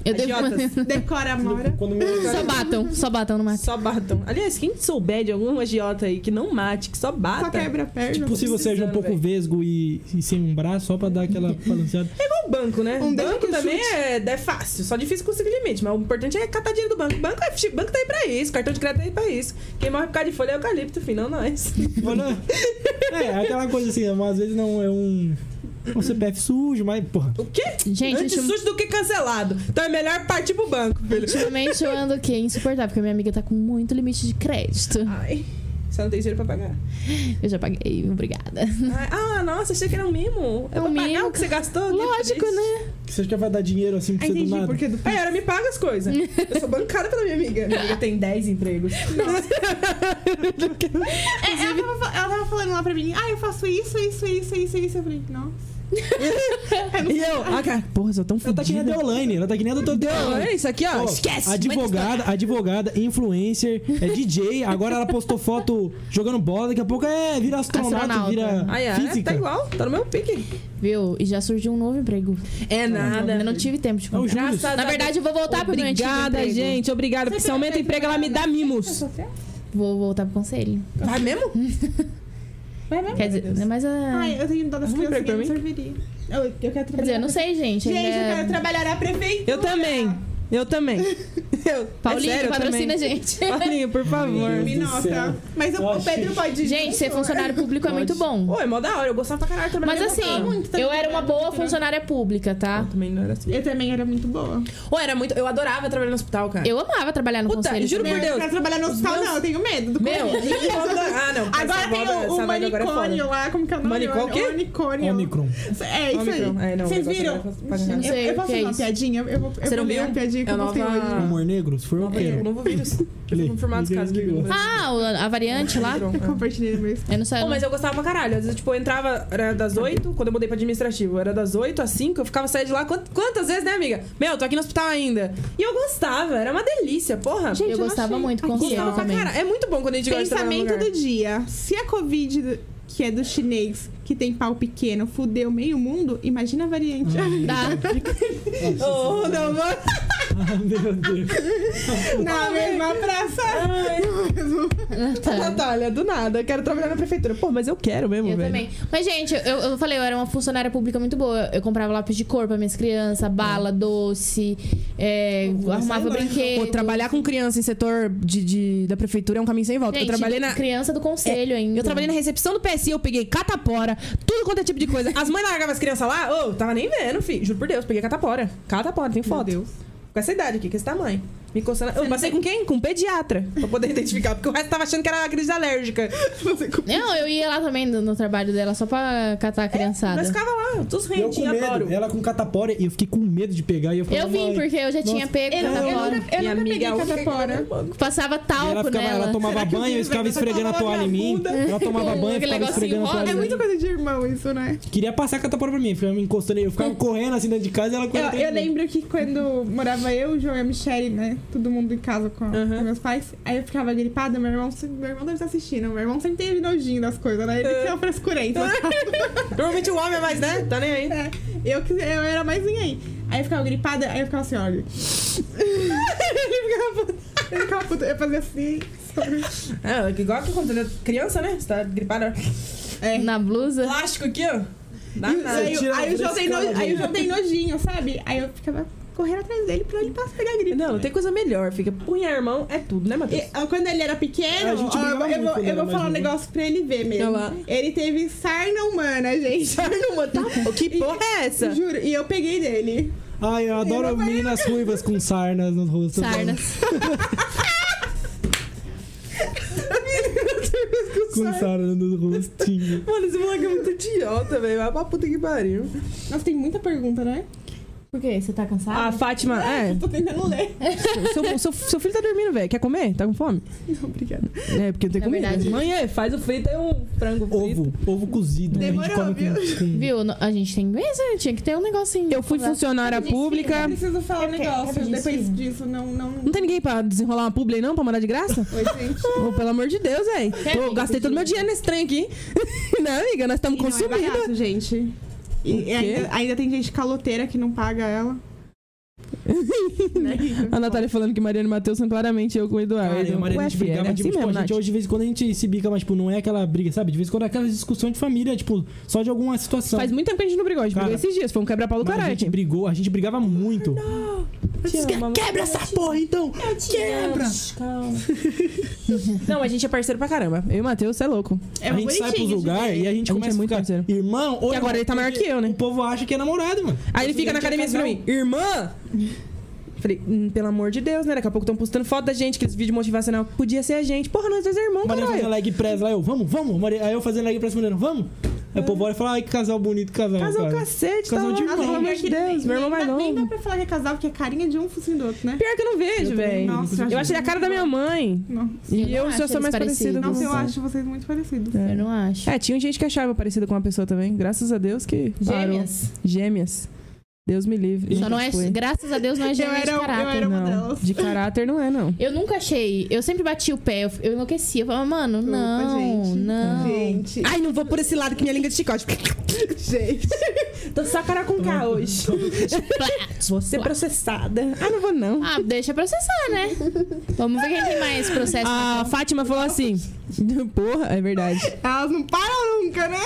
C: Eu devo.
A: Idiotas.
B: Decora a Mora.
D: Quando meu...
C: Só batam, só batam no mate.
A: Só batam. Aliás, quem souber de algum agiota aí que não mate, que só bata.
B: Só quebra a perna.
D: Tipo, se você é um
A: precisando,
D: pouco
A: velho.
D: vesgo e, e sem um braço, só pra dar aquela balanceada.
A: É igual o banco, né?
B: Um deixa
A: banco
B: que
A: também
B: chute.
A: é, é fácil, só difícil conseguir limite. Mas o importante é catar dinheiro do banco. Banco, é, banco tá aí pra isso, cartão de crédito tá aí pra isso. Quem morre por causa de folha é eucalipto, enfim, não nós.
D: Olha, é, aquela coisa assim, mas às vezes não é um, um CPF sujo, mas, porra...
A: O quê?
C: Gente,
A: Antes
C: ultim-
A: sujo do que cancelado. Então é melhor partir pro banco, filho.
C: ultimamente eu ando o quê? Insuportável, porque minha amiga tá com muito limite de crédito.
A: Ai, você não tem dinheiro pra pagar.
C: Eu já paguei, obrigada.
A: Ai, ah, nossa, achei que era um mimo. É pra
C: Um
A: pagar
C: mimo.
A: o que você gastou? Que
C: Lógico,
A: triste.
C: né?
D: Você acha que vai dar dinheiro assim
A: Ah,
D: pra
B: Aí
D: você do
B: entendi
D: nada?
B: por que do
A: Aí, ela me paga as coisas. Eu sou bancada pela minha amiga. Minha amiga tem 10 empregos.
B: É, ela, tava, fa- ela tava falando lá pra mim, ah, eu faço isso, isso, isso, isso, isso. Eu falei, nossa.
A: e eu, ah, cara, porra, eu sou tão
D: Ela tá que nem a
A: fodida.
D: Deolane, ela tá que nem a doutora Deolane.
A: Olha isso aqui, ó.
D: Ó,
A: Esquece. é
D: Advogada, advogada, influencer, é DJ. Agora ela postou foto jogando bola, daqui a pouco é vira astronauta,
C: Astronauta.
D: vira
A: Ai, é,
D: física.
A: tá igual, tá no meu pique.
C: Viu? E já surgiu um novo emprego.
A: É nada.
C: Eu não tive tempo de
D: É o
C: contar.
D: Júlio.
A: Graças
C: Na verdade, eu vou voltar pro meu antigo
A: Obrigada,
C: emprego.
A: gente. Obrigada. Porque se aumenta o emprego, ela me dá mimos.
C: Vou voltar pro conselho.
A: Vai mesmo?
B: Vai, vai,
C: Quer dizer, né, mas a...
B: Ai, eu tenho dó das
A: Arruma um
B: crianças
A: emprego
B: que
A: pra
B: não
A: mim?
B: serviria. Eu, eu quero
C: Quer
B: trabalhar.
C: dizer, eu não sei, gente.
B: Gente, eu
C: ainda-
B: quero trabalhar na prefeitura.
A: Eu também. Eu também. Eu,
C: Paulinho,
A: é sério, eu
C: patrocina a
A: também.
C: gente.
A: Paulinho, por favor.
D: Meu
B: Me
D: Deus do
B: nota.
D: céu.
B: Mas o, o
D: Nossa,
B: Pedro
D: gente.
B: pode ir,
C: Gente, ser
B: por favor.
C: funcionário público é muito bom.
A: Pô, é mó da hora. Eu gostava pra caralho também.
C: Mas assim,
B: muito também
C: eu era uma boa funcionária pública, tá?
A: Também não era assim.
B: Eu também era muito boa.
A: Ou era muito. Eu adorava trabalhar no hospital, cara.
C: Eu amava trabalhar no
A: Puta,
C: conselho.
A: juro
C: também.
A: por
B: Eu
A: Deus.
B: Pra trabalhar no hospital, não, eu tenho medo do
C: Meu,
B: Covid.
A: Ah, não.
B: Agora tem o,
A: um
B: o manicônio lá, como que é o nome?
A: é Manicônio o quê?
B: Manicônio.
D: Omicron.
B: É isso
A: Omicron,
B: aí.
A: é, não,
B: Vocês
A: o negócio
B: viram?
A: agora é pra- pra
B: Eu,
C: Não sei
B: eu posso
C: o que é
B: fazer uma
C: isso.
B: piadinha? Eu, vou, eu
A: Você
B: vou
A: não
B: ler
A: viu?
B: uma piadinha que
A: É
B: eu postei
A: nova-
B: hoje.
D: Humor negro, se for o
A: Nova
D: quê?
A: variante, novo vírus. Eu fui confirmado os casos um aqui. né?
C: Ah, o- a variante lá?
B: Compartilhei no meu
C: Eu não sei.
A: Pô, mas eu gostava pra caralho. Às vezes, tipo, eu entrava, era das 8, quando eu mudei pra administrativo, era das 8 às 5, eu ficava saindo de lá quant- quantas vezes, né, amiga? Meu, tô aqui no hospital ainda. E eu gostava, era uma delícia, porra.
C: Gente,
B: eu
C: eu gostava
B: achei.
C: muito do conselho
A: Gostava pra
C: também.
A: caralho. É muito bom quando a gente gosta de trabalhar num
B: Tipo, Pensamento
A: lugar.
B: do dia. Se a Covid, do- que é do chinês, que tem pau pequeno, fudeu meio mundo, imagina a variante.
A: Tá.
C: Dá.
A: Oh, não, mano.
D: Ah, meu Deus.
B: Na mesma praça.
A: Ai,
C: Tá.
A: Natália, do nada, eu quero trabalhar na prefeitura. Pô, mas eu quero mesmo,
C: Eu
A: velho.
C: também. Mas, gente, eu, eu falei, eu era uma funcionária pública muito boa. Eu comprava lápis de cor pra minhas crianças, bala, doce, é, arrumava
A: Pô,
C: brinquedo.
A: trabalhar com criança em setor de, de- da prefeitura é um caminho sem volta.
C: Gente,
A: eu trabalhei na. É,
C: criança do conselho ainda.
A: Eu trabalhei na recepção do PSI, eu peguei catapora, tudo quanto é tipo de coisa. As mães largavam as crianças lá, ô, tava nem vendo, filho. Juro por Deus, peguei catapora. Catapora, tem
B: Meu
A: foto.
B: Deus.
A: Com essa idade aqui, com esse tamanho. Me coçando. Eu passei com quem? Com um pediatra. Pra poder identificar. Porque o resto tava achando que era crise alérgica.
C: Não, eu ia lá também no, no trabalho dela só pra catar a criançada.
A: É, Mas ficava lá, todos
D: E eu com
A: rendinhos, adoro.
D: medo. Ela com catapora e eu fiquei com medo de pegar. E eu, falava,
C: Eu vim
D: "Ai".
C: porque eu já tinha pego
B: Eu, eu
C: catapora.
B: nunca, eu
A: Minha
B: nunca peguei
A: amiga,
B: catapora.
C: Passava
D: E ela,
C: talco
D: ficava,
C: nela.
D: ela tomava
A: Será que o
D: banho,
A: Vini
D: eu ficava
A: vai botar
D: esfregando a
A: catapora
D: toalha
A: na
D: em mim.
A: bunda?
D: Ela tomava
C: Aquele
D: banho, ficava
C: negocinho
D: esfregando a
C: rosa.
D: toalha.
B: É
D: em mim.
B: muita coisa de irmão isso, né?
D: Queria passar a catapora pra mim, ficava me encostando aí. Eu ficava correndo assim dentro de casa e ela correndo.
B: Eu, eu
D: atrás de mim.
B: lembro que quando morava eu, o João e a Michelle, né? Todo mundo em casa com,
A: Aham.
B: com meus pais. Aí eu ficava gripada, meu irmão, se- meu irmão deve estar assistindo. Meu irmão sempre teve nojinho das coisas, né? Ele que é uma frescurenta.
A: Normalmente o homem é mais, né? Tá nem aí.
B: É, eu, que- eu era mais em aí. Aí eu ficava gripada, aí eu ficava assim, olha. ele ficava puto. Ele ficava puto. Eu fazia assim. sabe?
A: É, igual que quando você é criança, né? Você tá gripada.
B: É.
C: Na blusa.
A: Plástico aqui, ó. Dá
B: E-
A: nada.
B: aí,
D: tira
B: aí
D: a
B: o João tem
D: frescada
B: no- aí
D: dele.
B: o João tem nojinho, sabe? Aí eu ficava correndo atrás dele pra ele passar pegar gripe.
A: Não, não tem coisa melhor. Fica punhar irmão, é tudo, né, Matheus?
B: E, ó, quando ele era pequeno,
D: A gente
B: ó,
D: brigava
B: eu,
D: muito
B: vou,
D: quando
B: eu
D: era
B: vou
D: mais
B: falar um
D: novo.
B: negócio pra ele ver mesmo.
A: Olha lá.
B: Ele teve sarna humana, gente. Sarna humana, tá?
A: Que porra é essa?
B: Juro, e eu peguei dele.
D: Ai, eu adoro meninas ruivas com sarnas no rosto.
C: Sarnas.
D: Com sarna no rostinho.
A: Mano, esse moleque é muito idiota, velho. Vai pra puta que pariu.
B: Nossa, tem muita pergunta, né?
C: Por quê? Você tá
A: Ah,
C: cansada?
A: Fátima, é.
B: Eu tô tentando ler.
A: Seu, seu- seu filho tá dormindo, velho. Quer comer? Tá com fome?
B: Não, obrigada.
A: É, porque tem
C: Na
A: comida.
C: verdade-
A: Mãe, é, faz o frito e um frango frito.
D: Ovo, ovo cozido. que
B: Demorou,
D: a gente come com, com...
C: Viu? No- A gente tem mesa, tinha que ter um negocinho.
A: Eu fui
C: Lá.
A: funcionária pública.
B: Eu preciso falar um
C: Quer- quer
B: negócio.
C: pedir
B: Depois
C: sim?
B: disso, não. Não,
A: Não tem ninguém pra desenrolar uma publi aí, não? Pra morar de graça?
B: Oi, gente.
A: Ô, pelo amor de Deus, velho.
C: Quer
A: Eu
C: amigo,
A: gastei todo
C: Ju?
A: meu dinheiro nesse trem aqui. né, amiga? Nós estamos
B: E não é
A: consumindo.
B: barato, gente. E-
A: O quê?
B: E ainda, ainda tem gente caloteira que não paga ela.
C: né?
A: A Natália falando que Mariana e Matheus são claramente eu com o Eduardo.
D: Cara, eu e a Maria, a
A: Ué,
D: gente
A: filha,
D: brigava,
A: é
D: tipo,
A: assim
D: tipo,
A: mesmo,
D: a gente
A: Nath.
D: hoje, de vez em quando, a gente se bica, mas, tipo, não é aquela briga, sabe? De vez em quando é aquela discussão de família, tipo, só de alguma situação.
A: Faz muito tempo que a gente não brigou. A gente
D: Cara,
A: brigou esses dias. Foi um quebra-pau do
D: Mas a
A: caralho.
D: gente
A: aqui.
D: brigou, a gente brigava muito.
A: Te amo, amor.
D: Quebra essa porra, então! Quebra!
A: Não, a gente é parceiro pra caramba. Eu e o Matheus, você é louco.
B: É
D: a gente sai
B: bonitinho
D: pros
B: de
D: lugares
B: ver.
D: e a gente
A: é
D: começa
A: muito
D: a ficar,
A: parceiro.
D: irmão, ou
A: Que agora ele tá maior que eu, né? Então
D: O povo acha que é namorado, mano.
A: Aí ele fica na academia assim pra mim, irmã! Falei, "Hum, pelo amor de Deus, né? Daqui a pouco estão postando foto da gente, aqueles vídeos motivacional. Podia ser a gente. Porra, nós dois é irmão,
D: Maria fazendo
A: caralho.
D: leg press lá, eu, vamos, vamos. Maria, aí eu fazendo leg press, mulher, vamos. Aí o povo olha e fala, ai, que casal bonito, casal.
A: Casal
D: cara.
A: cacete,
D: Casal
A: tá
D: de
A: louco,
D: irmão.
A: pelo amor de Deus. Meu irmão mais
B: nem, nem dá
A: novo.
B: pra falar que é casal, porque é carinha de um focinho do outro, né?
A: Pior que eu não vejo, velho.
B: Nossa,
A: Eu achei a cara da minha mãe.
B: Nossa,
A: E
C: não
A: eu,
C: acho
A: se eu sou
C: eles
A: mais parecido
C: parecidos.
A: com
B: Nossa, eu
A: você.
B: acho vocês muito parecidos.
C: Eu não acho.
A: É, tinha gente que achava parecida com uma pessoa também. Graças a Deus que. parou.
C: Gêmeas.
A: Gêmeas. Deus me livre.
C: Só não é,
A: Nunca fui.
C: graças a Deus, não é gêmea de
B: era- eu
C: caráter.
B: era uma
A: Não,
B: delas.
A: De caráter não é, não.
C: Eu nunca achei. Eu sempre bati o pé, eu, eu enlouquecia. Eu falava, mano,
B: Opa,
C: não,
A: Ah.
B: gente.
C: não.
B: Gente,
A: Ai, não vou por esse lado que minha língua é de chicote.
B: gente.
A: Tô só cara com K hoje. Vou ser processada. Ah, não vou não.
C: Ah, deixa processar, né? Vamos ver quem tem mais processo.
A: A Fátima falou assim. Porra, é verdade.
B: Elas não param nunca, né?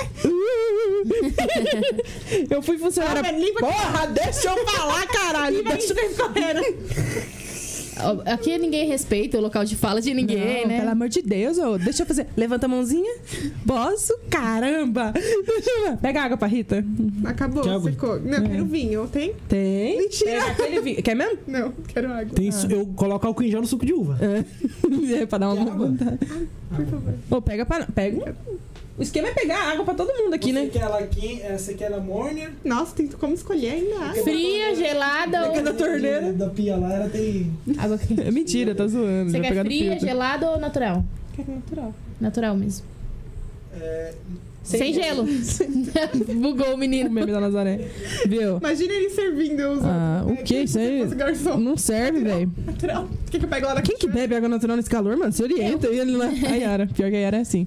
A: Eu fui funcionária.
B: Ah, mas limpa-
A: Porra, deixa eu falar, caralho. Deixa eu correndo.
C: Ó, Aqui ninguém respeita o local de fala de ninguém, né?
A: Pelo amor de Deus, ô. deixa eu fazer. Levanta a mãozinha. Posso? Caramba. Pega água pra Rita.
B: Acabou,
D: Quer água?
B: secou. Não,
A: É.
B: quero vinho. Tem?
A: Tem.
B: Mentira.
A: Pega aquele vinho. Quer mesmo?
B: Não, quero água.
D: Tem su- Eu coloco álcool em gel no suco de uva.
A: É, pra dar uma levantada.
C: Ah,
B: Por favor.
A: Ô, pega pra. Pega. O esquema é pegar água pra todo mundo aqui, né?
D: quer ela quente, você quer ela morna,
B: Nossa, tem como escolher ainda. água.
C: Fria, gelada ou.
A: da torneira.
D: da pia lá, ela tem...
C: Água quente.
A: É mentira, tá zoando.
C: Você
A: vai
C: quer
A: pegar no
C: fria,
A: filtro.
C: gelada ou natural?
B: Quero natural.
C: Natural mesmo.
D: é,
C: Sem, gelo. Bugou o
A: O
C: menino.
A: meme da tá Nazaré. Viu?
B: Imagina ele servindo os
A: Ah,
B: outros, né?
A: o que isso aí?
B: Se fosse garçom
A: Não serve, velho.
B: natural. O que, que eu pego lá na
A: Quem que bebe água natural nesse calor, mano? Se orienta. E ele lá. A Yara. Pior que a Yara é assim.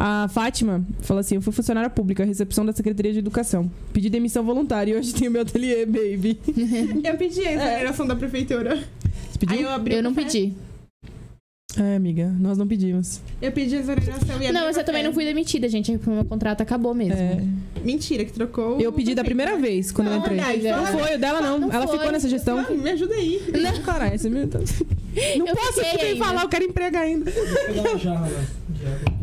A: A Fátima falou assim: Eu fui funcionária pública, recepção da Secretaria de Educação. Pedi demissão voluntária e hoje tenho meu ateliê, baby.
B: Eu pedi a exoneração da prefeitura.
A: Você É. pediu?
B: Aí eu abri.
C: Eu
B: o
C: não
B: café,
C: pedi.
A: É, amiga, nós não pedimos.
B: Eu pedi a exoneração e abri
C: Não,
B: o
C: mas eu
B: café.
C: também não fui demitida, gente. O meu contrato acabou mesmo. Ah,
A: É.
B: Mentira, que trocou.
A: Eu pedi da primeira vez quando eu
B: Não,
A: entrei.
B: verdade,
A: Não
B: fala-
A: foi o dela, não.
C: Não
A: Ela
C: foi.
A: ficou nessa gestão.
B: Ah, me ajuda aí.
A: Não, caralho, esse meu Deus. Não
C: Eu
A: posso
C: fiquei
A: nem
C: ainda.
A: falar, eu quero emprego ainda.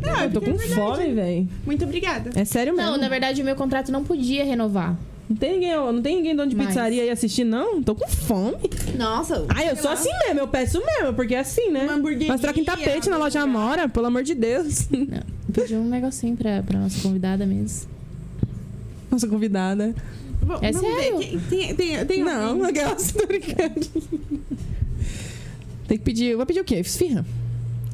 B: Não,
A: eu tô
B: porque é
A: com
B: verdade.
A: fome, velho.
B: Muito obrigada.
A: É sério mesmo.
C: Não, na verdade, o meu contrato não podia renovar.
G: Não tem ninguém, não tem ninguém dono de
C: Mas-
G: pizzaria aí assistindo, não? Tô com fome.
E: Nossa.
G: Ah, eu sou assim mesmo, eu peço mesmo, porque é assim, né?
B: Uma hamburgueria.
G: Nós troca em tapete na loja Amora, pelo amor de Deus.
C: Pediu um negocinho pra, pra nossa convidada mesmo.
G: Nossa convidada.
B: Vamos-
C: É
B: vamos
C: sério?
B: ver. Tem, tem, tem
G: Não,
B: alguém?
G: legal, tô brincando. Tem que pedir. Vai pedir o quê? Esfirra?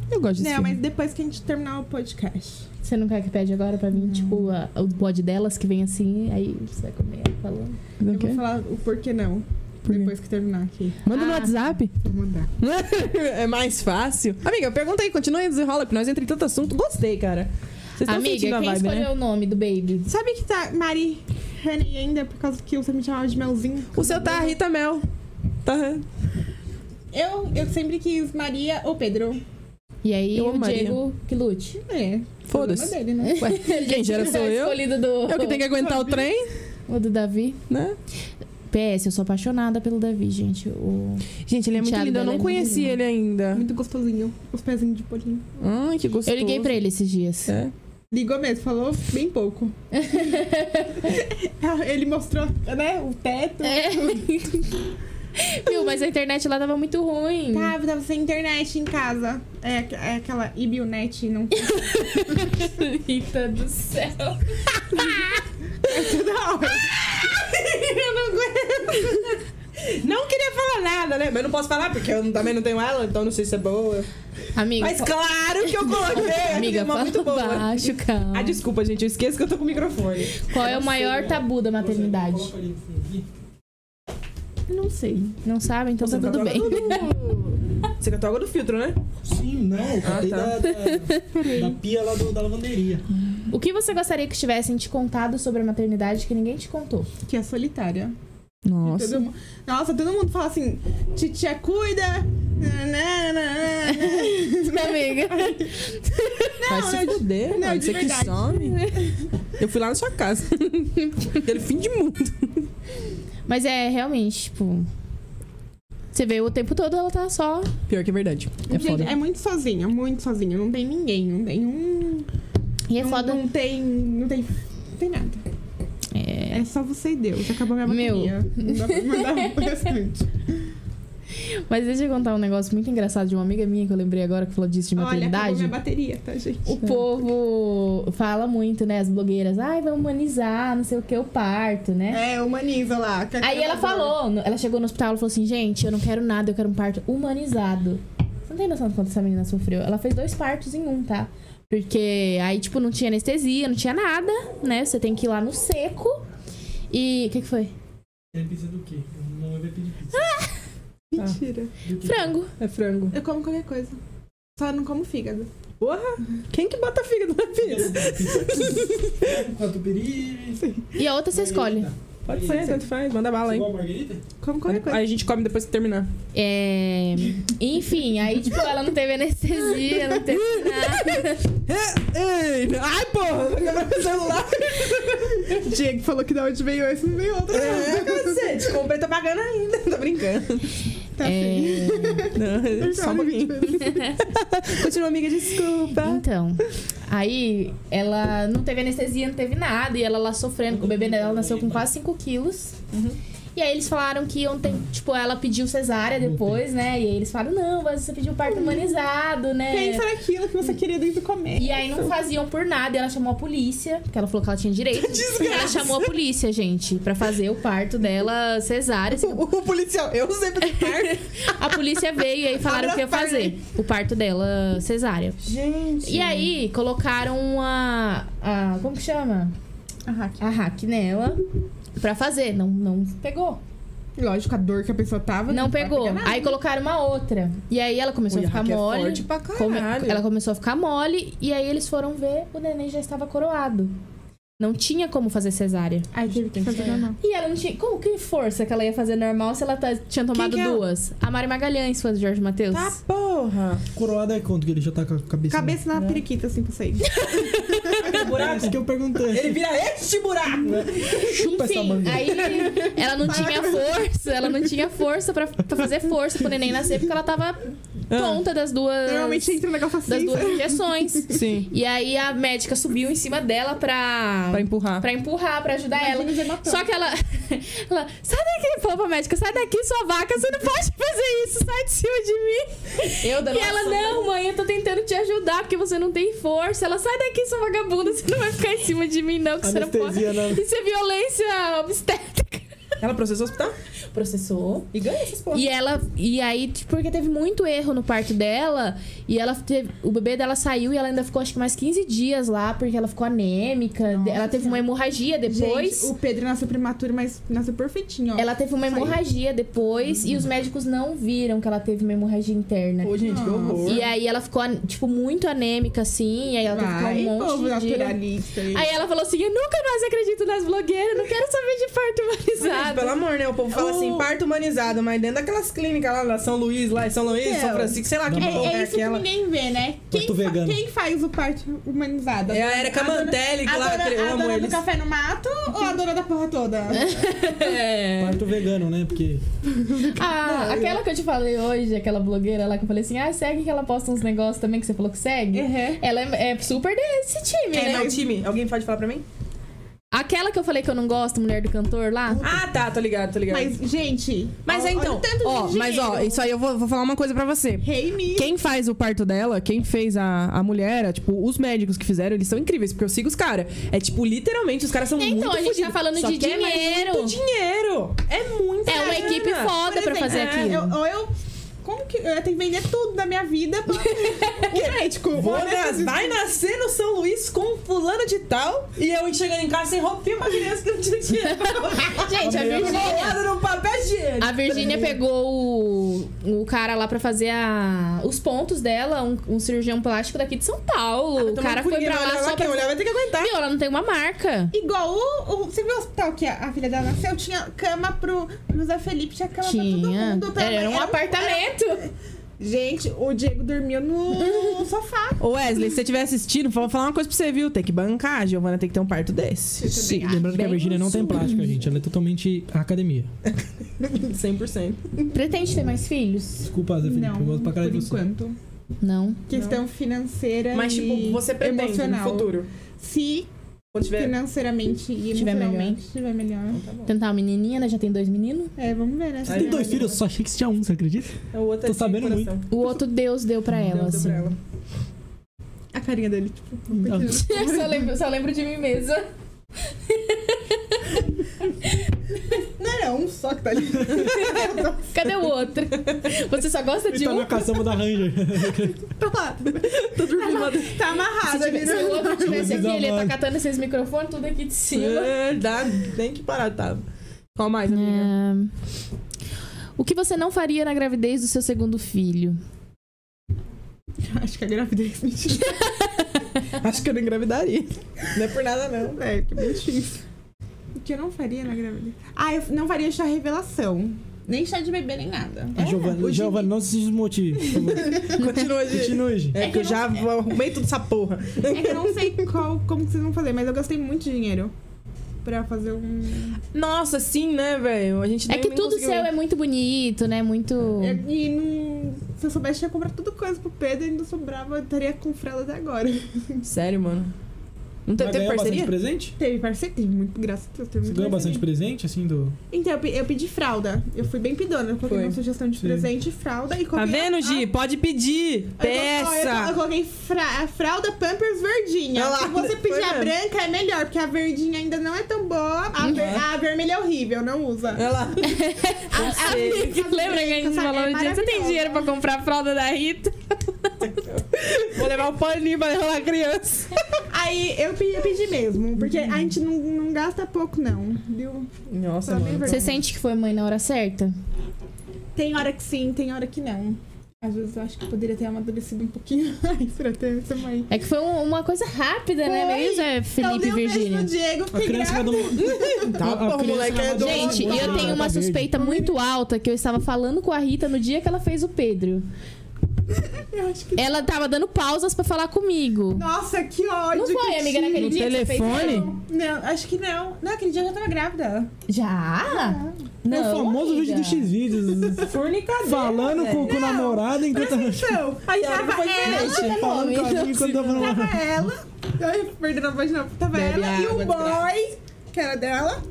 G: Eu gosto de esfirra.
B: Não, mas depois que a gente terminar o podcast.
C: Você não quer que pede agora pra mim, tipo, a- o bode delas que vem assim, aí você vai comer falando.
G: Fazer o
B: Eu
G: quê?
B: vou falar o porquê não.
G: Por quê?
B: Depois que terminar aqui.
G: Manda no
C: Ah.
G: WhatsApp.
B: Vou mandar.
G: é mais fácil. Amiga, pergunta aí, continua aí, desenrola, que nós entra em tanto assunto. Gostei, cara. Vocês estão
C: Amiga,
G: sentindo a
C: quem
G: vibe,
C: escolheu
G: né?
C: o nome do baby?
B: Sabe que tá Mari Honey ainda por causa que você me chamava de Melzinho?
G: O seu tá Rita Mel. Tá.
B: Eu, eu sempre quis Maria ou Pedro.
C: E aí
G: Eu
C: o
G: amaria.
C: Diego que lute.
B: É.
G: Foda-se.
B: problema dele, né?
A: é
G: Quem gera sou eu.
C: é Escolhido do,
G: Eu que tenho que aguentar o trem,
C: o do Davi.
G: né?
C: PS, eu sou apaixonada pelo Davi, gente. O...
G: Gente, ele é muito
C: Thiago
G: lindo. Eu
C: Belo é
G: não
C: muito
G: conheci
C: lindo.
G: ele ainda.
B: Muito gostosinho. Os pezinhos de bolinho.
G: Ai, que gostoso.
C: Eu liguei pra ele esses dias.
G: É.
B: Ligou mesmo, falou bem pouco. Ele mostrou, né, o teto.
C: É. Viu, mas a internet lá tava muito ruim.
G: Tá,
B: Tava, Tá, tava sem internet em casa. É, aqu- é aquela Ibionet, não
C: Rita do céu.
A: eu não aguento. Não queria falar nada, né? Mas não posso falar porque eu também não tenho ela, então não sei se é boa.
C: Amiga,
A: Mas
C: fa-
G: Então.
A: claro que eu
G: é,
A: coloquei.
C: amiga
A: Amiga, uma
C: fala
A: muito boa.
C: baixo, calma.
A: Ah, desculpa, gente, eu esqueço que eu tô com o microfone.
C: Qual é o maior tabu da maternidade?
D: assim,
C: Não sei. Não sabe, então
A: Você tá
C: tá tudo
A: com a
C: bem.
A: água do- Você catou a água do filtro, né?
D: Sim, não. Eu catei
G: tá.
D: da, da, da pia lá do- da lavanderia.
C: O que você gostaria que tivessem te contado sobre a maternidade que ninguém te contou?
B: que é solitária.
G: Nossa.
B: Todo mu- Nossa, todo mundo fala assim, titia cuida. nananana."
C: Minha amiga.
G: Vai se fuder,
B: não, é
G: mano.
B: de
G: Você que
B: verdade.
G: some.
C: É
G: Eu fui lá na sua casa. Aquele fim de mundo.
C: Mas é, realmente, tipo... Você vê o tempo todo ela tá só.
G: Pior que é verdade. É
B: Gente,
G: foda.
B: é muito sozinha, muito sozinha. Não tem ninguém, não tem um.
C: E é
B: não,
C: foda.
B: Não tem. Não tem. Não tem nada.
C: É.
B: É só você e Deus. Acabou minha
C: Meu.
B: bateria. Não dá pra mandar assim. o restante.
C: Mas deixa eu contar um negócio muito engraçado de uma amiga minha que eu lembrei agora que falou disso de
B: Olha, acabou
C: maternidade.
B: minha bateria, tá, gente?
C: O povo fala muito, né? As blogueiras, ai, vai humanizar, não sei o que, o parto, né?
B: É, humaniza lá. que
C: Aí ela
B: acabou.
C: falou, no- ela chegou no hospital, ela falou assim, gente, eu não quero nada, eu quero um parto humanizado. Você não tem noção de quanto essa menina sofreu. Ela fez dois partos em um, tá? Porque aí, tipo, não tinha anestesia, não tinha nada, né? Você tem que ir lá no seco. E. O que, que foi?
D: Ele pizza do quê? Não vai pedir pizza.
B: Mentira.
C: Frango.
G: É frango.
B: Tá. Eu como qualquer coisa. Só não como fígado.
G: Quem que bota fígado na pizza?
D: Catupiry.
C: E a outra você escolhe.
G: Pode ser, tanto faz. Manda bala, hein?
D: Igual a margarita?
B: Como qualquer coisa.
G: Aí a gente come depois que terminar.
C: É... Enfim, aí, tipo, ela não teve anestesia, não teve nada.
G: Ei, ei, ai, porra! Vai quebrar meu celular!
B: Diego falou que da onde veio esse, não veio outro.
A: É, cacete, comprei, tô pagando
B: né?
A: ainda. Tô brincando.
B: Tá
C: É...
G: Não, só um pouquinho.
A: Continua, amiga, desculpa.
C: Então, aí ela não teve anestesia, não teve nada, e ela lá sofrendo, o bebê dela nasceu com quase 5 quilos. E aí eles falaram que ontem, tipo, ela pediu cesárea depois, né? E aí eles falaram, não, mas você pediu parto humanizado, né?
B: Pensa naquilo que você queria desde o começo.
C: E aí não faziam por nada, e ela chamou a polícia, porque ela falou que ela tinha direito. Ela chamou a polícia, gente, pra fazer o parto dela cesárea. assim,
A: O, o policial, eu sempre parto.
C: A polícia veio e tá aí falaram o que ia fazer. O parto dela cesárea.
A: Gente.
C: E aí colocaram a, a como que chama?
B: A hack.
C: a hack nela pra fazer. Não, não pegou.
B: Lógico, a dor que a pessoa tava. né?
C: Não
B: vai
C: pegou.
B: pegar nada.
C: Aí colocaram uma outra. E aí ela começou
G: Ui,
C: a ficar
G: hack é
C: mole.
G: forte pra
C: come-
G: caralho.
C: Ela começou a ficar mole. E aí eles foram ver, o neném já estava coroado. Não tinha como fazer cesárea.
B: Aí teve que fazer normal.
C: E ela não tinha. Como que força que ela ia fazer normal se ela tá- tinha tomado
A: que é ela?
C: duas? A Mari Magalhães, fã do Jorge Matheus.
A: Tá porra.
D: Coroada é quanto que ele já tá com a cabeça?
B: Cabeça na periquita, assim, pra sair.
D: É
A: buraco?
D: isso que eu perguntei.
A: Ele vira este buraco!
D: Chupa essa
C: Enfim,
D: manga.
C: aí ela não tinha força, ela não tinha força pra, pra fazer força pro neném nascer, porque ela tava tonta das duas.
B: Normalmente entra um negócio
C: das
B: assim.
C: duas injeções.
G: Sim.
C: E aí a médica subiu em cima dela pra.
G: Pra empurrar.
C: pra empurrar, pra ajudar ela.
B: então.
C: Só que ela, ela. Sai daqui, falou pra médica, sai daqui, sua vaca, você não pode fazer isso, sai de cima de mim.
A: Eu dando
C: E ela, não, mãe, eu tô tentando te ajudar, porque você não tem força. Ela, sai daqui, sua vagabunda, você não vai ficar em cima de mim, não, que você não pode.
D: Anestesia, não.
C: Isso é violência obstétrica.
A: Ela processou o hospital
C: Processou.
A: e ganha essas porra.
C: E ela. E aí, tipo, porque teve muito erro no parto dela. E ela teve. O bebê dela saiu e ela ainda ficou acho que mais 15 dias lá, porque ela ficou anêmica.
B: Nossa.
C: Ela teve uma hemorragia depois.
B: Gente, o Pedro nasceu prematuro, mas nasceu perfeitinho, ó.
C: Ela teve uma
B: Saiu. Uhum.
C: hemorragia depois e os médicos não viram que ela teve uma hemorragia interna.
A: Pô, gente, que horror.
C: E é aí ela ficou, an- tipo, muito anêmica, assim, e aí ela teve que
B: Vai,
C: ficar um monte
B: povo
C: de dia.
B: naturalista. aí.
C: Aí ela falou assim, eu nunca mais acredito nas blogueiras, não quero saber de parto
A: Gente, pelo
C: humanizado.
A: amor, né? O povo fala assim,
B: O-
A: parto humanizado, mas dentro daquelas clínicas lá, na São Luís, lá em São Luís,
B: Meu.
A: São Francisco, sei lá que
B: É,
A: porra
B: é
A: é
B: isso que
A: aquela.
B: ninguém vê, né? Quem,
D: Parto
B: fa-
D: vegano.
B: quem faz o parte humanizado?
A: É a Erika Mantelli que
B: a
A: lá
B: dona,
A: criou,
B: a
A: amo
B: dona do
A: eles.
B: café no mato ou a dona da porra toda?
C: É.
D: Parto vegano, né? Porque.
C: Ah, aquela que eu te falei hoje, aquela blogueira lá que eu falei assim, ah, segue que ela posta uns negócios também que você falou que segue.
B: Uhum.
C: Ela é, é super desse time,
A: Quem
C: né?
A: é o time? Alguém pode falar pra mim?
C: Aquela que eu falei que eu não gosto, mulher do cantor lá.
A: Ah, tá, tô ligado, tô ligado.
B: Mas, gente.
A: Mas
B: ó-
A: é então,
B: olha o tanto
G: Ó,
B: de
G: mas ó, isso aí eu vou, vou falar uma coisa pra você.
B: Rei me.
G: Quem faz o parto dela, quem fez a, a mulher, é, tipo, os médicos que fizeram, eles são incríveis, porque eu sigo os caras. É tipo, literalmente, os caras são muito
C: Então, a gente tá
G: fudidos.
C: falando
G: Só
C: de
G: que é mais
C: dinheiro.
A: Muito dinheiro! É muito
C: É uma equipe foda pra fazer aquilo.
B: é, Eu, ou eu. Como que. Eu ia ter que vender tudo da minha vida pra um médico.
A: Vou
B: Olha
A: nas-
B: esses-
A: vai nascer no São Luís com fulano de tal e eu chegando em casa sem roupinha pra criança que não tinha dinheiro.
C: Gente, a Virgínia...
A: Enrolado no papel higiênico.
C: A Virgínia pegou o, o cara lá pra fazer a- os pontos dela, um, um cirurgião plástico daqui de São Paulo. o cara foi pra lá só
A: Quem
C: pra...
A: olhar vai ter que aguentar.
C: Meu, ela não tem uma marca.
B: Igual o, o- Você viu o hospital que a, a filha dela nasceu? Tinha cama pro. pro Zé Felipe tinha cama pra tá todo
C: Tinha.
B: mundo. pra
C: Era
B: mãe,
C: um apartamento.
B: Gente, o Diego dormiu no, no sofá.
G: Ô Wesley, se você estiver assistindo, vou falar uma coisa pra você, viu? Tem que bancar, a Giovana tem que ter um parto desse.
D: Sim, lembrando que a
C: bem
D: Virgínia não tem
C: isso.
D: plástica, gente. Ela é totalmente academia.
A: 100%.
C: Pretende ter mais filhos?
D: Desculpa, Zé Felipe, eu gosto pra caralho
B: por
D: de você.
B: enquanto.
C: Não.
B: Questão financeira
A: Mas,
B: e
A: tipo, você pretende
B: emocional.
A: no futuro.
B: Se
A: Quando
D: É.
A: tiver.
B: financeiramente e
C: Tiver melhor.
B: emocionalmente tiver melhor.
C: Tentar uma menininha, né? Já tem dois meninos.
B: É, vamos ver, né?
D: Então tá Você tem dois filhos? Eu só achei que você tinha um, você acredita?
A: É o outro
D: Tô
A: é de
D: sabendo
A: coração.
C: O outro Deus deu pra ela,
A: Deus
C: assim.
A: deu pra ela.
B: A carinha dele, tipo,
D: Então.
B: pequeno.
C: só, lembro, só lembro de mim mesma.
B: Não, não, um só que tá ali.
C: Cadê o outro? Você só gosta
D: Ele
C: de
D: tá
C: um?
D: na caçamba da Ranger.
B: Tá lá. Tô dormindo. Tá amarrado
C: Se,
B: ali.
C: tivesse, se o
B: né?
C: outro tivesse aqui, ele ia tá catando esses microfones tudo aqui de cima.
A: É, dá, tem que parar, tá?
G: Qual mais, amiga?
C: É, O que você não faria na gravidez do seu segundo filho?
B: Acho que a gravidez mentira.
A: Acho que eu não engravidaria. Não é por
D: Tá
A: nada, não.
B: É, que mentira. O que eu não faria na gravidez? Ah, eu não faria chá revelação. Nem chá de bebê, nem nada.
D: A Giovana,
A: o
D: Giovana, não se desmotive. por favor.
A: Continua, gente.
D: Continue, gente.
A: É que eu já arrumei tudo essa porra.
B: É que eu não sei qual, como que vocês vão fazer, mas eu gastei muito dinheiro pra fazer um.
A: Nossa, sim, né, velho? A gente
C: É
A: nem-
C: que
A: nem
C: tudo
A: conseguiu.
C: seu é muito bonito, né? Muito.
B: É, E não. Se eu soubesse, eu ia comprar tudo coisa pro Pedro e ainda sobrava, eu estaria com fralda até agora.
G: Sério, mano. Não te-
D: Mas
G: teve
D: ganhou
G: parceria?
D: bastante presente?
B: Teve parceria, teve muito, graças a Deus, teve
D: Você
B: muito
D: ganhou bastante
B: parceria.
D: presente, assim, do...
B: Então, eu, pe- eu pedi fralda. Eu fui bem pidona, eu coloquei
A: Foi.
B: uma sugestão de
D: Sim.
B: presente, fralda e
G: Tá
B: coloquei.
G: vendo,
B: a-
A: Ah.
G: Gi? Pode pedir.
B: a- Eu, colo- eu,
G: Peça.
B: coloquei fra- a fralda Pampers verdinha.
A: Olha lá,
B: Se você
A: foi
B: pedir
A: mesmo.
B: a branca, é melhor, porque a verdinha ainda não é tão boa. A,
C: Uhum.
B: ver- a vermelha é horrível, não usa.
A: Olha lá.
C: Lembra que a gente
B: Essa-
C: falou
B: é
C: um dia? Você tem
B: maravilhosa."
C: dinheiro pra comprar a fralda da Rita?
A: Vou levar o paninho pra enrolar a criança.
B: Aí eu pe- eu pedi, mesmo, porque
C: Uhum.
B: a gente não, não gasta pouco, não. Viu?
A: Nossa,
B: Fala bem a
A: mano.
B: verdade.
C: Você sente que foi mãe na hora certa?
B: Tem hora que sim, tem hora que não. Às vezes eu acho que eu poderia ter amadurecido um pouquinho mais pra ter essa mãe.
C: É que foi um- uma coisa rápida, né?
B: Foi.
C: Mesmo, é,
B: Então,
C: Felipe
B: dei
C: e
B: um beijo no
C: Virgínia.
B: Diego,
D: A
B: fiquei
D: criança
B: grávida.
D: cada um...
A: Tá,
D: A- a
A: porra,
D: criança
A: moleque,
D: cada
A: é
D: um-
A: doido.
C: Gente, e eu tenho uma
D: Tá verde.
C: suspeita muito alta que eu estava falando com a Rita no dia que ela fez o Pedro. Ela tava dando pausas pra falar comigo.
B: Nossa, que ódio.
C: Não foi,
B: que
C: amiga,
B: tinha.
C: naquele
A: No
C: dia que você fez
A: telefone?
C: isso?
B: Não, acho que não. Não, aquele dia eu já tava grávida.
C: Já? Não,
D: o famoso
C: amiga.
D: vídeo do X-Vídeos.
H: Fornicadeira.
D: Falando com, com o namorado enquanto tava
B: Então, aí
H: Yara,
B: tava
H: foi
B: ela,
H: diferente.
C: é
D: falando com a mim enquanto tava namorando.
B: tava ela. Ai, perdendo a voz de novo. Tava
H: Bebe
B: ela e
H: água,
B: o boy, que era dela,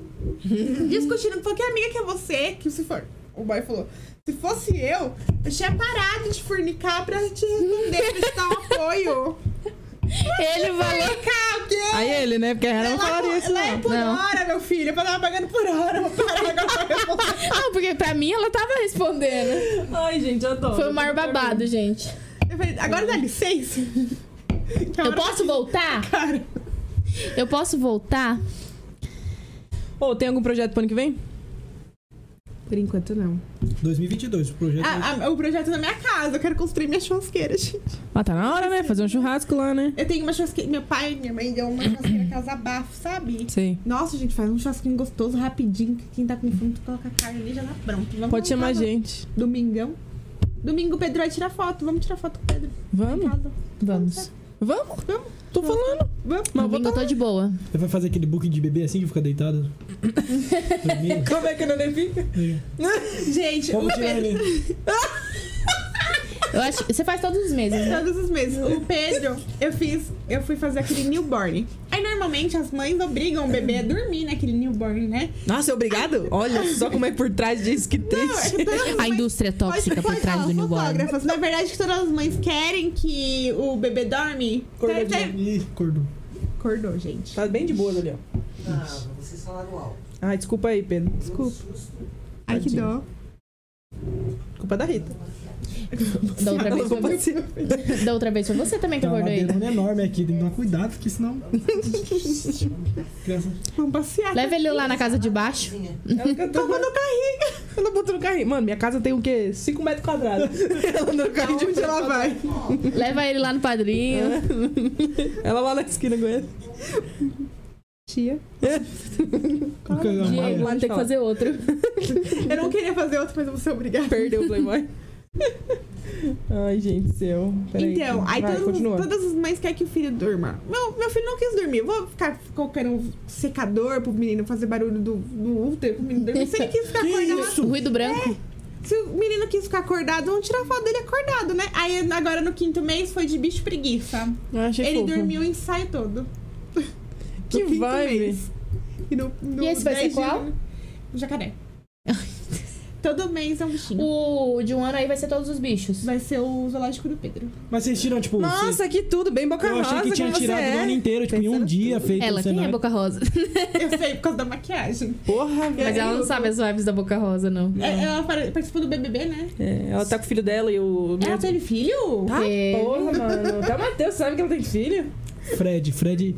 B: discutindo. Falou que amiga que é você, que se for. O boy falou. Se fosse eu, eu tinha parado de fornicar pra te responder, pra te dar um apoio.
C: Ele falou.
B: Fornicar o quê?
A: Aí ele, né? Porque a Hannah
B: Ela
A: não falaria isso,
B: lá é
A: não.
B: por
C: Não.
B: hora, meu filho. Eu tava pagando por hora, eu vou parar agora pra responder.
C: Ah, porque pra mim ela tava respondendo.
H: Ai, gente, adoro.
A: um
C: Foi o maior babado, gente.
B: Eu falei, agora dá licença. Que a
C: Eu
B: hora-
C: posso voltar?
B: Cara,
C: Eu posso voltar?
A: Ô, tem algum projeto pro ano que vem?
B: por enquanto não.
D: 2022, o projeto.
B: o projeto é na minha casa, eu quero construir minha churrasqueira, gente.
A: Ah, tá na hora, né? Fazer um churrasco lá, né?
B: Eu tenho uma churrasqueira. Meu pai e minha mãe deu uma churrasqueira aquelas abafo, sabe?
A: Sei.
B: Nossa, gente, faz um churrasquinho gostoso, rapidinho. que Quem tá com fome, tu coloca a carne ali já tá pronto. Vamos
A: Pode chamar a
B: voltar no
A: gente.
B: Domingão. Domingo o Pedro vai tirar foto. Vamos tirar foto com o Pedro. Em
A: Vamos?
B: casa.
C: Vamos.
A: Vamos? Vamos. Tô falando. Vamos. Mas eu vou
C: Domingo eu
A: tá...
C: tô de boa.
D: Você vai fazer aquele book de bebê assim que fica deitado? Dormindo?
H: Como é que não fica?
B: Gente, o
D: Vamos tirar
B: Pedro.
D: ele.
C: Eu acho. Você faz todos os meses, né?
B: Todos os meses. O Pedro, eu fiz, eu fui fazer aquele newborn. Aí normalmente as mães obrigam o bebê a dormir naquele newborn, né?
A: Nossa, obrigado? Olha só como é por trás disso, que
B: é
A: triste.
C: A indústria tóxica por trás do newborn.
B: Fotógrafas. Na verdade, que todas as mães querem que o bebê dorme.
H: Acordou
B: Tá- tá-
H: de
D: Ih, acordou.
B: Acordou, gente.
H: Tá bem de boa ali, ó.
I: Não, Ah, vocês falaram alto.
A: Ai, desculpa aí, Pedro.
I: Desculpa. susto.
B: Ai, que dó.
H: Culpa da Rita.
C: Da outra, vez foi...
A: Desculpa.
C: você- da outra vez foi você também que
D: Tá uma
C: acordou ele.
D: madeirona enorme aqui, tem que tomar cuidado, porque senão. Criança.
B: Vamos passear.
C: Leva ele lá na casa de baixo.
I: Cozinha.
H: Ela
A: Toma no carrinho. Ela botou no carrinho. Mano, minha casa tem o quê? 5 metros quadrados. Ela no carrinho de
B: Onde ela vai?
C: Leva ele lá no padrinho.
A: Ela lá na esquina com ele.
B: Tia.
D: Nunca-
C: Diego,
D: Olha,
C: vamos ter que fazer outro.
B: Eu não queria fazer outro, mas eu vou ser obrigada.
A: Perdeu o Playboy. Ai, gente do céu. Peraí.
B: Então, aí
A: Vai,
B: todas,
A: continua.
B: todas as mães querem que o filho durma. Meu, meu filho não quis dormir. Eu vou ficar colocando um secador pro menino fazer barulho do, do útero pro menino dormir. Se ele quis ficar
D: Que
B: acordado.
D: isso?
C: Ruído branco.
B: Se o menino quis ficar acordado, vamos tirar foto dele acordado, né? Aí agora no quinto mês foi de bicho preguiça.
A: Eu achei
B: ele
A: fofo.
B: dormiu o ensaio todo.
A: Que
B: No quinto
A: vibe.
B: mês. E, no, no
C: E esse vai ser
B: 10 de-
C: qual?
B: O jacaré. todo mês é um bichinho.
C: O de um ano aí vai ser todos os bichos.
B: Vai ser o zoológico do Pedro.
D: Mas vocês tiram, tipo. vocês-
A: Nossa, que tudo. Bem boca
D: eu achei que
A: rasa
D: tinha
A: como você
D: tirado o ano
A: é.
D: inteiro, tipo, em um
A: Pensando
D: dia feito
C: Ela,
D: um
C: quem é
D: cenário.
C: Boca Rosa?
B: Eu sei, por causa da maquiagem.
A: Porra, velho.
C: Mas ela não sabe as vibes da Boca Rosa, não.
B: É, ela par- participou do BBB, né?
A: É, ela tá com o filho dela e o...
B: Ela teve filho?
A: Tá,
C: Porque
A: porra, mano. Até o Matheus sabe que ela tem filho.
D: Fred, Fred.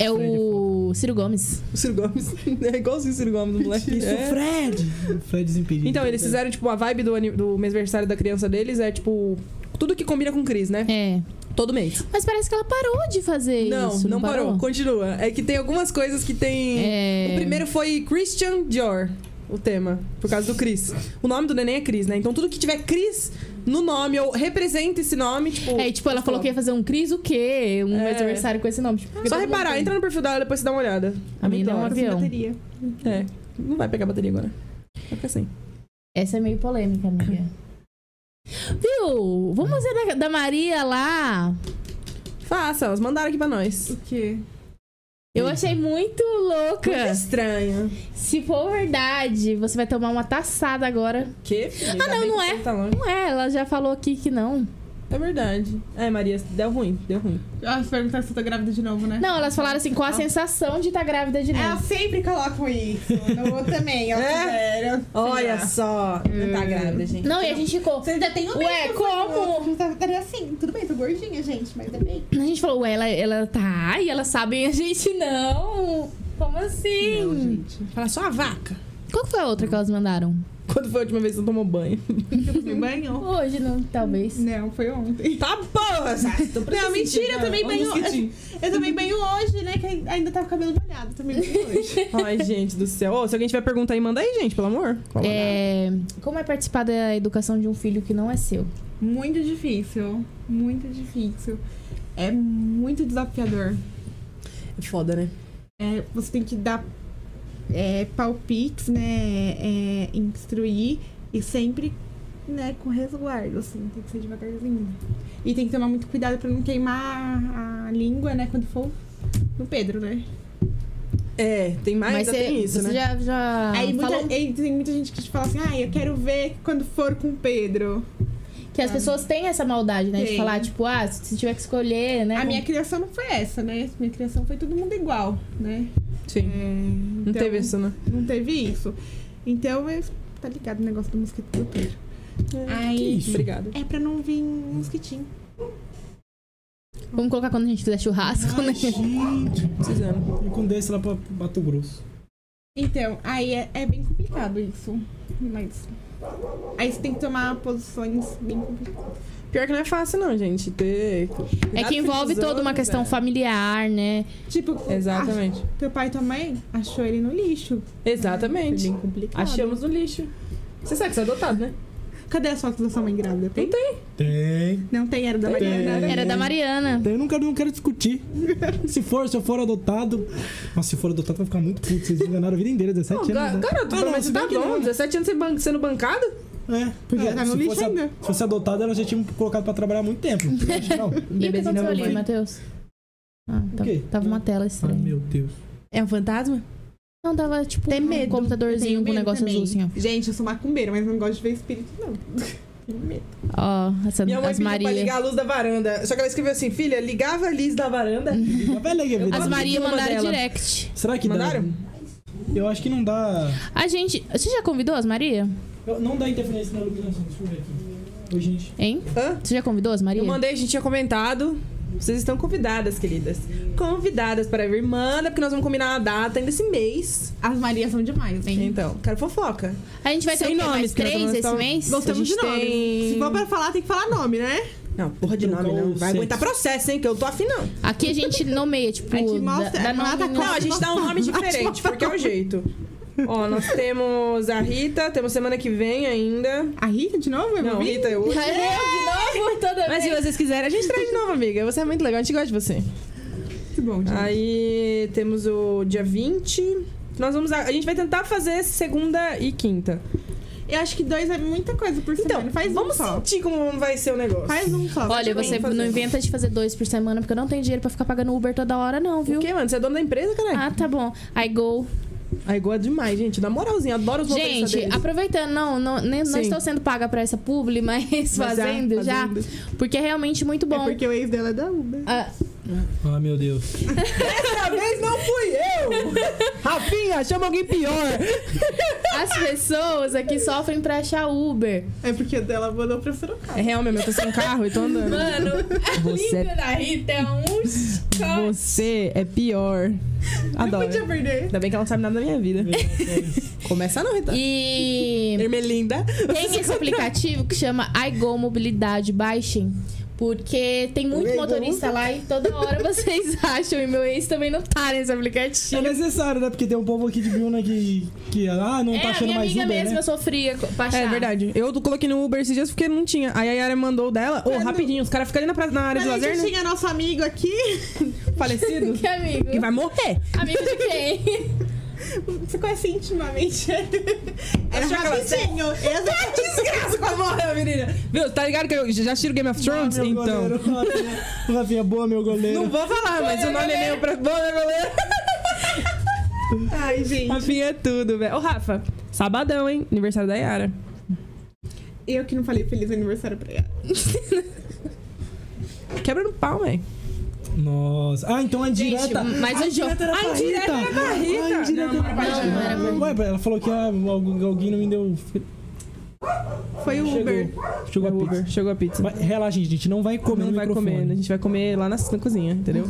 C: É o Ciro Gomes.
A: O Ciro Gomes. É igualzinho o Ciro Gomes, o moleque.
D: Isso,
A: É.
D: Fred! Fred é desimpedido.
A: Então, eles fizeram, tipo, a vibe do, ani- do mês aniversário da criança deles é, tipo, tudo que combina com o Cris, né?
C: É.
A: Todo mês.
C: Mas parece que ela parou de fazer
A: Não,
C: isso.
A: não parou. Continua. É que tem algumas coisas que tem...
C: É...
A: O primeiro foi Christian Dior, o tema, por causa do Cris. O nome do neném é Cris, né? Então, tudo que tiver Cris no nome ou representa esse nome, tipo...
C: É, e, tipo, ela falou que ia fazer um Cris o quê? Um
A: É.
C: mês aniversário com esse nome. Tipo,
A: Só reparar, entra no perfil dela e depois você dá uma olhada.
C: A menina é um
A: Muito da hora.
C: avião.
B: Bateria.
A: É, não vai pegar a bateria agora. Vai ficar assim. sem.
C: Essa é meio polêmica, amiga. Viu? Vamos fazer da, da Maria lá.
A: Faça, elas mandaram aqui pra nós.
B: O quê?
C: Eu achei muito louca.
A: estranho.
C: Se for verdade, você vai tomar uma taçada agora.
A: Que?
C: Ah, não, não é.
A: Tá longe.
C: Não é, ela já falou aqui que não.
A: É verdade. É, Maria, deu ruim, deu ruim.
B: Ela Ah, perguntar se eu tô grávida de novo, né?
C: Não, elas falaram assim, qual a sensação de estar grávida de
B: Elas
C: novo.
B: sempre colocam isso. Eu também, elas
A: É?
B: fizeram.
A: Olha
C: é.
A: só. Não
C: Hum.
A: tá grávida, gente.
C: Não, e a gente ficou...
B: Você já tem um
C: Ué,
B: mês,
C: como?
B: Eu tava- estaria assim, tudo bem, tô gordinha, gente, mas é também.
C: A gente falou, ué, ela, ela tá, e elas sabem, a gente não. Como assim?
B: gente.
A: Fala só a vaca.
C: Qual que foi a outra que elas mandaram?
A: Quando foi a última vez que você tomou banho?
B: Eu tomei banho?
C: Hoje não, talvez.
B: Não, foi ontem.
A: Tá porra, Sassi, tô
B: Não,
A: precisando.
B: mentira, eu
G: um
B: também
A: Olha
B: banho.
A: o mosquitinho.
B: Eu também banho hoje, né? Que ainda tá com o cabelo molhado. Também banho hoje.
G: Ai, gente do céu. Ô, se alguém tiver pergunta aí, manda aí, gente, pelo amor.
C: É, como é participar da educação de um filho que não é seu?
B: Muito difícil. Muito difícil. É muito desafiador.
A: É Foda, né?
B: É, você tem que dar é, palpites, né? É, instruir e sempre né, com resguardo, assim, tem que ser devagarzinho. E tem que tomar muito cuidado pra não queimar a língua, né, quando for no Pedro, né?
A: É, tem mais,
C: Mas
A: ainda
C: cê-
A: tem isso,
C: você
A: né?
C: já, já
G: Ah,
B: aí, É, muita-
C: falou
B: aí tem muita gente que te fala assim, ah, eu quero ver quando for com o Pedro.
C: que as pessoas têm essa maldade, né? De
B: Tem.
C: falar, tipo, ah, se tiver que escolher, né?
B: A minha criação não foi essa, né? Minha criação foi todo mundo igual, né? então,
G: Sim. Não
C: Então-
G: teve isso, né?
B: Não teve isso. Então, é- tá ligado o negócio do mosquito do Pedro. Aí,
D: isso?
G: Obrigada.
B: é pra não vir mosquitinho.
C: Vamos colocar quando a gente fizer churrasco,
A: é
C: né?
D: Gente,
G: Precisando.
D: e com desse lá pra Mato Grosso.
B: Então, aí é, é bem complicado isso. Mas. Aí você tem que tomar posições bem complicadas.
G: Pior que não é fácil, não, gente. Ter.
C: É que envolve toda uma questão familiar, né?
B: Tipo,
G: é. Exatamente.
B: ah, teu pai e tua mãe achou ele no lixo.
C: Ah.
G: Exatamente.
B: Foi bem complicado.
G: Achamos no lixo. Você sabe que você é adotado, né?
B: Cadê as fotos da sua mãe grávida?
G: Não tem.
D: Tem.
B: Não tem, era da
D: Tem.
B: Mariana.
C: Era da Mariana.
D: Eu não quero, não quero discutir. Se for, se eu for adotado. Nossa, se for adotado, vai ficar muito puto. Vocês enganaram a vida inteira, 17
G: Não,
D: anos.
G: ga-
D: né?
G: garoto,
D: Ah,
G: pelo
D: não,
G: menos
D: se
G: você
D: bem
G: tá
D: que não,
G: bom.
D: né?
G: 17 anos você ban- sendo bancado?
D: É, porque
B: Ah, tá no
D: se,
B: lixo
D: fosse, a-
B: ainda.
D: se fosse adotado, ela já tinha colocado pra trabalhar há muito tempo. Eu acho que não.
C: E o que aconteceu ali,
D: vai.
C: Matheus? Ah,
D: O
C: tava,
D: quê?
C: tava uma tela
D: Ai,
C: estranha.
D: meu Deus.
A: É um fantasma?
C: Não, tava tipo
B: Tem
C: um
B: medo.
C: computadorzinho
B: Tenho
C: com um
B: medo
C: negócio
B: também.
C: azul, assim, ó.
B: Gente, eu sou macumbeira, mas não gosto de ver espírito, não. Tenho medo.
C: Ó, essa
A: Minha mãe
C: as
A: pediu pra
C: Maria.
A: ligar a luz da varanda. Só que ela escreveu assim, filha, ligava a luz da varanda.
D: Mas vai ler, Gabriel.
C: As
A: Ela
C: Maria
A: pediu uma
C: mandaram
A: dela.
C: direct.
D: Será que
A: Mandaram?
D: dá? Eu acho que não dá.
C: A gente. Você já convidou as Maria?
D: eu- Não dá interferência na iluminação. Deixa eu ver aqui. Oi, gente.
C: Hein?
A: Hã?
C: Você já convidou as Maria?
A: Eu mandei, a gente tinha comentado. Vocês estão convidadas, queridas. Convidadas para vir, manda, porque nós vamos combinar a data ainda esse mês.
B: As Marias são demais, hein?
A: Então, quero fofoca.
C: A gente vai ter
G: Sem
C: o quê? mais
G: nomes, que nós
C: três
G: vamos
C: esse
G: estar-
C: mês?
A: A
B: Gostamos de
A: gente
B: nome.
A: tem-
B: Se for pra falar, tem que falar nome, né?
A: Não, porra de
D: Trocou
A: nome, não.
D: o
A: Vai
D: sexo.
A: aguentar processo, hein? Que eu tô afim, não.
C: Aqui a gente nomeia, tipo.
B: A gente mostra-
C: dá- dá
B: mata
C: nome-
A: Não, a gente dá um nome diferente, porque é o jeito. Ó, nós temos a Rita, temos semana que vem ainda.
B: A Rita de novo? Eu
A: Não,
B: ouvi?
A: Rita é hoje.
C: É, eu de novo toda
G: Mas se
C: vez.
G: vocês quiserem, a gente traz de novo, amiga. Você é muito legal, a gente gosta de você.
B: Que bom, gente.
A: Aí temos o dia 20. Nós vamos. A, a gente vai tentar fazer segunda e quinta.
B: Eu acho que dois é muita coisa por semana.
A: Então,
B: Faz um
A: vamos
B: só.
A: sentir como vai ser o negócio.
B: Faz um só.
C: Olha, você
A: fazer.
C: não inventa de fazer dois por semana, porque eu não tenho dinheiro pra ficar pagando Uber toda hora, não,
A: o
C: viu?
A: quê, mano? Você é dono da empresa, caralho?
C: Ah, tá bom. Aí go.
A: Aí gosta demais, gente. Na moralzinha, adoro os motoristas
C: Gente,
A: deles.
C: aproveitando, não, não, nem- não
A: Sim.
C: estou sendo paga pra essa publi, mas
A: Mas
C: fazendo, já. Porque é realmente muito
B: É
C: bom.
B: porque o ex dela é da Uber.
C: Ah,
D: Ah, meu Deus.
A: Dessa vez não fui eu! Rafinha, chama alguém pior!
C: as pessoas aqui sofrem pra achar Uber.
B: É porque o dela mandou pra Sorocaba.
G: É real mesmo, eu tô sem carro e tô andando.
C: Mano, a
G: Você-
C: língua da Rita é um choque.
G: Você é pior. Adoro.
B: Não podia perder.
G: Ainda bem que ela não sabe nada da minha vida. Começa não, Rita.
C: E
A: Ermelinda.
C: tem esse aplicativo que chama iGo Mobilidade, baixem. Porque tem muito motorista lá e toda hora vocês acham. E meu ex também não tá nesse
D: É
C: aplicativo.
D: necessário, né? Porque tem um povo aqui de Biúna que, que ah, não
C: É,
D: tá
C: a
D: achando
C: minha
D: mais
C: amiga
D: Uber,
C: mesmo,
D: né?
C: eu sofria co- pra achar.
G: É verdade. Eu coloquei no Uber esses dias porque não tinha. Aí a Yara mandou o dela. Ô, rapidinho, os caras ficam ali na, pra- na área de
B: Mas a
G: lazer,
B: gente
G: né?
B: tinha nosso amigo aqui,
G: Falecido.
C: Que amigo?
G: que vai morrer.
C: Amigo de quem?
B: você conhece intimamente. Era
A: Achou aquela
B: rapidinho. Exato.
A: Desgraça com a morra, menina!
G: Viu? Tá ligado que eu já tiro Game of
D: Ah,
G: Thrones?
D: meu
G: então.
D: goleiro, Rafinha. Rafinha, boa, meu goleiro.
A: Não vou falar, mas o nome é meio pra. Bom, né, galera?
B: Ai, gente.
G: Rafinha é tudo, velho. Ô, Rafa, sabadão, hein? Aniversário da Yara.
B: Eu que não falei feliz aniversário pra ela.
G: Quebra no pau, velho.
D: Nossa. Ah, então a indireta.
C: Mas o jogo.
D: a indireta era pra Rita. A indireta era pra
C: Não, não era pra
D: Ué, ela falou que ah, algum- alguém não me deu.
B: Foi o Uber.
D: Chegou a
A: Chegou,
D: pizza.
A: É Uber. Chegou a pizza.
D: Mas relaxa, gente. A gente não vai comer
A: não
D: no
A: vai
D: microfone.
G: né?
A: comer, a gente vai comer lá na, na cozinha, entendeu?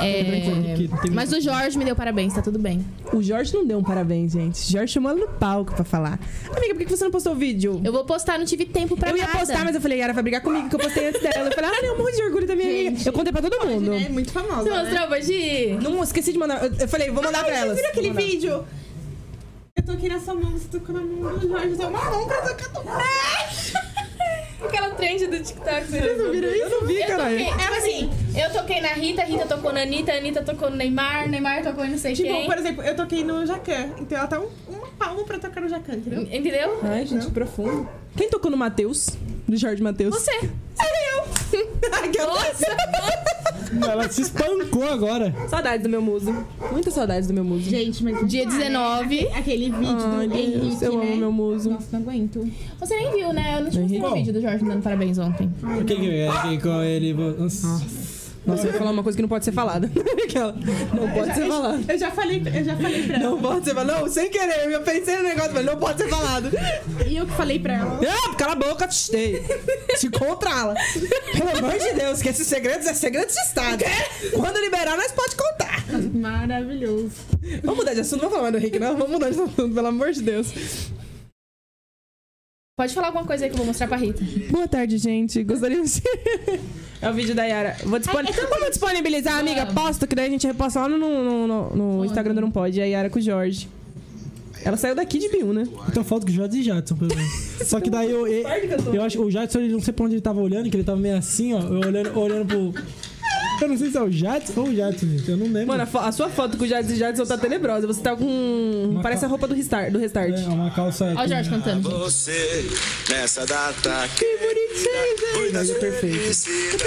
C: É,
D: Que tem-
C: Mas o Jorge me deu parabéns, tá tudo bem.
A: o Jorge não deu um parabéns, gente. O Jorge chamou ela no palco pra falar. Amiga, por que que você não postou o vídeo?
C: Eu vou postar, não tive tempo pra
A: Eu ia
C: nada.
A: postar, mas eu falei, Yara vai brigar comigo, que eu postei antes dela. Eu falei, ah, não, um monte de orgulho também.
C: Gente.
A: Eu contei pra todo mundo.
B: É muito famosa.
C: Você
B: né?
C: mostrou hoje?
A: Não esqueci de mandar. Eu, eu falei, vou mandar pra
B: Ai,
A: elas.
B: Você viu aquele
A: Vou mandar.
B: vídeo? Eu toquei na sua mão, você tocou na mão do Jorge. Eu tenho uma mão pra tocar tua mão.
C: Aquela trend do TikTok. Vocês não viram
A: Eu não vi,
C: Eu
A: caralho.
C: toquei, tipo assim, eu toquei na Rita, a Rita tocou na Anitta, a Anitta tocou no Neymar, Neymar tocou em não sei
B: Tipo,
C: quem.
B: por exemplo, eu toquei no Jacan. Então ela tá um, uma palma pra tocar no Jacan, entendeu?
C: Entendeu?
A: Ai, gente, que profundo. Quem tocou no Matheus? Do Jorge Matheus?
C: Você. Era eu. Nossa.
D: Ela se espancou agora.
A: Saudades do meu muso. Muitas saudades do meu muso.
B: Gente, mas. né?
C: Dia 19.
B: Aquele vídeo
A: Ai,
B: do
A: Deus,
B: Henrique,
A: eu
B: né?
A: amo meu muso.
B: Nossa, não aguento.
C: Você nem viu, né? Eu não te mostrei o
D: Qual?
C: vídeo do Jorge dando parabéns ontem.
D: O que que é? Que- Qual é ele? Nossa.
A: Nossa, eu ia falar uma coisa que não pode ser falada. Aquela. Não pode ser falada.
B: Eu já falei, eu já falei pra
A: Não pode ser falada. Não, sem querer. Eu pensei no negócio, mas não pode ser falado.
B: ela. E eu que falei pra ela.
A: Ah, cala a boca, testei. Se controla. Pelo amor de Deus, que esses segredos é segredo de Estado. Quando liberar, nós pode contar.
B: Maravilhoso.
A: Vamos mudar de assunto, não vou falar mais do Rick, não. Vamos mudar de assunto, pelo amor de Deus.
C: Pode falar alguma coisa aí que eu vou mostrar pra Rita.
A: Boa tarde, gente. Gostaria de. É o vídeo da Yara. Vou dispon... Vamos disponibilizar, amiga. Posta, que daí a gente reposta lá no, no, no- no Instagram do Não Pode. É a Yara com o Jorge. Ela saiu daqui de Biu, né?
D: Então falta que o Jadson e Jadson, pelo menos. Só que daí eu. Eu, eu acho o Jadson, ele não sei pra onde ele tava olhando, que ele tava meio assim, ó. eu Olhando, olhando pro. Eu não sei se é o Jadson ou o Jadson, gente. Eu não lembro.
A: Mano, a, fo- a sua foto com o Jadson Jadson tá tenebrosa. Você tá com.
D: Uma
C: tá.
A: Parece
D: ca-
A: a roupa do Restart. Do restart.
D: É uma calça.
C: Olha o Jorge cantando. gente.
J: Você, nessa data que cuida
A: Mas é perfeito.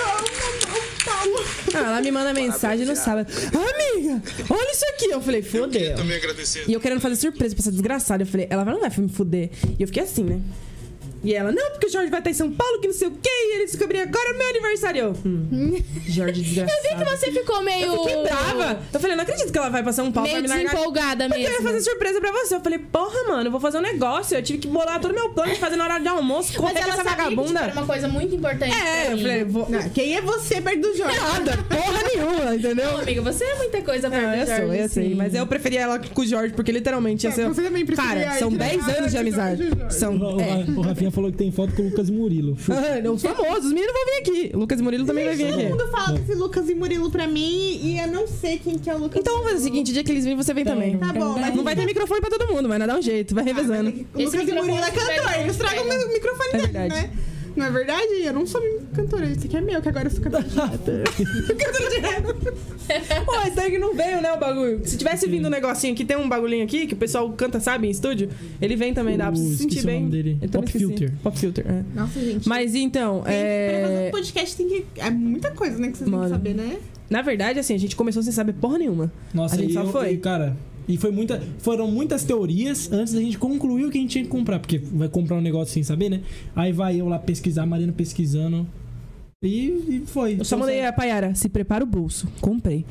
A: Ah, ela me manda mensagem no sábado. Amiga, olha isso aqui. Eu falei, fodeu.
J: Também agradecer.
A: E eu querendo fazer surpresa pra essa desgraçada. Eu falei, ela não é, vai me fuder. E eu fiquei assim, né? E ela, não, porque o Jorge vai estar em São Paulo, que não sei o quê, e ele descobriu agora o meu aniversário. Eu, hum, Jorge desgraçado.
C: Eu vi que você ficou meio.
A: Eu fiquei brava. Eu falei, não acredito que ela vai pra São Paulo,
C: Meio
A: vai me largar.
C: desempolgada
A: Porque eu ia
C: mesmo.
A: fazer surpresa pra você. Eu falei, porra, mano, eu vou fazer um negócio. Eu tive que bolar todo o meu plano de fazer na hora de almoço,
C: Mas
A: correr com
C: ela
A: essa
C: sabia que tipo,
A: vagabunda.
C: era uma coisa muito importante.
A: É,
C: pra
A: eu
C: mim.
A: falei, vou.
B: Não, quem é você perto do Jorge?
A: Nada, porra nenhuma, entendeu?
C: Não, amiga, você é muita coisa pra
A: Não,
C: mim,
A: eu sou,
C: Jorge, assim.
A: eu sei.
C: sim.
A: Mas eu preferia ela com o Jorge, porque literalmente ia ser.
B: É, Você também preferia
A: Cara,
B: a
A: são
B: Ivete
A: 10
B: Sangalo
A: anos de
B: que
A: amizade.
B: Jorge Jorge.
A: São.
D: O, o-
A: É.
D: o Rafinha falou que tem foto com o Lucas e Murilo. Chupa.
A: Ah, Os famosos, os meninos vão vir aqui. O Lucas e Murilo também vai vir
B: Todo
A: aqui.
B: mundo fala desse Lucas e Murilo pra mim e eu não sei quem que é o Lucas.
A: Então vamos fazer o
B: e Murilo.
A: seguinte: o dia que eles virem, você vem também.
B: Tá bom, mas
A: Não vai ter microfone pra todo mundo, mas nada dá um jeito, vai revezando.
B: O Lucas e
C: microfone
B: Murilo é
C: se pega,
B: cantor, eles
C: se
B: tragam o
C: pega.
B: meu microfone
A: É
B: dele,
A: verdade.
B: né? Não é verdade? Eu não sou cantora, esse aqui é meu, que agora eu sou cantora. cantora de rap.
A: Pô, esse daí que não veio, né, o bagulho. Se tivesse vindo um negocinho aqui, tem um bagulhinho aqui que o pessoal canta, sabe, em estúdio, ele vem também, dá pra
D: Uh,
A: se
D: esqueci
A: sentir
D: o
A: bem.
D: nome dele.
A: Eu também
D: Pop
A: esqueci.
D: Filter.
A: Pop Filter, é.
B: Nossa, gente.
A: Mas então,
B: tem, pra fazer
A: é.
B: um podcast tem que. É muita coisa, né? Que vocês
A: Mano.
B: têm que saber, né?
A: Na verdade, assim, a gente começou sem saber porra nenhuma.
D: Nossa,
A: A gente
D: e
A: só
D: eu-
A: foi.
D: e, cara, e foi muita, foram muitas teorias antes da gente concluir o que a gente tinha que comprar. Porque vai comprar um negócio sem saber, né? Aí vai eu lá pesquisar, a Marina pesquisando. E, e foi.
A: Eu só mandei a Payara, se prepara o bolso. Comprei.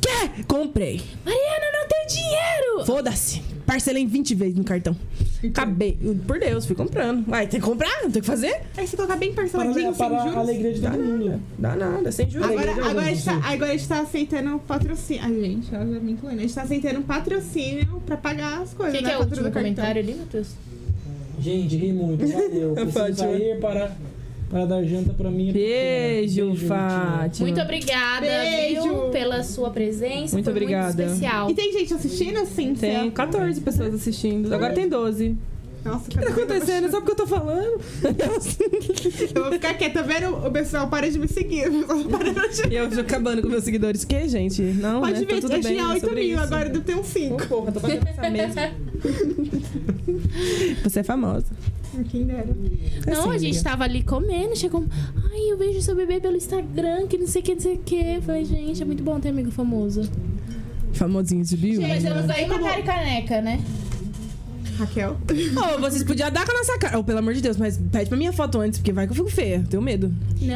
A: Quê? Comprei.
C: Mariana, não tem dinheiro!
A: Foda-se. Parcelei em 20 vezes no cartão. Acabei. Por Deus, fui comprando. Vai, tem que comprar, não tem o que fazer.
B: Aí você colocar bem
D: Para,
B: parceladinho, sem
D: para a
B: juros.
D: alegria de todo
A: Dá
D: mundo.
A: nada, dá nada, sem juros.
B: Agora, agora, a gente tá,
D: Sim.
B: agora a gente tá aceitando patrocínio. Ai, gente, ela já me incluindo. A gente tá aceitando patrocínio pra pagar as
C: O
B: coisas.
C: que, que
B: né?
C: é
B: A
C: o
B: fatura
C: último
B: do cartão.
C: comentário ali, Matheus?
D: Gente, ri muito. Valeu. Preciso
A: Fátima.
D: sair para, para dar janta pra mim.
A: Beijo, Fátima.
C: Muito obrigada,
B: Beijo.
C: viu, pela sua presença.
A: Muito
C: Foi
A: obrigada.
C: Muito especial.
B: E tem gente assistindo assim?
A: Tem 14 pessoas assistindo. Agora tem 12. O que
B: Nossa, o que
A: tá acontecendo? Só porque eu tô falando.
B: Eu vou ficar quieta, tá vendo? O pessoal para de me seguir. O pessoal para de-
A: E eu já acabando com meus seguidores. Que, gente? Não,
B: Pode
A: né?
B: ver,
A: tá
B: eu
A: tudo bem.
B: tinha
A: é
B: 8
A: sobre
B: mil,
A: isso.
B: agora eu tenho 5.
A: Porra, tô fazendo essa mesmo. Você é famosa.
B: Quem dera.
C: Não,
A: assim,
C: a gente
A: amiga.
C: tava ali comendo, chegou. Ai, eu vejo seu bebê pelo Instagram, que não sei o que, não sei o que. Falei, gente, é muito bom ter amigo famoso.
A: Famosinho de né? bio.
C: Mas eu não saí com a cara e caneca, né?
B: Raquel.
A: Ô, vocês podiam dar com a nossa cara. Ô, pelo amor de Deus, mas pede pra minha foto antes, porque vai que eu fico feia. Tenho medo.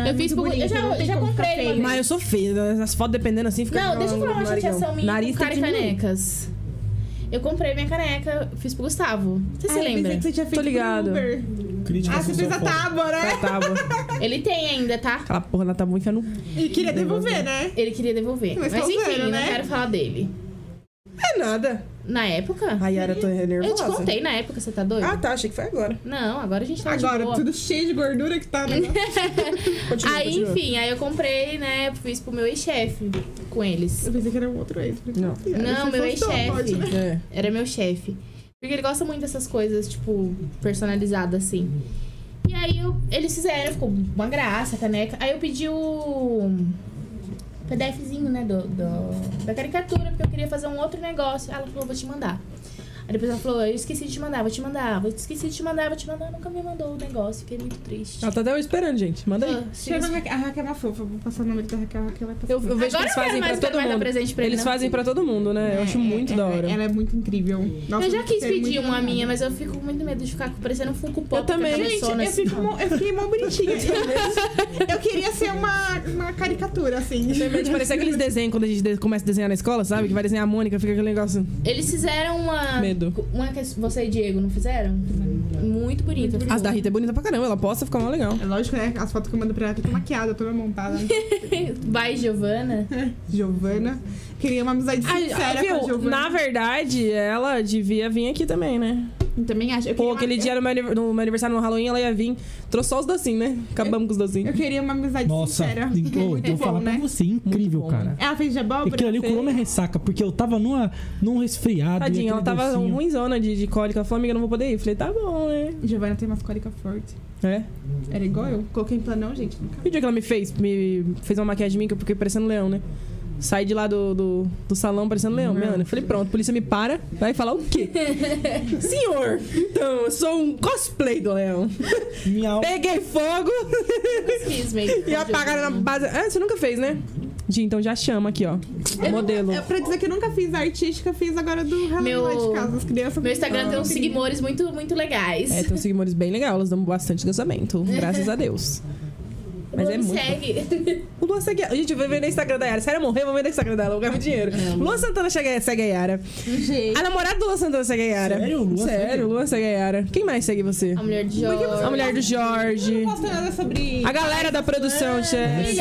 C: eu fiz por... Eu já, eu já comprei uma
A: Mas eu sou feia. As fotos dependendo assim fica.
C: Não, deixa eu falar uma
A: narigão.
C: chateação minha
A: Nariz tá
C: com cara
A: tem
C: e
A: que diminuir.
C: canecas. Eu comprei minha caneca, fiz pro Gustavo. Não sei
B: Ai,
C: se você
B: eu pensei
C: lembra.
B: que você tinha feito pro
A: ligado.
B: Uber.
D: Crítica
B: Ah, você fez a tábua,
A: Pra
B: né?
A: tábua.
C: Ele tem ainda, tá?
A: Tá, Aquela porra da tábua enfia no.
B: E queria devolver, né?
C: Ele queria devolver. Mas,
B: Mas tá
C: enfim,
B: usando,
C: não
B: né?
C: quero falar dele.
K: É nada.
C: Na época?
A: A Yara, eu tô
C: eu te
A: nervosa.
C: contei na época, você tá doido?
K: Ah, tá. Achei que foi agora.
C: Não, agora a gente tá de
B: Agora,
C: boa.
B: tudo cheio de gordura que tá no
K: Continua,
C: aí,
K: continua.
C: enfim, aí eu comprei, né? Fiz pro meu ex-chefe com eles.
B: Eu pensei que era um outro ex. assim,
A: Não.
C: Não, meu ex-chefe.
B: né?
A: É.
C: Era meu chefe. Porque ele gosta muito dessas coisas, tipo, personalizadas, assim. E aí eu- eles fizeram, ficou uma graça, caneca. Aí eu pedi o PDFzinho, né, do, do- da caricatura, porque eu queria fazer um outro negócio. Ela falou, vou te mandar. Aí depois ela falou, eu esqueci de te mandar, vou te mandar, vou esqueci de te mandar, vou te mandar. Nunca me mandou o negócio, fiquei muito triste.
A: Ela tá até eu esperando, gente. Manda aí.
C: Ah, se
B: Chama a
C: você-
B: Raquel, a Raquel é uma fofa. Vou passar o nome da Raquel. A Raquel vai passar.
A: Eu, eu vejo que
C: Agora
A: eles
C: eu quero
A: fazem pra
C: mais
A: todo
C: mais dar
A: mundo.
C: presente pra ele,
A: Eles
C: não.
A: fazem pra todo mundo, né? Eu acho muito da hora.
B: Ela é muito incrível. Nossa,
C: eu já quis
B: é muito
C: pedir uma
B: incrível.
C: minha, mas eu fico com muito medo de ficar parecendo um Funko Pop.
A: Eu também.
C: com a
B: Gente,
C: cabeçona,
B: eu,
C: assim.
B: fico mó- eu fiquei mó bonitinha. Eu, eu queria ser uma, uma caricatura, assim.
A: Tem medo de parecer é aqueles desenhos quando a gente de- começa a desenhar na escola, sabe? Que vai desenhar a Mônica, fica aquele negócio.
C: Eles fizeram uma.
A: Medo.
C: Uma que você e Diego não fizeram? Muito bonita.
A: As da Rita é bonita pra caramba, ela posta, fica mó legal.
B: É lógico, né? As fotos que eu mando pra ela, tô maquiada, toda montada.
C: Vai, Giovana.
B: Giovana. Queria uma amizade
A: Ah,
B: sincera com a
A: viu?
B: Giovana.
A: Na verdade, ela devia vir aqui também, né?
B: Eu Também acho. Eu
A: Pô,
B: queria uma-
A: aquele dia no meu, aniver- no meu aniversário no Halloween, ela ia vir. Trouxe só os docinhos, né? Acabamos com os
B: Eu, eu
A: docinhos.
B: queria uma amizade
D: Nossa,
B: sincera.
D: in- ô,
B: né? é
D: então
B: Muito
D: vou
B: bom,
D: falar
B: né?
D: pra você, é incrível,
A: bom,
D: cara.
A: né?
B: Ela fez de abóbora?
D: Aquilo ali curou minha ressaca, porque eu tava numa, num resfriado. e
A: Tadinha, ela
D: aquele
A: tava
D: docinho.
A: ruimzona de, de cólica. Ela falou, amiga, eu não vou poder ir. Eu falei, tá bom, né?
B: Giovana tem umas cólicas fortes.
A: É.
B: Era igual eu. Coloquei em planão, gente. Nunca.
A: E o dia que ela me fez? Me fez uma maquiagem em mim que eu fiquei parecendo um leão, né? Saí de lá do, do, do salão parecendo um leão, mano. Eu falei, pronto, a polícia me para, vai falar o quê? Senhor, então, eu sou um cosplay do leão.
D: Minha alma.
A: Peguei fogo
C: Fiz meio. que
A: e
C: com a
A: apagaram na
C: Giovana.
A: base. Ah, você nunca fez, né? Gente, então já chama aqui, ó. Modelo.
B: É pra dizer que eu nunca fiz artística, fiz agora do Halloween
C: Meu-
B: lá de casa. As crianças.
C: Meu Instagram tem uns seguidores muito, muito legais.
A: É, tem uns seguidores bem legal, elas dão bastante engajamento, graças a Deus. Mas
C: Não
A: é
C: me
A: muito.
C: segue.
A: O Luan segue. A gente vai ver no Instagram da Yara. Sério, morrer, vamos ver no Instagram dela, eu vou ganhar muito dinheiro. Luan Santana chega- segue a Yara. A namorada do Luan Santana segue a Yara.
D: Sério? Luan segue?
A: Sério, Luan segue a Yara. Quem mais segue você?
C: A mulher de Jorge.
A: A mulher do Jorge.
B: Não posta nada sobre.
A: A galera da produção, chefe.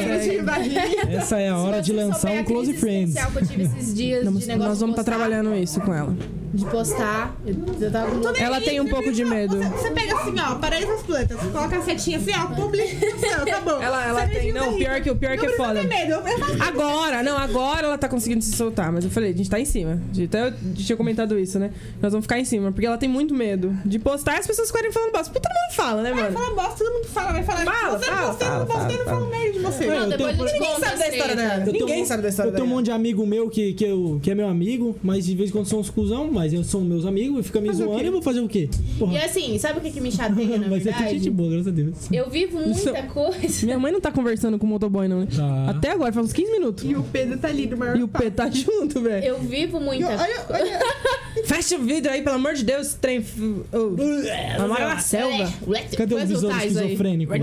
D: Essa é a hora de lançar um Close Friends.
C: que eu tive esses dias
A: Nós
C: de negócio
A: nós vamos
C: de
A: estar
C: postar,
A: trabalhando isso com ela.
C: De postar. Eu, eu tava com vontade.
A: Ela tem um pouco de medo.
B: Você, você pega assim, ó, paraíso das plantas, coloca a setinha assim, ó, publicação, tá bom.
A: Ela- ela
B: Você
A: tem-
B: vê
A: não,
B: da
A: pior
B: Rita.
A: que- o pior
B: não
A: que é
B: precisa
A: foda.
B: ter medo, eu- eu faço-
A: Agora, não, agora ela tá conseguindo se soltar, mas eu falei, a gente tá em cima. Até eu tinha comentado isso, né? Nós vamos ficar em cima, porque ela tem muito medo de postar e as pessoas ficarem falando bosta. Puta, todo mundo fala, né,
B: Vai
A: mano?
B: falar bosta, todo mundo fala, vai falar.
A: Fala,
B: você
A: fala,
B: não postei,
A: fala,
B: não postei, não
A: fala,
B: falo merda de você.
D: Eu
C: Não, depois
D: tenho-
C: a gente conta as tretas.
D: Eu tenho
K: Ninguém
D: um-
K: sabe da história
D: Eu tenho um
K: dela.
D: monte de amigo meu que, que, eu, que é meu amigo, mas de vez em quando são uns cuzão, mas eu sou meus amigos e fica me zoando e eu vou fazer o quê?
C: E
D: Porra.
C: assim, sabe o que, que me chateia, na
D: Mas é tudo gente
C: verdade?
D: boa, graças a Deus.
C: Eu vivo muita
A: Isso-
C: coisa.
A: Minha mãe não tá conversando com o motoboy, não, né?
D: Tá.
A: Até agora, faz uns 15 minutos.
B: E o Pedro tá ali do maior.
A: E o P tá junto, velho.
C: Eu vivo muita coisa.
B: Olha, olha.
A: Fecha o vidro aí, pelo amor de Deus, esse trem. f- Oh. Amora na selva.
C: É,
D: Cadê o visor esquizofrênico?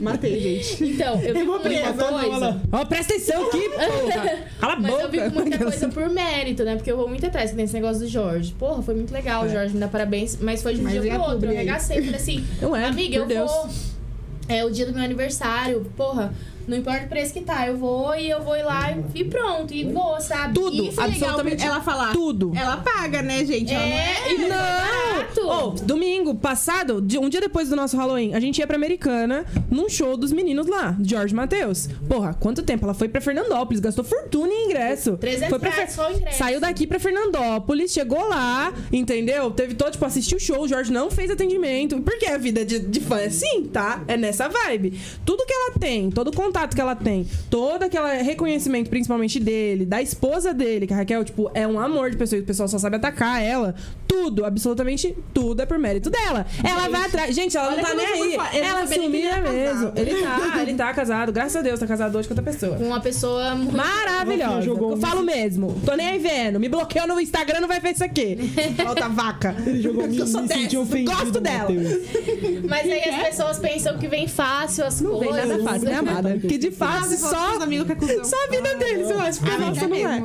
B: Matei, gente.
C: Então, eu vivo muita coisa.
A: Ó, presta atenção aqui, porra. Cala a
C: Mas eu
A: boca.
C: vivo muita coisa por mérito, né? Porque eu vou muito atrás, que tem esse negócio do Jorge. Porra, foi muito legal, o Jorge me dá parabéns, mas foi de um
B: É. Mas e
C: dia
B: a
C: pro outro.
B: publi
C: Eu
B: aí?
C: arregacei, falei assim,
A: Não é,
C: amiga,
A: por
C: eu
A: Deus.
C: vou. É o dia do meu aniversário, porra. Não importa o preço que tá, eu vou e eu vou ir lá e- e pronto, e vou, sabe?
A: Tudo,
C: E foi legal,
A: absolutamente
B: Ela falar.
A: tudo.
B: Ela paga, né, gente? Ela não é-
C: É, e foi
A: Não! Ô,
C: barato.
A: É, domingo passado, de- um dia depois do nosso Halloween, a gente ia pra Americana num show dos meninos lá, Jorge Matheus. Porra, quanto tempo? Ela foi pra Fernandópolis, gastou fortuna em ingresso.
C: 300
A: foi pra
C: reais só o ingresso.
A: Saiu daqui pra Fernandópolis, chegou lá, entendeu? Teve todo, tipo, assistiu o show, o Jorge não fez atendimento. Porque a vida de, de fã é assim, tá? É nessa vibe. Tudo que ela tem, todo o contato que ela tem, todo aquele reconhecimento, principalmente dele, da esposa dele, que a Raquel, tipo, é um amor de pessoa, e o pessoal só sabe atacar ela. Tudo, absolutamente tudo é por mérito dela. Ela vai atrás. Gente, ela
B: Olha
A: não tá
B: como
A: nem
B: eu
A: aí.
B: fui fa- eu
A: Ela
B: não sabia
A: se
B: nem que ele
A: humilha
B: era
A: mesmo.
B: casado.
A: Ele tá, ele tá casado. Graças a Deus, tá casado hoje com outra pessoa.
C: Com uma pessoa muito.
A: Maravilhosa.
D: jogou
A: Eu
D: um-
A: falo mesmo. Tô nem aí vendo. Me bloqueou no Instagram, não vai ver isso aqui. Falta vaca.
D: Ele jogou me,
A: Eu sou
D: me senti
A: dessas,
D: ofendido.
A: gosto dela.
D: Matheus.
C: Mas aí as pessoas pensam que vem fácil as
A: Não vem
C: coisas.
A: nada fácil, né, amada? Porque de
B: Nossa,
A: fácil
B: eu falo com
A: só,
B: meus amigos que é cuzão.
A: só a
C: Ah,
A: vida deles, eu acho. Porque a nossa não é.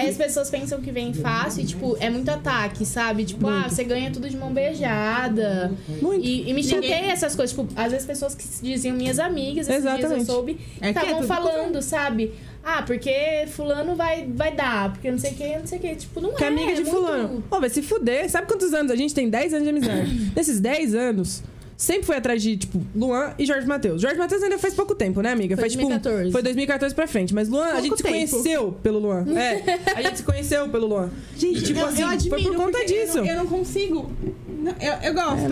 C: Aí as pessoas pensam que vem fácil e, tipo, é muito ataque, sabe? Tipo, ah, você ganha tudo de mão beijada.
A: Muito.
C: E, e me chateia essas coisas. Tipo, às vezes pessoas que se diziam minhas amigas, esses dias eu
A: Exatamente.
C: soube,
B: É que é
C: estavam
B: tudo
C: falando, sabe? Ah, porque fulano vai, vai dar, porque não sei o que, não sei o que. Tipo, não
A: Que
C: é.
A: é amiga
C: é
A: de
C: muito-
A: fulano. Ô, vai se fuder. Sabe quantos anos? A gente tem 10 anos de amizade. Nesses 10 anos, sempre foi atrás de, tipo, Luan e Jorge Matheus. Jorge Matheus ainda faz pouco tempo, né, amiga?
C: Foi
A: Faz, tipo, um-
C: 2014.
A: foi 2014 pra frente. Mas Luan, a
B: Pouco
A: gente se
B: tempo.
A: conheceu pelo Luan. É, a gente se conheceu pelo Luan. Gente, tipo
B: eu,
A: assim,
B: eu
A: foi
B: admiro,
A: por conta
B: porque
A: disso.
B: Eu não, eu não consigo. Não, eu, eu gosto. É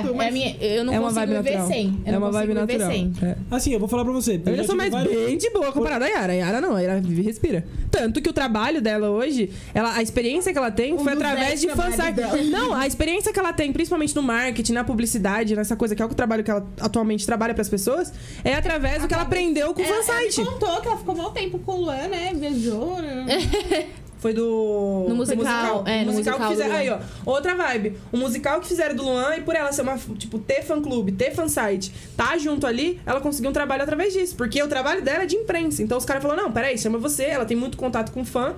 C: Amiga, é minha, eu não
A: é uma
C: consigo
A: vibe
C: viver
A: natural.
C: sem. Eu
A: é
C: não
A: uma
C: consigo
A: vibe
C: viver
A: natural.
C: sem.
A: É.
D: Assim, eu vou falar pra você.
A: Eu já
D: já
A: sou
D: tive
A: mais
D: vários-
A: bem de boa comparada à Yara. A Yara não, a Yara vive e respira. Tanto que o trabalho dela hoje, ela, a experiência que ela tem foi
B: dos
A: através
B: dez
A: de fansite. Não, a experiência que ela tem, principalmente no marketing, na publicidade, nessa coisa que é o trabalho que ela atualmente trabalha pras pessoas, é através do que ela aprendeu com o
B: ela, ela É, me
A: fansite.
B: contou que ela ficou mal tempo com o Luan, né? Viajou. né?
A: Foi do.
C: No
A: do
C: musical, é, no musical
A: que
C: do
A: fizeram.
C: Luan.
A: Aí, ó. Outra vibe. O musical que fizeram do Luan e por ela ser uma. Tipo, ter fã-clube, ter fansite, tá junto ali, ela conseguiu um trabalho através disso. Porque o trabalho dela é de imprensa. Então os caras falaram: não, peraí, chama você, ela tem muito contato com fã.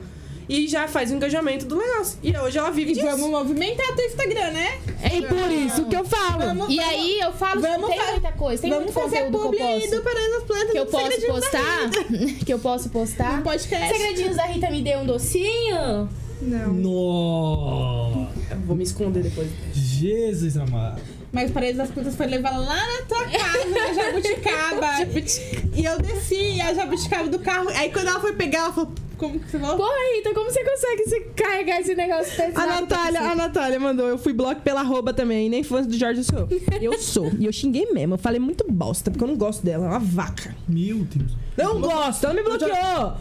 A: E já faz o engajamento do negócio. E hoje ela vive
B: E
A: disso.
B: vamos movimentar teu Instagram, né?
A: É por isso que eu falo.
B: Vamos,
C: E
B: vamos-
C: aí eu falo
B: Vamos
C: que tem
B: fa-
C: muita coisa, tem
B: vamos
C: muito
B: fazer
C: conteúdo
B: publi
C: que eu
B: aí
C: posso.
B: do Parando as Plantas.
C: que eu
B: do
C: posso
B: Segredinho da
C: postar, que eu posso postar.
B: No podcast.
C: Segredinhos da Rita me deu um docinho.
B: Não.
D: Nossa.
A: Vou me esconder depois.
D: Jesus amado.
B: Mas Paredes das Plantas foi levar lá na tua casa, na Jabuticaba. e eu desci a Jabuticaba do carro. Aí quando ela foi pegar, ela falou: Como que você falou?
C: Porra, Rita, como você consegue se carregar esse negócio pesado?
A: A Natália, a Natália mandou. Eu fui bloco pela arroba também. Nem fã do Jorge eu sou. Eu sou. E eu xinguei mesmo. Eu falei muito bosta, porque eu não gosto dela. É uma vaca.
D: Meu Deus.
A: Não gosto, ela me bloqueou.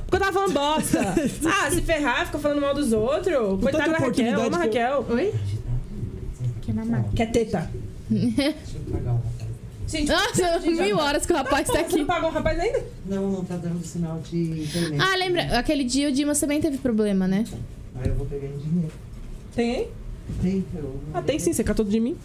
A: Porque eu tava falando bosta. ah, se ferrar, fica falando mal dos outros.
D: tanta
A: Coitada da Raquel,
D: oportunidade
A: ama a
D: que
A: Raquel.
B: Oi?
A: Quer teta.
L: Deixa eu pagar uma.
A: Gente,
C: Nossa, Ah, mil horas que o rapaz tá
A: você
C: aqui.
A: não pagou o rapaz ainda?
L: Não, não tá dando sinal de internet.
C: Ah, lembra? Aquele dia o Dimas também teve problema, né?
L: Aí eu vou pegar em dinheiro.
A: Tem, hein?
L: Tem? Eu...
A: Ah, tem sim, você catou tudo de mim.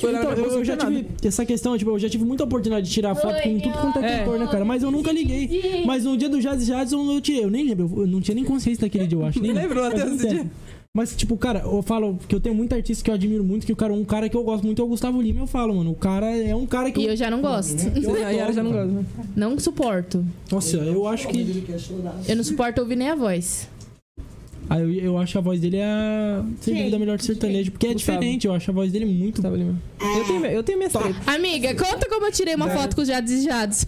A: Foi lá na
D: Então,
A: minha
D: eu,
A: bolsa,
D: eu já
A: não tinha
D: tive essa questão, tipo, eu já tive muita oportunidade de tirar foto
C: Oi,
D: com tudo quanto
A: ó.
D: é cantor, né, cara? Mas eu nunca liguei. Mas no dia do Jazz Jazz eu eu tirei, eu nem lembro, eu não tinha nem consciência daquele dia, eu acho. Nem
A: Lembra,
D: lembro.
A: Matheus,
D: Faz muito
A: esse
D: tempo. Mas, tipo, cara, eu falo que eu tenho muito artista que eu admiro muito, que o cara, um cara que eu gosto muito é o Gustavo Lima, eu falo, mano. O cara é um cara que
C: E
D: eu.
C: eu já não gosto.
A: nada. A Yara já não gosta. né?
C: Não suporto.
D: Nossa, eu acho que.
L: Ele quer chorar.
C: Eu não suporto ouvir nem a voz.
D: Ah, eu, eu acho a voz dele é a. Seria
B: Quem?
D: da melhor sertanejo, porque é
A: Gustavo.
D: diferente, eu acho a voz dele muito.
A: Sabe, Lima? Eu tenho, eu tenho minhas tretas.
C: Amiga, conta como eu tirei uma foto com os Jados e Jados.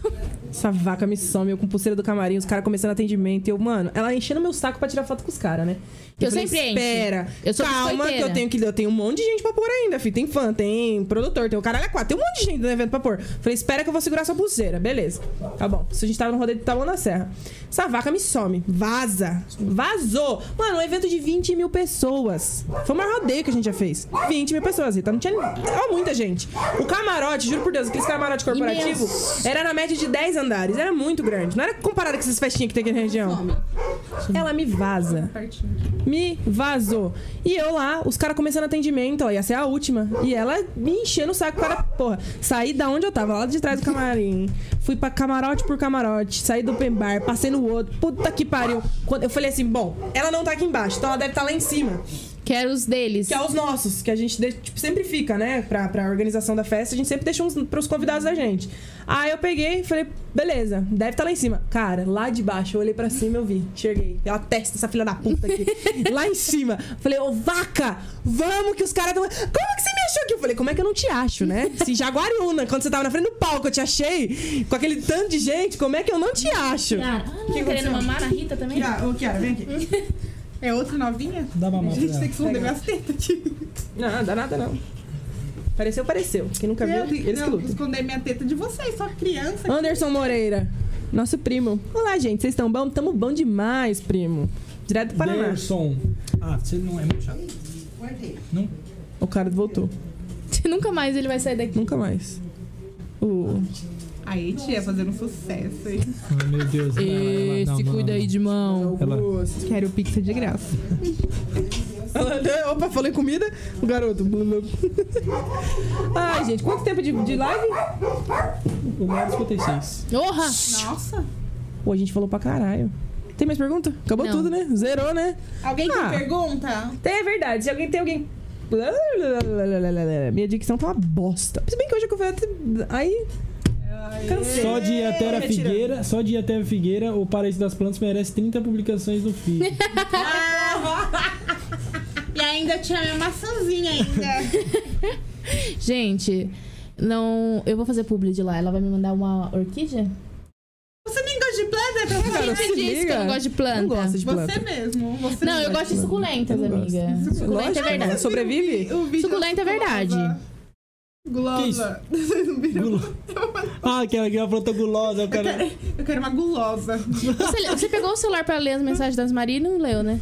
A: Essa vaca me some, eu com pulseira do camarim, os caras começando atendimento. E eu, mano, ela enchendo meu saco pra tirar foto com os caras, né?
C: Eu sempre encho.
A: Espera.
C: Eu sou
A: calma, que eu
C: biscoiteira."
A: tenho que. Eu tenho um monte de gente pra pôr ainda, filho. Tem fã, tem produtor, tem o caralho a quatro. Tem um monte de gente no evento pra pôr. Falei, espera que eu vou segurar sua pulseira. Beleza. Tá bom. Se a gente tava no rodeio de Taboão na Serra. Essa vaca me some. Vaza. Vazou. Mano, um evento de 20 mil pessoas. Foi o maior rodeio que a gente já fez. 20 mil pessoas, Rita. Não tinha. Ó, muita gente. O camarote, juro por Deus, aqueles camarote corporativo era na média de 10 andares. Era muito grande. Não era comparado com essas festinhas que tem aqui na região. Ela me vaza. Me vazou. E eu lá, os caras começando atendimento, ela ia ser a última. E ela me enchendo o saco para porra. Saí da onde eu tava, lá de trás do camarim. Fui pra camarote por camarote. Saí do open bar, passei no outro. Puta que pariu. Quando eu falei assim, bom, ela não tá aqui embaixo, então ela deve estar lá em cima.
C: Quero os deles.
A: Que é os nossos, que a gente deixa- tipo, sempre fica, né? Pra, pra organização da festa, a gente sempre deixa uns pros convidados da gente. Aí eu peguei e falei, beleza, deve estar lá em cima. Cara, lá de baixo, eu olhei pra cima e eu vi, enxerguei. Ela testa essa filha da puta aqui. lá em cima. Falei, ô vaca, vamos que os caras tão... Como que você me achou aqui? Eu falei, como é que eu não te acho, né? Se Jaguariúna, quando você tava na frente do palco, eu te achei com aquele tanto de gente, como é que eu não te acho?
C: Cara, ah, não, querendo mamar na Rita também?
B: Ô, Kiara, vem aqui. É outra novinha?
D: Dá uma
B: A
D: mamada.
B: gente tem que esconder minhas tetas, tio.
A: Não, dá nada não. Pareceu, pareceu. Quem nunca viu,
B: Eu tenho
A: eles que
B: não,
A: lutam.
B: esconder minha teta de vocês, só criança.
A: Anderson Moreira, nosso primo. Olá, gente, vocês estão bom? Tamo bom demais, primo. Direto do Paraná.
D: Anderson. Ah, você não é muito chato.
L: Guardei.
D: Não?
A: O cara voltou.
C: Nunca mais ele vai sair daqui.
A: Nunca mais. O...
B: Aí, tia, fazendo sucesso, hein?
D: Ai, meu Deus. cara, ela dá
A: se
D: uma-
A: cuida aí de mão.
B: é
D: Ela-
B: Quero pizza de graça.
A: Opa, falei comida? O garoto. blum, blum. Ai, gente, quanto tempo de, de live?
D: Uma hora e 56.
C: Orra!
B: Nossa.
A: Pô, a gente falou pra caralho. Tem mais pergunta? Acabou
C: Não.
A: tudo, né? Zerou, né?
B: Alguém tem
A: Ah.
B: pergunta?
A: Tem, é verdade. Se alguém tem alguém. Minha dicção tá uma bosta. Se bem que hoje eu fui até. Aí. Cansei.
D: Só de ir até a
A: Mentira.
D: Figueira, só de ir até a Figueira, o Paraíso das Plantas merece 30 publicações no feed.
B: E ainda tinha minha maçãzinha ainda.
C: Gente, não. Eu vou fazer publi de lá. Ela vai me mandar uma orquídea?
B: Você nem gosta de planta, é
A: Cara, se
C: Quem disse que eu
A: liga.
C: não gosto de planta?
A: Não gosta de planta.
B: Você mesmo. Você
C: Não, eu gosto de suculentas,
A: Eu não
C: amiga. Suculenta é
A: Lógico,
C: verdade.
A: ela sobrevive.
B: O vídeo
C: Suculenta
B: da
C: é verdade.
D: Que isso?
B: Gulosa. Vocês não viram?
D: Gulo- Ah, aquela que é uma planta gulosa, o cara.
B: Eu quero uma gulosa.
C: Você, você pegou o celular pra ler as mensagens das Maria e não leu, né?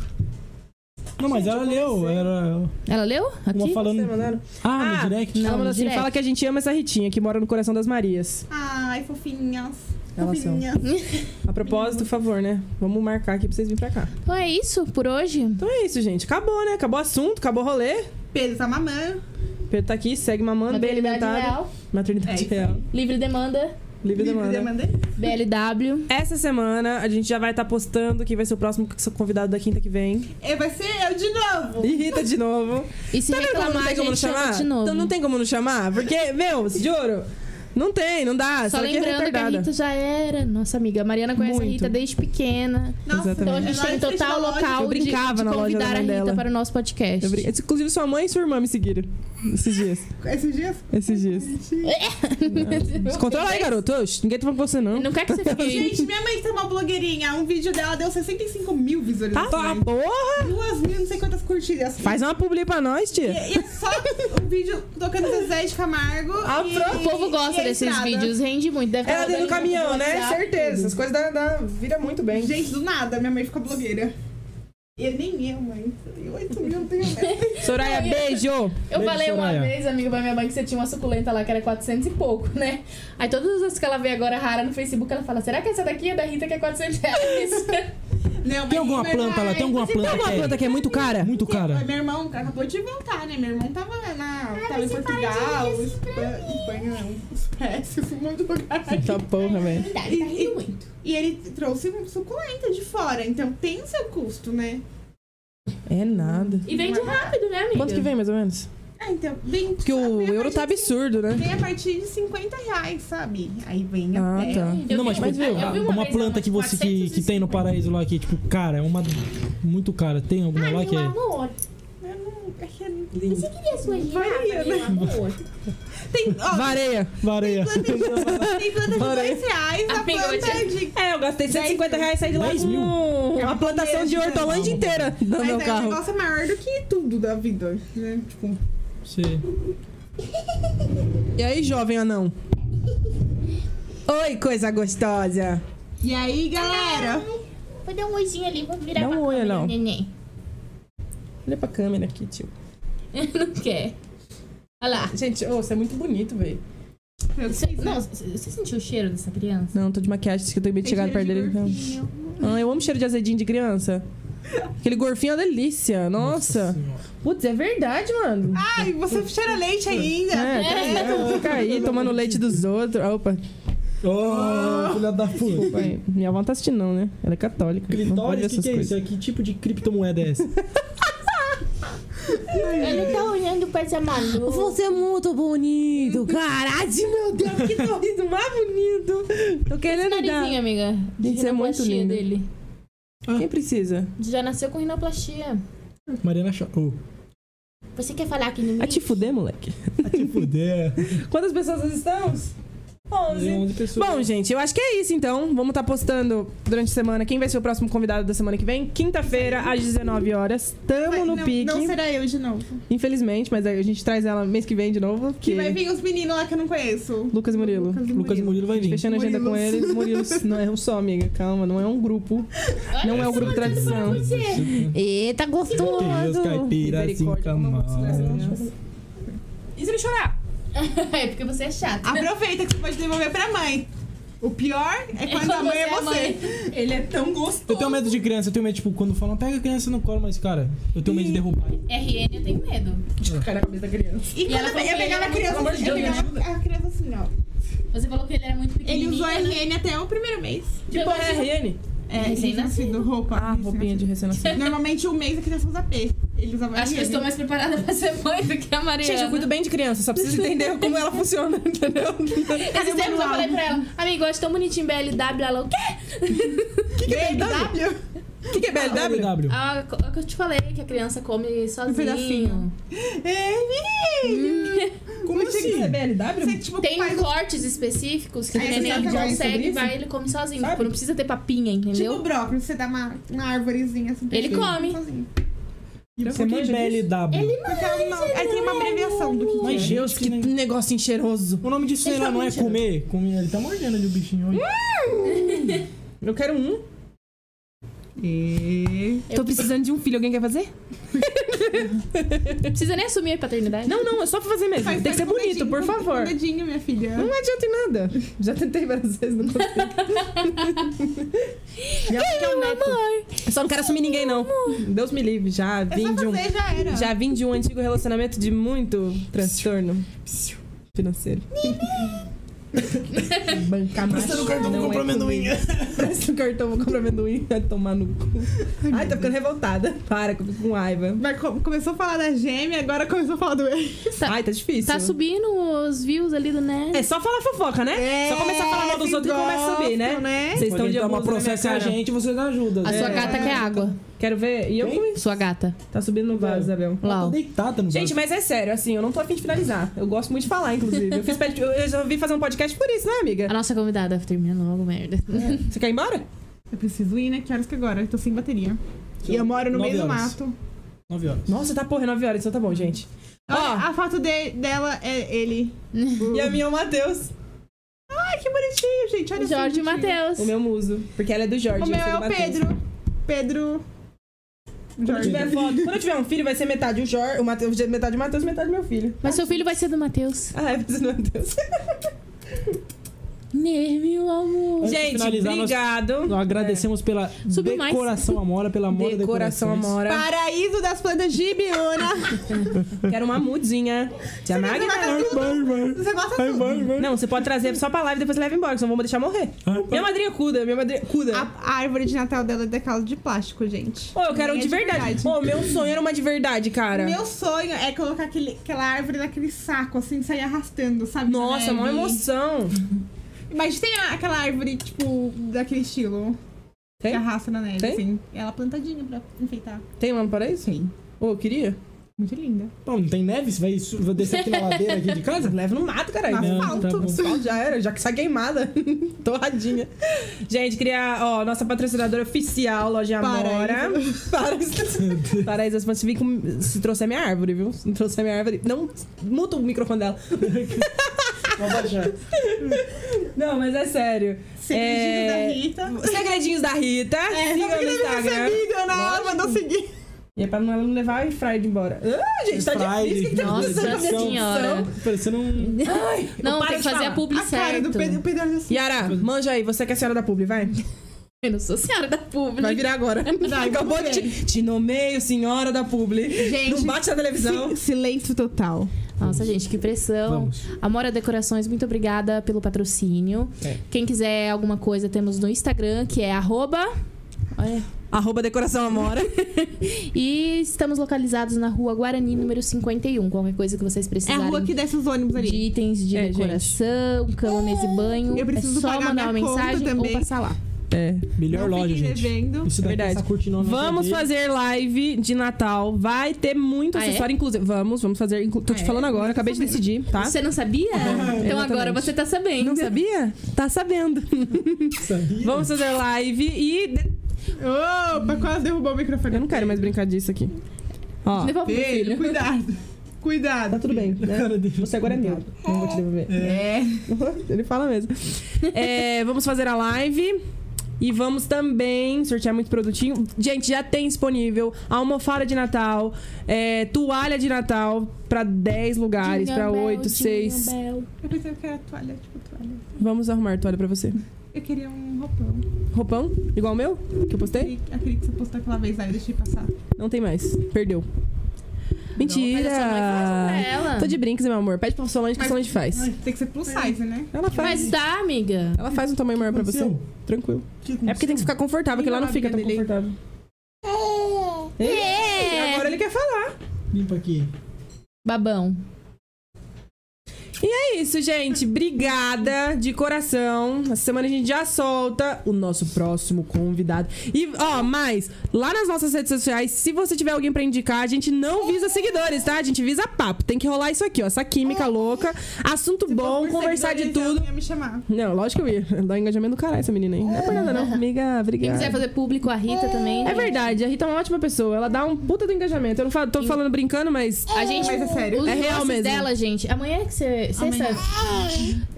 D: Não, mas ela leu, era
C: Ela leu?
D: uma
C: Aqui?
D: falando.
M: mandaram?
D: Ah, no
A: Ah,
D: direct.
C: Não,
A: Ela manda
C: no
A: assim,
C: direct.
A: fala que a gente ama essa Ritinha, que mora no coração das Marias.
B: Ai, fofinhas.
A: Elas são.
B: Fofinhas. Hum,
A: A propósito, por favor, né? Vamos marcar aqui pra vocês virem pra cá.
C: Então é isso por hoje.
A: Então é isso, gente. Acabou, né? Acabou o assunto, acabou o rolê.
B: Pedro tá mamãe.
A: Pedro tá aqui, segue mamando, bem
C: Maternidade
A: alimentado.
C: real,
A: Maternidade
B: É isso aí.
A: real.
C: livre demanda,
A: Livre demanda.
C: BLW.
A: Essa semana a gente já vai estar postando quem vai ser o próximo convidado da quinta que vem.
B: E É, vai ser eu de novo.
A: Irrita de novo.
C: E se
A: Sabe como não
C: reclamar, a
A: tem como não
C: gente chama
A: chamar?
C: de novo.
A: Então não tem como não chamar? Porque, meu, juro, não tem, não dá.
C: Só
A: Só que é
C: lembrando que a
A: retardada.
C: Rita já era nossa amiga. A Mariana conhece a
A: Muito. É
C: Rita desde pequena.
B: Nossa, é
A: Exatamente.
C: Então a gente
B: nós
C: tem total
B: festivalógicos.
C: local
A: Eu
C: de, de
A: brincava na loja da
C: convidar a
A: mãe
C: Rita
A: dela.
C: para o nosso podcast.
A: Eu brinco- Inclusive, sua mãe e sua irmã me seguiram esses dias.
B: Esses dias?
A: Esses dias. Se controla aí, garoto. Oxe, Ninguém tá falando com você, não.
C: Não quer que você fique.
B: Gente, minha mãe tá uma blogueirinha. Um vídeo dela deu 65 mil
A: Tá,
B: visualizações.
A: porra!
B: Duas mil, não sei quantas curtidas.
A: Faz uma publi pra nós,
B: E,
A: tia.
B: e é só o vídeo tocando Zezé de Camargo.
A: Ah,
B: e-
A: pronto.
C: O povo gosta
B: e a
C: desses
B: estrada.
C: vídeos, rende muito. Deve
M: Ela
C: tá
M: dentro do
C: rodando
M: caminhão,
C: no
M: né?
C: WhatsApp,
M: Certeza.
C: tudo.
M: Essas coisas dá, dá- vira muito bem.
B: Gente, do nada, minha mãe ficou blogueira. E nem eu, mãe. 8 mil, não tenho medo.
A: Soraya,
C: Não, e-
A: beijo!
C: Eu
D: Beijo,
C: falei uma
D: Soraya.
C: vez, amigo pra minha mãe, que você tinha uma suculenta lá que era 400 e pouco, né? Aí todas as que ela vê agora rara no Facebook, ela fala: será que essa daqui é da Rita que é 400 reais?
B: Não,
D: Tem
B: mas é
D: alguma
B: meu
D: planta lá?
B: irmão-
D: Tem alguma
A: Tem
D: planta?
A: alguma
D: que é
A: planta que é muito cara?
D: Muito
B: Mas
D: cara.
B: Meu irmão acabou de voltar, né? Meu irmão tava na. tava em Portugal, Espanha, Espanha é não, Suécia, um monte de lugar.
A: Tá porra, velho.
C: tá
B: E- e-
C: rindo muito.
B: E ele trouxe um suculenta de fora, então tem o seu custo, né?
A: É nada.
C: E vende rápido, né, amiga?
A: Quanto que vem, mais ou menos?
B: Ah, então vem.
A: Porque
B: só
A: o
B: vem a
A: euro tá
B: partir de-
A: absurdo, né?
B: Vem a partir de 50 reais, sabe? Aí vem
A: Ah,
B: até.
A: tá.
C: Eu
D: não,
C: vi
D: mas,
C: uma-
D: tipo,
C: eu vi uma
D: uma,
C: vez
D: planta
C: uma
D: que você que, que tem no
C: 450.
D: paraíso lá que, tipo, cara, é uma muito cara. Tem alguma
C: Ai,
D: lá que
C: meu
D: é.
C: amor.
B: Eu não- é que é-
C: Você queria sua girafa,
B: Varia,
D: né?
C: meu amor?
B: Tem, ó,
A: Vareia.
D: Vareia.
B: tem planta de
A: Adorei.
B: 2 reais, a
C: Amiga, eu
B: planta
C: vou
B: de.
A: É, eu gastei 150 reais e saí de lá
D: 10
A: com
D: mil?
A: É uma plantação de hortolândia inteira no
B: Mas
A: meu
B: é um
A: carro.
B: negócio maior do que tudo da vida, né? Tipo,
D: Você-
A: E aí, jovem anão? Oi, coisa gostosa.
B: E aí, galera?
C: Vou dar um oizinho ali, vou virar
A: Dá um
C: pra
A: oi,
C: câmera,
A: Elão.
C: neném.
A: Olha pra câmera aqui, tio.
C: Não quer. Olha lá.
A: Gente, ô, você é muito bonito, velho.
B: Eu
C: Você-
B: fiz, né?
C: não, você você sentiu o cheiro dessa criança?
A: Não, tô de maquiagem, que eu tô bem de
B: Tem
A: chegada perto
B: cheiro
A: dele.
B: de
A: então.
B: golfinho.
A: Ah, eu amo cheiro de azedinho de criança. Aquele gorfinho é uma delícia. Nossa.
D: senhora.
A: Putz, é verdade, mano.
B: Ai, você cheira leite ainda.
A: Ah, É, tá- fica aí tomando leite dos outros. Ah, Opa,
D: Oh, filha da
A: desculpa
D: puta.
A: aí. Minha avó não tá assistindo, não, né? Ela é católica. não pode ver
D: Clitóris, o que,
A: essas
D: que é
A: coisas.
D: isso? Que tipo de criptomoeda é essa?
C: Ele tá olhando pra essa maluca.
A: Você é muito bonito, caralho, meu Deus, que sorriso mais bonito. Tô querendo
C: Narizinho,
A: dar.
C: amiga. De
A: Gente, você é muito
C: rinoplastia
A: linda.
C: dele.
A: Quem precisa?
C: Já nasceu com rinoplastia.
D: Mariana Chá. Oh,
C: Você quer falar aqui no
A: A te
C: meio?
A: fuder, moleque.
D: se puder.
A: Quantas pessoas nós estamos? 11. Bom, gente, eu acho que é isso então. Vamos estar postando durante a semana quem vai ser o próximo convidado da semana que vem. Quinta-feira, às 19 horas. Tamo
B: Mas
A: no
B: não,
A: pique.
B: Não será eu de novo.
A: Infelizmente, mas a gente traz ela mês que vem de novo.
B: Que
A: Que
B: vai vir os meninos lá que eu não conheço.
A: Lucas e Murilo.
B: Lucas e
D: Lucas
B: Murilo.
D: Murilo vai vir.
A: Fechando a agenda com
B: Murilos.
A: eles. Murilo não é um só, amiga. Calma, não é um grupo.
C: Olha
A: Não é o
C: só,
A: grupo
C: tudo pra
A: tradição.
C: você.
D: Deus,
C: Eita, gostoso.
D: caipira, assim,
A: Misericórdia, como eu vou
D: camada.
A: considerar essa criança.
G: E se ele chorar?
C: É porque você é chata.
B: Aproveita que você pode devolver pra mãe. O pior é quando a mãe é
C: a mãe.
B: você. Ele é tão gostoso.
D: Eu tenho medo de criança, eu tenho medo, tipo, quando falam, pega a criança no colo, mas, cara, eu tenho medo de derrubar.
C: RN, eu tenho medo.
A: Cai na cabeça da criança.
B: E,
C: E ela
B: quando eu, eu
C: falou que
B: pegava a
C: ele
B: criança, assim,
A: era muito-
B: eu pegava a criança assim, ó.
C: Você falou que ele era muito
B: Ele
C: pequenininho.
B: usou
C: né?
B: RN até o primeiro mês.
A: Que porra é RN?
B: É,
C: recém-nascido.
B: recém-nascido, roupa. né?
G: Ah, roupinha de recém-nascido.
B: Normalmente um mês a criança usa P. Ele usava
C: Acho que eu
B: RN.
C: estou mais preparada pra ser mãe do que a Mariana.
A: Gente, eu cuido bem de criança, só preciso entender como ela funciona, entendeu?
C: Esses tempos eu falei pra ela, amigo, eu acho tão bonitinho BLW. Ela, o quê?
A: O que, que é BLW? O que, que é BLW?
D: W.
C: Ah, co- é o que eu te falei, que a criança come sozinho.
B: Um pedacinho.
A: Hum.
B: Ele!
A: Como assim?
B: Não tinha que ser Você,
A: BLW?
B: tipo,
C: Tem
B: faz
C: cortes específicos que o
B: Aí você
C: neném
B: sabe mais sobre
C: consegue,
B: isso?
C: vai ele come sozinho.
A: Sabe?
C: Tipo, não precisa ter papinha, entendeu?
B: Tipo brócolis, você dá uma, uma arvorezinha assim. pra
C: Ele come.
B: sozinho.
D: Você é mãe BLW.
B: Porque é um nome- aí tem uma abreviação do que
D: Mãe
B: que é.
D: Deus, que
A: um
D: nem-
A: Negócio cheiroso. tá
D: O nome disso, sei lá, não é comer. comer. Ele tá mordendo ali o bichinho. Olha.
A: Eu quero um.
G: Tô precisando de um filho, alguém quer fazer?
C: Não precisa nem assumir a paternidade.
A: Não, não, é só pra fazer mesmo.
B: Faz-
A: Tem que
B: faz
A: ser
B: com o
A: bonito,
B: dedinho,
A: por
B: com- com o
A: favor. Hum,
B: dedinho, minha filha.
A: Não adianta em nada. Já tentei várias vezes, não consegui. Já acho que é um neto. Eu só não quero assumir ninguém, não. Deus me livre, já
B: É só
A: vim de um.
B: fazer, já era.
A: Já vim de um antigo relacionamento de muito transtorno financeiro. Bancar mais.
D: Presta no cartão, vou comprar amendoim.
A: Presta no cartão, vou comprar amendoim. Vai tomar no cu. Ai, tô ficando revoltada. Para, com com raiva.
B: Mas co- começou a falar da gêmea, agora começou a falar do
C: Tá-
A: Ai, tá difícil.
C: Tá subindo os views ali do
A: É
C: Nets.
A: só falar fofoca,
D: É,
A: né? só começar a falar mal dos
B: vocês
A: outros e começa a subir, né?
B: gostam, É, né?
A: Vocês estão
D: Podem
A: de
D: tomar
A: abuso na minha
D: processo e tá a
A: cara.
D: gente, vocês ajudam. né?
C: A
A: É.
C: sua gata quer água.
A: Quero ver. E eu
D: Quem?
A: fui.
C: Sua gata.
A: Tá subindo no vaso, Isabel.
D: Tá
C: Lau.
D: deitada no
A: Gente,
D: braço.
A: mas é sério, assim, eu não tô afim de finalizar. Eu gosto muito de falar, inclusive. Eu, fiz pet- eu resolvi fazer um podcast por isso, né, amiga?
C: A nossa convidada. Termina logo, merda.
A: Você quer ir embora?
B: Eu preciso ir, né? Que horas que agora? Eu tô sem bateria. E eu moro no
D: Nove
B: meio do
D: horas.
B: mato.
D: Nove horas.
A: Nossa, tá porra, 9 horas, então tá bom, gente.
B: Olha,
A: Ó.
B: a foto de- dela é ele.
A: E a minha é o Matheus,
B: Ai, que bonitinho, gente. Olha só,
C: Jorge e
B: bonitinho.
C: Matheus.
A: o meu muso. Porque ela é do Jorge.
B: O
A: eu
B: meu
A: sou
B: é
A: do
B: o
A: Matheus.
B: Pedro. Pedro.
A: Quando eu,
B: Jorge.
A: tiver foto- quando eu tiver um filho, vai ser metade o Jorge, o Mateus, metade o Matheus, metade meu filho.
C: Mas seu filho vai ser do Matheus.
A: Ah, é preciso do Matheus.
C: Né, meu amor.
D: Antes de
A: Gente,
D: finalizar, nós-
A: obrigado.
D: Nós agradecemos pela
C: Subi mais.
D: decoração Amora, pela Amora
A: Decoração,
D: Decorações.
A: Amora.
B: Paraíso das plantas gibiona.
A: Quero uma mudinha. Tia Magna.
D: Vai, vai.
B: Você gosta
D: Vai,
B: tudo.
D: vai, vai.
A: né? Não, você pode trazer só pra live e depois leva embora, senão vão deixar morrer.
D: Vai, vai.
A: Minha madrinha cuida, minha madrinha cuida.
B: A, a árvore de Natal dela é daquela de plástico, gente.
A: Ô, eu quero um
B: Minha é
A: de verdade. Ô, meu sonho era uma de verdade, cara.
B: Meu sonho é colocar aquele- aquela árvore naquele saco, assim, sair arrastando, sabe? Tipo, na
A: Nossa,
B: neve.
A: mó emoção.
B: Mas tem a- aquela árvore, tipo, daquele estilo.
A: Tem?
B: Que arrasta na neve,
A: Tem?
B: assim. Ela plantadinha pra enfeitar.
A: Tem um lá no paraíso? Sim. Ô, eu queria.
B: Muito linda.
D: Bom, não tem neve? Você vai su- vai descer aqui na ladeira aqui de casa?
A: Leva no mato, caralho.
B: Na
D: não, tá bom.
B: asfalto.
A: Pau Já era, já que sai queimada. Torradinha. Gente, queria, ó, nossa patrocinadora oficial, Loja Amora. Paraíso. Paraíso, se você vir com... Se trouxer minha árvore, viu? Se não trouxer minha árvore... Não, muta o microfone dela.
D: Vou baixar.
A: Não, mas é sério.
B: Segredinho
A: É.
B: da Rita.
A: Segredinhos da Rita.
B: É,
A: sigam
B: sabe
A: no
B: que deve ser
A: Instagram.
B: amiga, né? Mandou seguir.
A: E é pra não ela não levar o Fried embora. Ah, gente, tá
D: Airfryer.
A: difícil. O que, que tá
C: Nossa
A: acontecendo com a minha
C: senhora.
A: dicção?
D: Parecendo um...
C: Não,
A: paro
C: tem que
A: de
C: fazer
A: falar.
C: a publi
B: A cara do
C: certo.
B: Pedro, o Pedro era assim.
A: Yara, manja aí, você que é a senhora da publi, vai.
C: Eu não sou senhora da publi.
A: Vai virar agora.
B: é
A: Acabou de te, te nomeio senhora da publi.
B: Gente,
A: não bate na televisão.
B: si- silêncio total.
C: Nossa, gente, que pressão.
D: Vamos.
C: Amora Decorações, muito obrigada pelo patrocínio.
D: É.
C: Quem quiser alguma coisa, temos no Instagram, que é arroba. Olha.
A: Arroba decoração amora.
C: E estamos localizados na rua Guarani, número 51. Qualquer coisa que
B: É
C: vocês
B: a
C: precisarem
B: rua que desce os ônibus
C: de
B: ali.
C: itens de
A: É,
C: decoração, cama, mesa e banho.
B: Eu preciso
C: é só
B: pagar
C: mandar uma
B: minha conta
C: mensagem
B: também.
C: ou passar lá.
G: É.
D: Melhor
B: Não
D: loja,
B: fiquem
D: gente.
B: devendo.
D: Isso daqui,
A: Verdade.
D: essa cortinona
A: Vamos
D: na TV.
A: fazer live de Natal. Vai ter muito
C: Ah, é?
A: acessório, inclusive. Vamos, vamos fazer. inclu-
B: Ah,
A: Tô te
B: é?
A: falando agora, acabei de decidir, tá?
C: Você não sabia? então agora
A: exatamente.
C: você tá sabendo.
A: Não sabia? Tá sabendo.
D: Sabia?
A: Vamos fazer live e.
B: Opa, quase derrubou o microfone.
A: Eu não quero mais brincar disso aqui. Ó.
C: Devolve pro
B: Pedro,
C: filho.
B: cuidado. Cuidado.
A: Tá tudo bem, né?
D: Cara dele.
A: Você agora é meu. Não vou te devolver.
B: É.
A: Ele fala mesmo. É, vamos fazer a live. E vamos também sortear muito produtinho. Gente, já tem disponível almofada de Natal, é, toalha de Natal pra 10 lugares, pra 8, 6.
B: Eu pensei que era toalha, tipo toalha.
A: Vamos arrumar toalha pra você.
B: Eu queria um roupão.
A: Roupão, igual o meu, que eu postei?
B: E Aquele que você postou aquela vez, aí eu deixei passar.
A: Não tem mais. Perdeu.
C: Mas a sua mãe faz um pra
A: Mentira!
C: ela.
A: Tô de brinques, meu amor. Pede pra sua mãe que a
B: Mas-
A: sua mãe faz.
B: Tem que ser plus size, né?
A: Ela faz.
C: Mas dá, amiga.
A: Ela faz um tamanho maior pra você.
D: Aconteceu?
A: Tranquilo.
D: Que
A: É porque tem que ficar confortável, que lá não fica tão
B: Amiga dele.
A: confortável.
C: É.
N: Agora ele quer falar.
D: Limpa aqui.
C: Babão.
A: E é isso, gente. Obrigada de coração. Essa semana a gente já solta o nosso próximo convidado. E, ó, mais, lá nas nossas redes sociais, se você tiver alguém pra indicar, a gente não visa seguidores, tá? A gente visa papo. Tem que rolar isso aqui, ó. Essa química louca. Assunto bom,
B: Então, Por
A: conversar de
B: seguidores, ela
A: tudo.
B: não ia me chamar.
A: Não, lógico que eu ia. Dá um engajamento do caralho essa menina aí. Não é por nada, não. Amiga,
C: Quem
A: obrigada.
C: quiser fazer público, a Rita também.
A: É verdade, a Rita é uma ótima pessoa. Ela dá um puta do engajamento. Eu não falo- tô falando brincando, mas.
C: A gente,
B: Mas é sério.
C: Os
A: É real
C: doces
A: mesmo.
C: dela, gente. Amanhã que você. Sexta.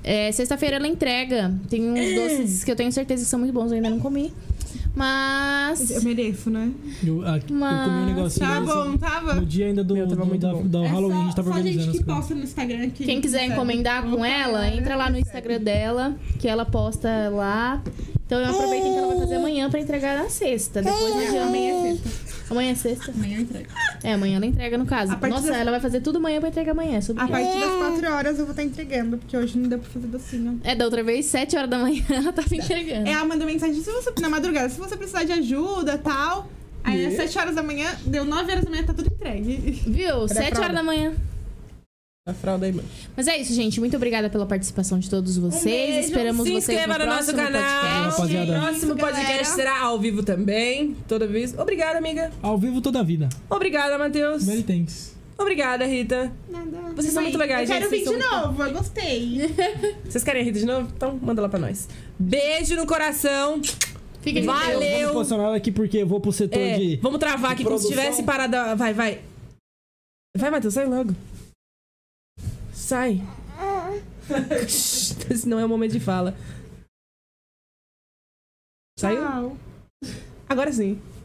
C: É, sexta-feira ela entrega. Tem uns doces que eu tenho certeza que são muito bons, eu ainda não comi.
B: Eu
C: Mas.
B: mereço, né?
D: Eu, ah, eu comi um
C: Mas-
D: negocinho.
B: Tá
D: desse-
B: bom, tava.
D: No dia ainda do,
A: Meu, tava
D: do-
A: muito
D: da,
A: bom.
D: da
B: É
D: um Halloween,
B: só,
D: a gente tava
B: só
D: organizando
B: gente
D: as
B: que
D: coisas.
B: posta no Instagram. Que
C: Quem quiser
B: sabe.
C: encomendar com ela, entra lá no Instagram dela, que ela posta lá. Então eu aproveitei que ela vai fazer amanhã pra entregar na sexta. Depois no dia amanhã é sexta. Amanhã é sexta? Amanhã
B: entrega.
C: É, amanhã ela entrega, no caso.
B: A partir
C: Nossa,
B: das-
C: ela vai fazer tudo amanhã pra entregar amanhã. é sobre
B: A
C: isso.
B: partir das 4 horas eu vou estar entregando, porque hoje não deu pra fazer docinho.
C: É, da outra vez, sete horas da manhã, ela tava entregando.
B: Ela mandou É mensagem se você, na madrugada, se você precisar de ajuda tal. Aí às 7 horas da manhã, deu 9 horas da manhã, tá tudo entregue.
C: Viu? Sete horas da manhã.
A: A fralda aí, mano.
C: Mas é isso, gente. Muito obrigada pela participação de todos vocês.
N: beijo.
C: Esperamos
A: Um Se
C: vocês no
A: inscreva no nosso
C: próximo
A: canal.
C: podcast.
D: Rapaziada.
A: Próximo
B: Isso,
A: podcast
B: galera.
A: será ao vivo também, toda vez. Obrigada, amiga.
D: Ao vivo toda a vida.
A: Obrigada, Matheus.
D: Many thanks.
A: Obrigada, Rita.
B: Nada.
A: Vocês são
B: Mãe,
A: muito legais,
B: Eu
A: gente,
B: quero
A: vocês
B: vir de
A: são muito
B: novo, eu gostei.
A: Vocês querem a Rita de novo? Então manda lá pra nós. Beijo no coração.
C: Fiquem com Deus.
D: Eu vou me
A: Valeu.
D: posicionar aqui porque eu vou pro setor
A: É,
D: de.
A: vamos travar aqui como se
D: produção.
A: tivesse parada. Vai, vai. Vai, Matheus, sai logo. Sai. Esse não é o momento de fala. Saiu?
B: Tchau.
A: Agora sim.